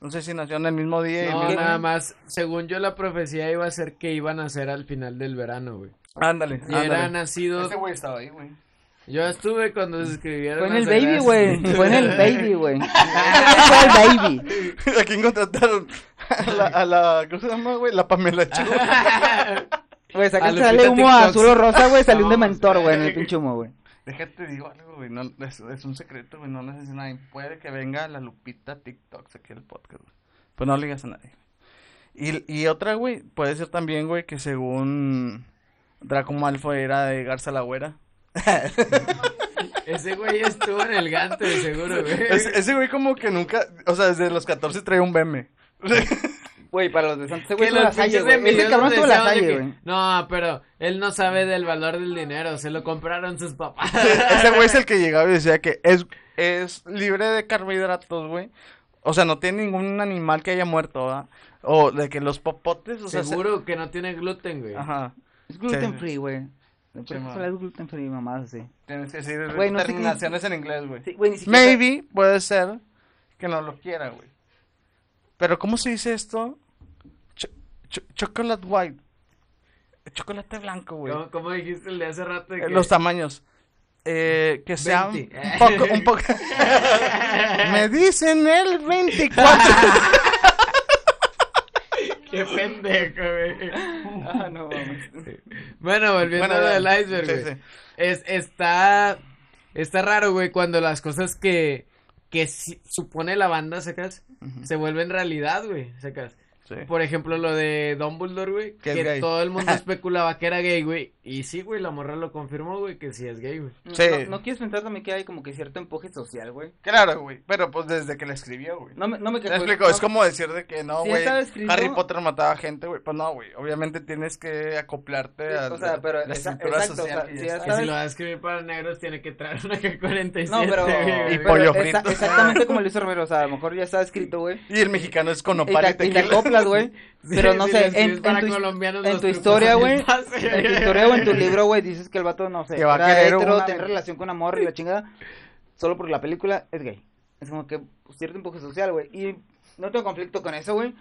Speaker 3: No sé si nació en el mismo día. y
Speaker 5: No,
Speaker 3: mismo-
Speaker 5: nada más, según yo la profecía iba a ser que iban a hacer al final del verano, güey.
Speaker 3: Ándale,
Speaker 5: Y
Speaker 3: ándale.
Speaker 5: era nacido,
Speaker 3: Este güey estaba ahí, güey.
Speaker 5: yo estuve cuando se escribieron
Speaker 7: Fue en el
Speaker 5: las
Speaker 7: baby,
Speaker 5: sagradas
Speaker 7: güey.
Speaker 5: escrituras.
Speaker 7: Fue en el baby, güey. Fue el baby.
Speaker 3: ¿A quién contrataron? A la, a la ¿cómo se llama, güey? La Pamela Chu.
Speaker 7: Güey,
Speaker 5: A
Speaker 7: saca que
Speaker 5: Lupita
Speaker 7: sale humo
Speaker 5: TikToks.
Speaker 7: azul o rosa, güey. Salió un
Speaker 5: No,
Speaker 7: dementor, güey, en el
Speaker 5: güey.
Speaker 7: pinche humo, güey.
Speaker 3: Déjate digo algo, güey. No, es, es un secreto, güey. No le dices a nadie. Puede que venga la Lupita TikTok aquí el podcast, güey. Pues no le digas a nadie. Y, y otra, güey, puede ser también, güey, que según Draco Malfoy era de Garza la Güera.
Speaker 5: Ese güey estuvo en el ganto, de seguro, güey.
Speaker 3: Ese, ese güey como que nunca, o sea, desde los 14 traía un meme.
Speaker 7: Güey, para los de Santa Fe,
Speaker 5: Que
Speaker 7: güey, estuvo
Speaker 5: los
Speaker 7: la salle,
Speaker 5: pinches
Speaker 7: güey. Ese
Speaker 5: envidiosos
Speaker 7: cabrón estuvo la
Speaker 5: decían de
Speaker 7: salle,
Speaker 5: que,
Speaker 7: güey.
Speaker 5: No, pero él no sabe del valor del dinero, se lo compraron sus papás.
Speaker 3: Ese güey es el que llegaba y decía que es, es libre de carbohidratos, güey. O sea, no tiene ningún animal que haya muerto, ¿verdad? O de que los popotes, o sea... se-
Speaker 5: Seguro que no tiene gluten, güey.
Speaker 3: Ajá.
Speaker 7: Es gluten free, güey. No
Speaker 3: Sí, ma.
Speaker 7: es gluten free, mamadas así.
Speaker 3: Tienes que decir
Speaker 7: Güey, no sé qué-
Speaker 3: terminaciones en inglés, güey.
Speaker 7: Sí, güey, ni siquiera.
Speaker 3: Maybe puede ser que no lo quiera, güey. Pero ¿cómo se dice esto? Cho- cho- chocolate white. Chocolate blanco, güey.
Speaker 5: ¿Cómo, cómo dijiste el de hace rato? de
Speaker 3: Eh,
Speaker 5: que-
Speaker 3: Los tamaños. Eh, que sean un
Speaker 5: 20.
Speaker 3: poco, un poco. Me dicen el 24.
Speaker 5: Qué pendejo, güey.
Speaker 7: Ah, no, mames.
Speaker 5: Bueno, volviendo
Speaker 3: Bueno,
Speaker 5: al
Speaker 3: ya.
Speaker 5: iceberg,
Speaker 3: Sí,
Speaker 5: güey.
Speaker 3: sí.
Speaker 5: Es, está, está raro, güey, cuando las cosas que, que si- supone la banda, sacas, se vuelven realidad, güey, sacas.
Speaker 3: Sí.
Speaker 5: Por ejemplo, lo de Dumbledore, güey.
Speaker 3: Que es
Speaker 5: Que
Speaker 3: gay.
Speaker 5: todo el mundo especulaba que era gay, güey. Y sí, güey, la morra lo confirmó, güey, que sí es gay, güey.
Speaker 3: Sí.
Speaker 7: No, no quieres pensar también que hay como que cierto empuje social, güey.
Speaker 3: Claro, güey. Pero pues desde que la escribió, güey.
Speaker 7: No me, no me
Speaker 3: Te
Speaker 7: quejo,
Speaker 5: pues,
Speaker 3: explico,
Speaker 7: no-
Speaker 3: es como decir de que no,
Speaker 7: Sí,
Speaker 3: güey.
Speaker 7: estaba escrito.
Speaker 3: Harry Potter mataba gente, güey. Pues no, güey. Obviamente tienes que acoplarte
Speaker 7: Sí,
Speaker 3: a
Speaker 7: o sea,
Speaker 3: la-
Speaker 7: pero
Speaker 3: la
Speaker 7: esa-
Speaker 3: estructura
Speaker 7: exacto,
Speaker 3: social.
Speaker 7: o sea,
Speaker 3: y ya
Speaker 7: sí, ya
Speaker 3: está.
Speaker 5: Que si
Speaker 7: ¿Sabes?
Speaker 5: lo va a escribir para negros, tiene que traer una que 47.
Speaker 7: No, pero.
Speaker 5: güey.
Speaker 3: Y
Speaker 7: pero
Speaker 3: pollo
Speaker 7: esa-
Speaker 3: frito.
Speaker 7: exactamente como lo hizo Romero, o sea, a lo mejor ya está escrito, güey.
Speaker 3: Y el mexicano es con
Speaker 7: Y
Speaker 3: opal y
Speaker 7: te, y te
Speaker 3: tequila.
Speaker 7: acoplas, güey.
Speaker 5: Sí,
Speaker 7: pero no
Speaker 5: si
Speaker 7: sé,
Speaker 5: lo
Speaker 7: en,
Speaker 5: escribes
Speaker 7: en
Speaker 5: para
Speaker 7: tu, his-
Speaker 5: colombianos,
Speaker 7: en
Speaker 5: los
Speaker 7: tu
Speaker 5: trucos
Speaker 7: historia,
Speaker 5: también
Speaker 7: güey.
Speaker 5: pasan.
Speaker 7: En tu historia o en tu libro, güey, dices que el vato, no sé,
Speaker 3: Que va a
Speaker 7: era
Speaker 3: querer
Speaker 7: hetero,
Speaker 3: una-
Speaker 7: tenía relación con amor y la chingada. Solo por la película es gay. Es como que pues, cierto empuje social, güey. Y no tengo conflicto con eso, güey.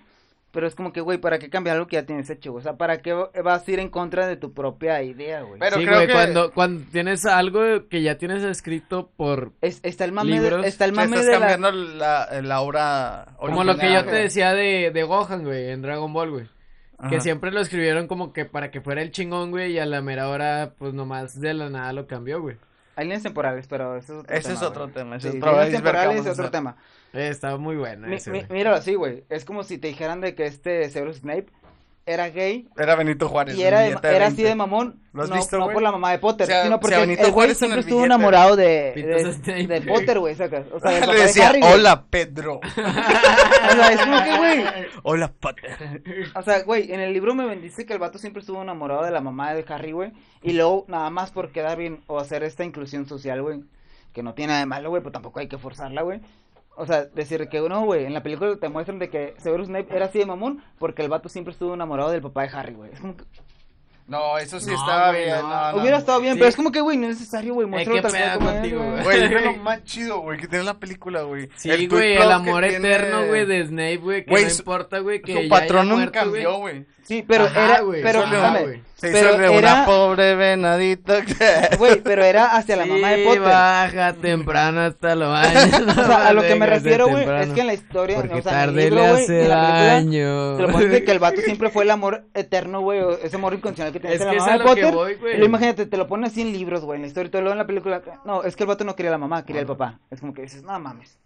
Speaker 7: Pero es como que, güey, ¿para qué cambiar algo que ya tienes hecho? güey? O sea, ¿para qué vas a ir en contra de tu propia idea, güey?
Speaker 3: Pero
Speaker 5: sí,
Speaker 3: creo
Speaker 5: güey,
Speaker 3: que-
Speaker 5: cuando, cuando tienes algo que ya tienes escrito por...
Speaker 7: Es- está el mame,
Speaker 5: Libros.
Speaker 7: de, está el
Speaker 3: Te
Speaker 7: mame
Speaker 3: estás
Speaker 7: de la...
Speaker 3: cambiando la, la obra
Speaker 5: Como lo que
Speaker 3: original,
Speaker 5: yo te
Speaker 3: güey.
Speaker 5: decía de, de Gohan, güey, en Dragon Ball, güey. Que
Speaker 3: Ajá.
Speaker 5: siempre lo escribieron como que para que fuera el chingón, güey, y a la mera hora, pues nomás de la nada lo cambió, güey.
Speaker 7: Hay líneas temporales, pero eso es otro
Speaker 3: Ese
Speaker 7: tema,
Speaker 3: es otro
Speaker 7: güey.
Speaker 3: tema, ese
Speaker 7: Sí,
Speaker 3: es otro- iceberg
Speaker 7: líneas
Speaker 3: que
Speaker 7: temporales
Speaker 3: vamos
Speaker 7: es
Speaker 3: a
Speaker 7: otro
Speaker 3: hacer.
Speaker 7: tema.
Speaker 5: Eh, estaba muy bueno
Speaker 7: Mi-
Speaker 5: ese,
Speaker 7: mi-
Speaker 5: güey.
Speaker 7: míralo así, güey. Es como si te dijeran de que este Severus Snape era gay
Speaker 3: Era Benito Juárez.
Speaker 7: y era,
Speaker 3: el
Speaker 7: de-
Speaker 3: billete de
Speaker 7: era así
Speaker 3: 20.
Speaker 7: de mamón.
Speaker 3: ¿Lo has
Speaker 7: no,
Speaker 3: visto,
Speaker 7: no
Speaker 3: güey?
Speaker 7: por la mamá de Potter,
Speaker 3: O sea,
Speaker 7: sino
Speaker 3: o sea,
Speaker 7: porque
Speaker 3: Benito
Speaker 7: el güey
Speaker 3: Juárez en
Speaker 7: siempre
Speaker 3: el
Speaker 7: estuvo
Speaker 3: billete.
Speaker 7: enamorado de,
Speaker 5: Pintos
Speaker 7: de-
Speaker 5: Snape.
Speaker 7: de Potter, güey, sacas. O sea, del papá
Speaker 3: Le
Speaker 7: de
Speaker 3: decía,
Speaker 7: Harry, güey.
Speaker 3: hola Pedro.
Speaker 7: O sea, es como que, güey.
Speaker 3: Hola Potter.
Speaker 7: O sea, güey, en el libro me bendice que el vato siempre estuvo enamorado de la mamá de Harry, güey. Y luego, nada más por quedar bien o hacer esta inclusión social, güey. Que no tiene nada de malo, güey, pero tampoco hay que forzarla, güey. O sea, decir que no, güey, en la película te muestran de que Severus Snape era así de mamón porque el vato siempre estuvo enamorado del papá de Harry, güey. Es como que-
Speaker 3: No, eso sí
Speaker 5: No,
Speaker 3: estaba
Speaker 5: güey,
Speaker 3: bien.
Speaker 5: no.
Speaker 3: Ah, no, no,
Speaker 7: Hubiera
Speaker 3: no.
Speaker 7: estado bien,
Speaker 5: Sí. Eh,
Speaker 7: pero es como que, güey, no es necesario, güey, muéstralo
Speaker 5: qué
Speaker 7: tal cual
Speaker 5: pedo
Speaker 7: como es,
Speaker 5: contigo, güey?
Speaker 3: Güey, es lo más chido, güey, que tiene la película, güey.
Speaker 5: Sí,
Speaker 3: El
Speaker 5: güey,
Speaker 3: tweet
Speaker 5: el
Speaker 3: blog
Speaker 5: amor
Speaker 3: que tiene-
Speaker 5: eterno, güey, de Snape, güey, que
Speaker 3: Güey,
Speaker 5: no
Speaker 3: su-
Speaker 5: importa, güey, que
Speaker 3: Su
Speaker 5: ya haya
Speaker 3: patrón nunca
Speaker 5: muerto, güey.
Speaker 3: cambió, güey.
Speaker 7: Sí, pero
Speaker 5: Ajá,
Speaker 7: era,
Speaker 5: güey,
Speaker 7: pero,
Speaker 3: solo-
Speaker 7: dame,
Speaker 5: güey.
Speaker 3: Se hizo
Speaker 7: pero
Speaker 3: de una
Speaker 7: era,
Speaker 3: pobre venadita.
Speaker 7: güey, pero era hacia la mamá de
Speaker 5: Sí,
Speaker 7: Potter.
Speaker 5: baja temprano hasta lo baño.
Speaker 7: O sea, a lo que me refiero, güey, es que en la historia,
Speaker 5: Porque
Speaker 7: o sea, en el
Speaker 5: tarde
Speaker 7: libro,
Speaker 5: le
Speaker 7: güey, y
Speaker 5: hace
Speaker 7: en la película,
Speaker 5: daño.
Speaker 7: te lo pones de que el vato siempre fue el amor eterno, güey, o ese amor incondicional que tenía
Speaker 5: Es
Speaker 7: hacia
Speaker 5: que
Speaker 7: la
Speaker 5: es
Speaker 7: mamá
Speaker 5: a
Speaker 7: de
Speaker 5: lo que
Speaker 7: Potter.
Speaker 5: voy, güey.
Speaker 7: Y luego imagínate, te lo ponen así en libros, güey, en la historia, y todo luego en la película, no, es que el vato no quería a la mamá, quería al papá. Es como que dices, no mames.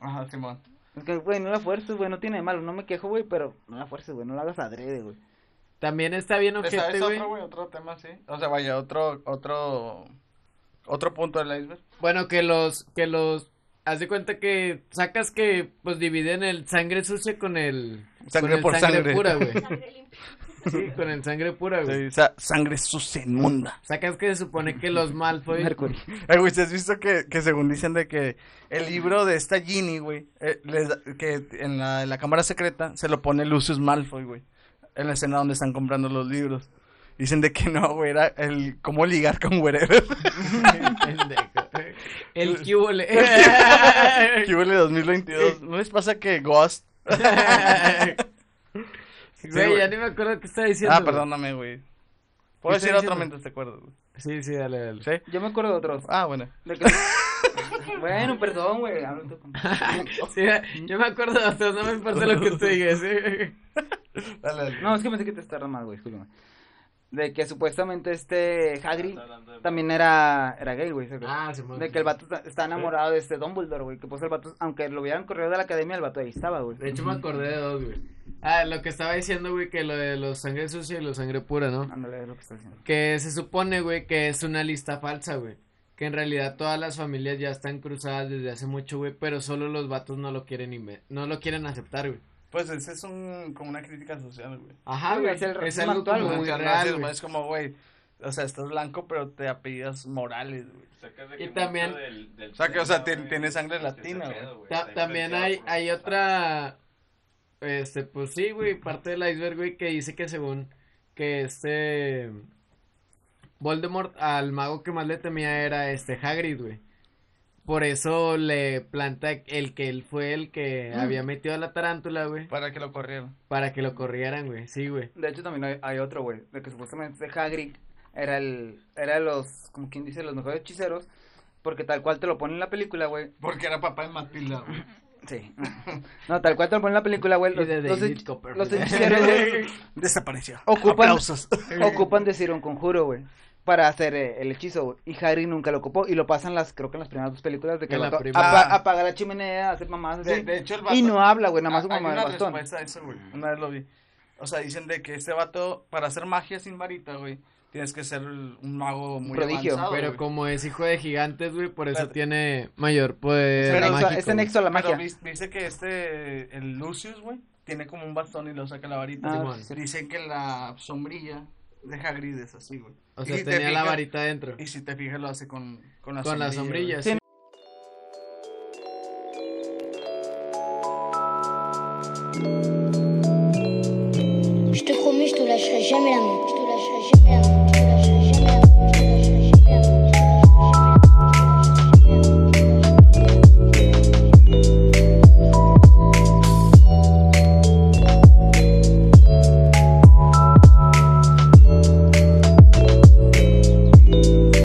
Speaker 3: Ajá, Simón.
Speaker 7: Es que, güey, no la fuerces, güey, no tiene de malo, no me quejo, güey, pero no la fuerces, güey, no la hagas adrede, güey.
Speaker 5: También está bien
Speaker 3: Esa
Speaker 5: ojete,
Speaker 3: es
Speaker 5: güey.
Speaker 3: otro, güey, otro tema, sí. O sea, vaya, otro, otro, otro punto del iceberg.
Speaker 5: Bueno, que los, que los, haz de cuenta que sacas que, pues, dividen el sangre sucia con el...
Speaker 3: Sangre
Speaker 5: con el
Speaker 3: por sangre.
Speaker 5: pura, güey. Sí, con el sangre pura, güey.
Speaker 3: O sea, sangre sucia inmunda.
Speaker 5: Sacas que se supone que los Malfoy...
Speaker 7: Mercury.
Speaker 3: Eh, güey, ¿te has visto que, que según dicen de que el libro de esta Ginny, güey, eh, les da- que en la, en la cámara secreta se lo pone Lucius Malfoy, güey, en la escena donde están comprando los libros. Dicen de que no, güey, era el cómo ligar con wherever.
Speaker 5: Pendejo. El cubole.
Speaker 3: Que huele 2022. ¿No les pasa que Ghost?
Speaker 5: Güey, ya ni me acuerdo qué estaba diciendo.
Speaker 3: Ah,
Speaker 5: güey.
Speaker 3: perdóname, güey. Puedo
Speaker 5: ¿Qué
Speaker 3: decir
Speaker 5: estoy
Speaker 3: otro
Speaker 5: diciendo?
Speaker 3: mientras te acuerdas, güey.
Speaker 5: Sí, sí, dale, dale.
Speaker 3: ¿Sí?
Speaker 7: Yo me acuerdo de otros.
Speaker 3: Ah, bueno.
Speaker 7: de que- bueno, perdón, güey, hablo tú con-
Speaker 5: Sí, yo me acuerdo de otros, no me importa lo que ¿eh? usted diga. ¿sí?
Speaker 3: Dale, dale.
Speaker 7: No, es que pensé que te estaba mal, güey, discúlpame. De que supuestamente este Hagrid también era, era gay, güey. ¿sabes?
Speaker 5: Ah, se
Speaker 7: de que el vato está- está enamorado de este Dumbledore, güey. Que pues el vato, aunque lo hubieran corrido de la academia, el vato ahí estaba, güey.
Speaker 5: De hecho, me acordé de dos, güey. Ah, lo que estaba diciendo, güey, que lo de los sangre sucia y los sangre pura, ¿no?
Speaker 7: Ándale, es lo que está diciendo.
Speaker 5: Que se supone, güey, que es una lista falsa, güey. Que en realidad todas las familias ya están cruzadas desde hace mucho, güey, pero solo los vatos no lo quieren inve- no lo quieren aceptar, güey.
Speaker 3: Pues ese es un, como una crítica social, güey.
Speaker 5: Ajá,
Speaker 7: Sí,
Speaker 5: güey.
Speaker 7: es el
Speaker 5: Es
Speaker 7: racismo
Speaker 5: algo
Speaker 7: actual,
Speaker 5: como
Speaker 7: güey.
Speaker 5: muy
Speaker 3: O sea, no
Speaker 5: real,
Speaker 3: Pues es,
Speaker 5: güey.
Speaker 3: es como, güey, o sea, estás blanco, pero te apellidas Morales, güey.
Speaker 5: Y también-
Speaker 3: O sea, que, o sea, tien- tiene sangre latina, güey.
Speaker 5: Ta- también hay, hay otra. Este, pues sí, güey, parte del iceberg, güey, que dice que según que este. Voldemort al mago que más le temía era este Hagrid, güey. Por eso le planta el que él fue el que
Speaker 7: Ah.
Speaker 5: había metido a la tarántula, güey,
Speaker 3: Para que lo corrieron.
Speaker 5: para
Speaker 7: Mm.
Speaker 5: que lo corrieran, güey. Sí, güey.
Speaker 7: De hecho, también hay, hay otro, güey. De que supuestamente este Hagrid era el. Era los. Como quien dice, los mejores hechiceros. Porque tal cual te lo pone en la película, güey.
Speaker 3: Porque era papá de Matilda, güey.
Speaker 7: Sí. No, tal cual te lo pone en la película, güey.
Speaker 5: Y
Speaker 7: Los,
Speaker 5: de
Speaker 7: los
Speaker 5: David
Speaker 7: hech-
Speaker 5: Copperfield.
Speaker 7: los hechiceros, güey.
Speaker 3: Desapareció.
Speaker 7: Ocupan-
Speaker 3: Aplausos.
Speaker 7: Ocupan decir un conjuro, güey. para hacer eh, el hechizo, güey. Y Harry nunca lo ocupó. Y lo pasan las, creo que en las primeras dos películas de que
Speaker 5: En
Speaker 7: el
Speaker 5: la
Speaker 7: vato
Speaker 5: primera.
Speaker 7: apa- apaga la chimenea, hace mamás así.
Speaker 3: De, de hecho, el
Speaker 7: y
Speaker 3: vato-
Speaker 7: no habla, güey, nada más
Speaker 3: Ah,
Speaker 7: como
Speaker 3: hay
Speaker 7: el
Speaker 3: una
Speaker 7: bastón.
Speaker 3: respuesta a eso, güey. Una vez lo vi. O sea, dicen de que este vato, para hacer magia sin varita, güey, tienes que ser un mago muy
Speaker 7: prodigio.
Speaker 3: avanzado,
Speaker 5: Pero
Speaker 3: güey.
Speaker 5: como es hijo de gigantes, güey, por eso
Speaker 3: Espérate.
Speaker 5: tiene mayor poder
Speaker 7: Pero, o sea,
Speaker 5: mágico.
Speaker 7: este nexo a la
Speaker 3: Pero
Speaker 7: magia.
Speaker 3: vis- dice que este, el Lucius, güey, tiene como un bastón y lo saca la varita.
Speaker 7: Ah,
Speaker 5: Simón.
Speaker 7: sí.
Speaker 3: Dicen que la sombrilla deja grises así, güey.
Speaker 5: O
Speaker 3: Y
Speaker 5: sea,
Speaker 3: si te
Speaker 5: tenía la
Speaker 3: fijas-
Speaker 5: varita adentro.
Speaker 3: Y si te fijas, lo hace con, con la
Speaker 5: Con la sombrilla,
Speaker 3: güey.
Speaker 7: Sí,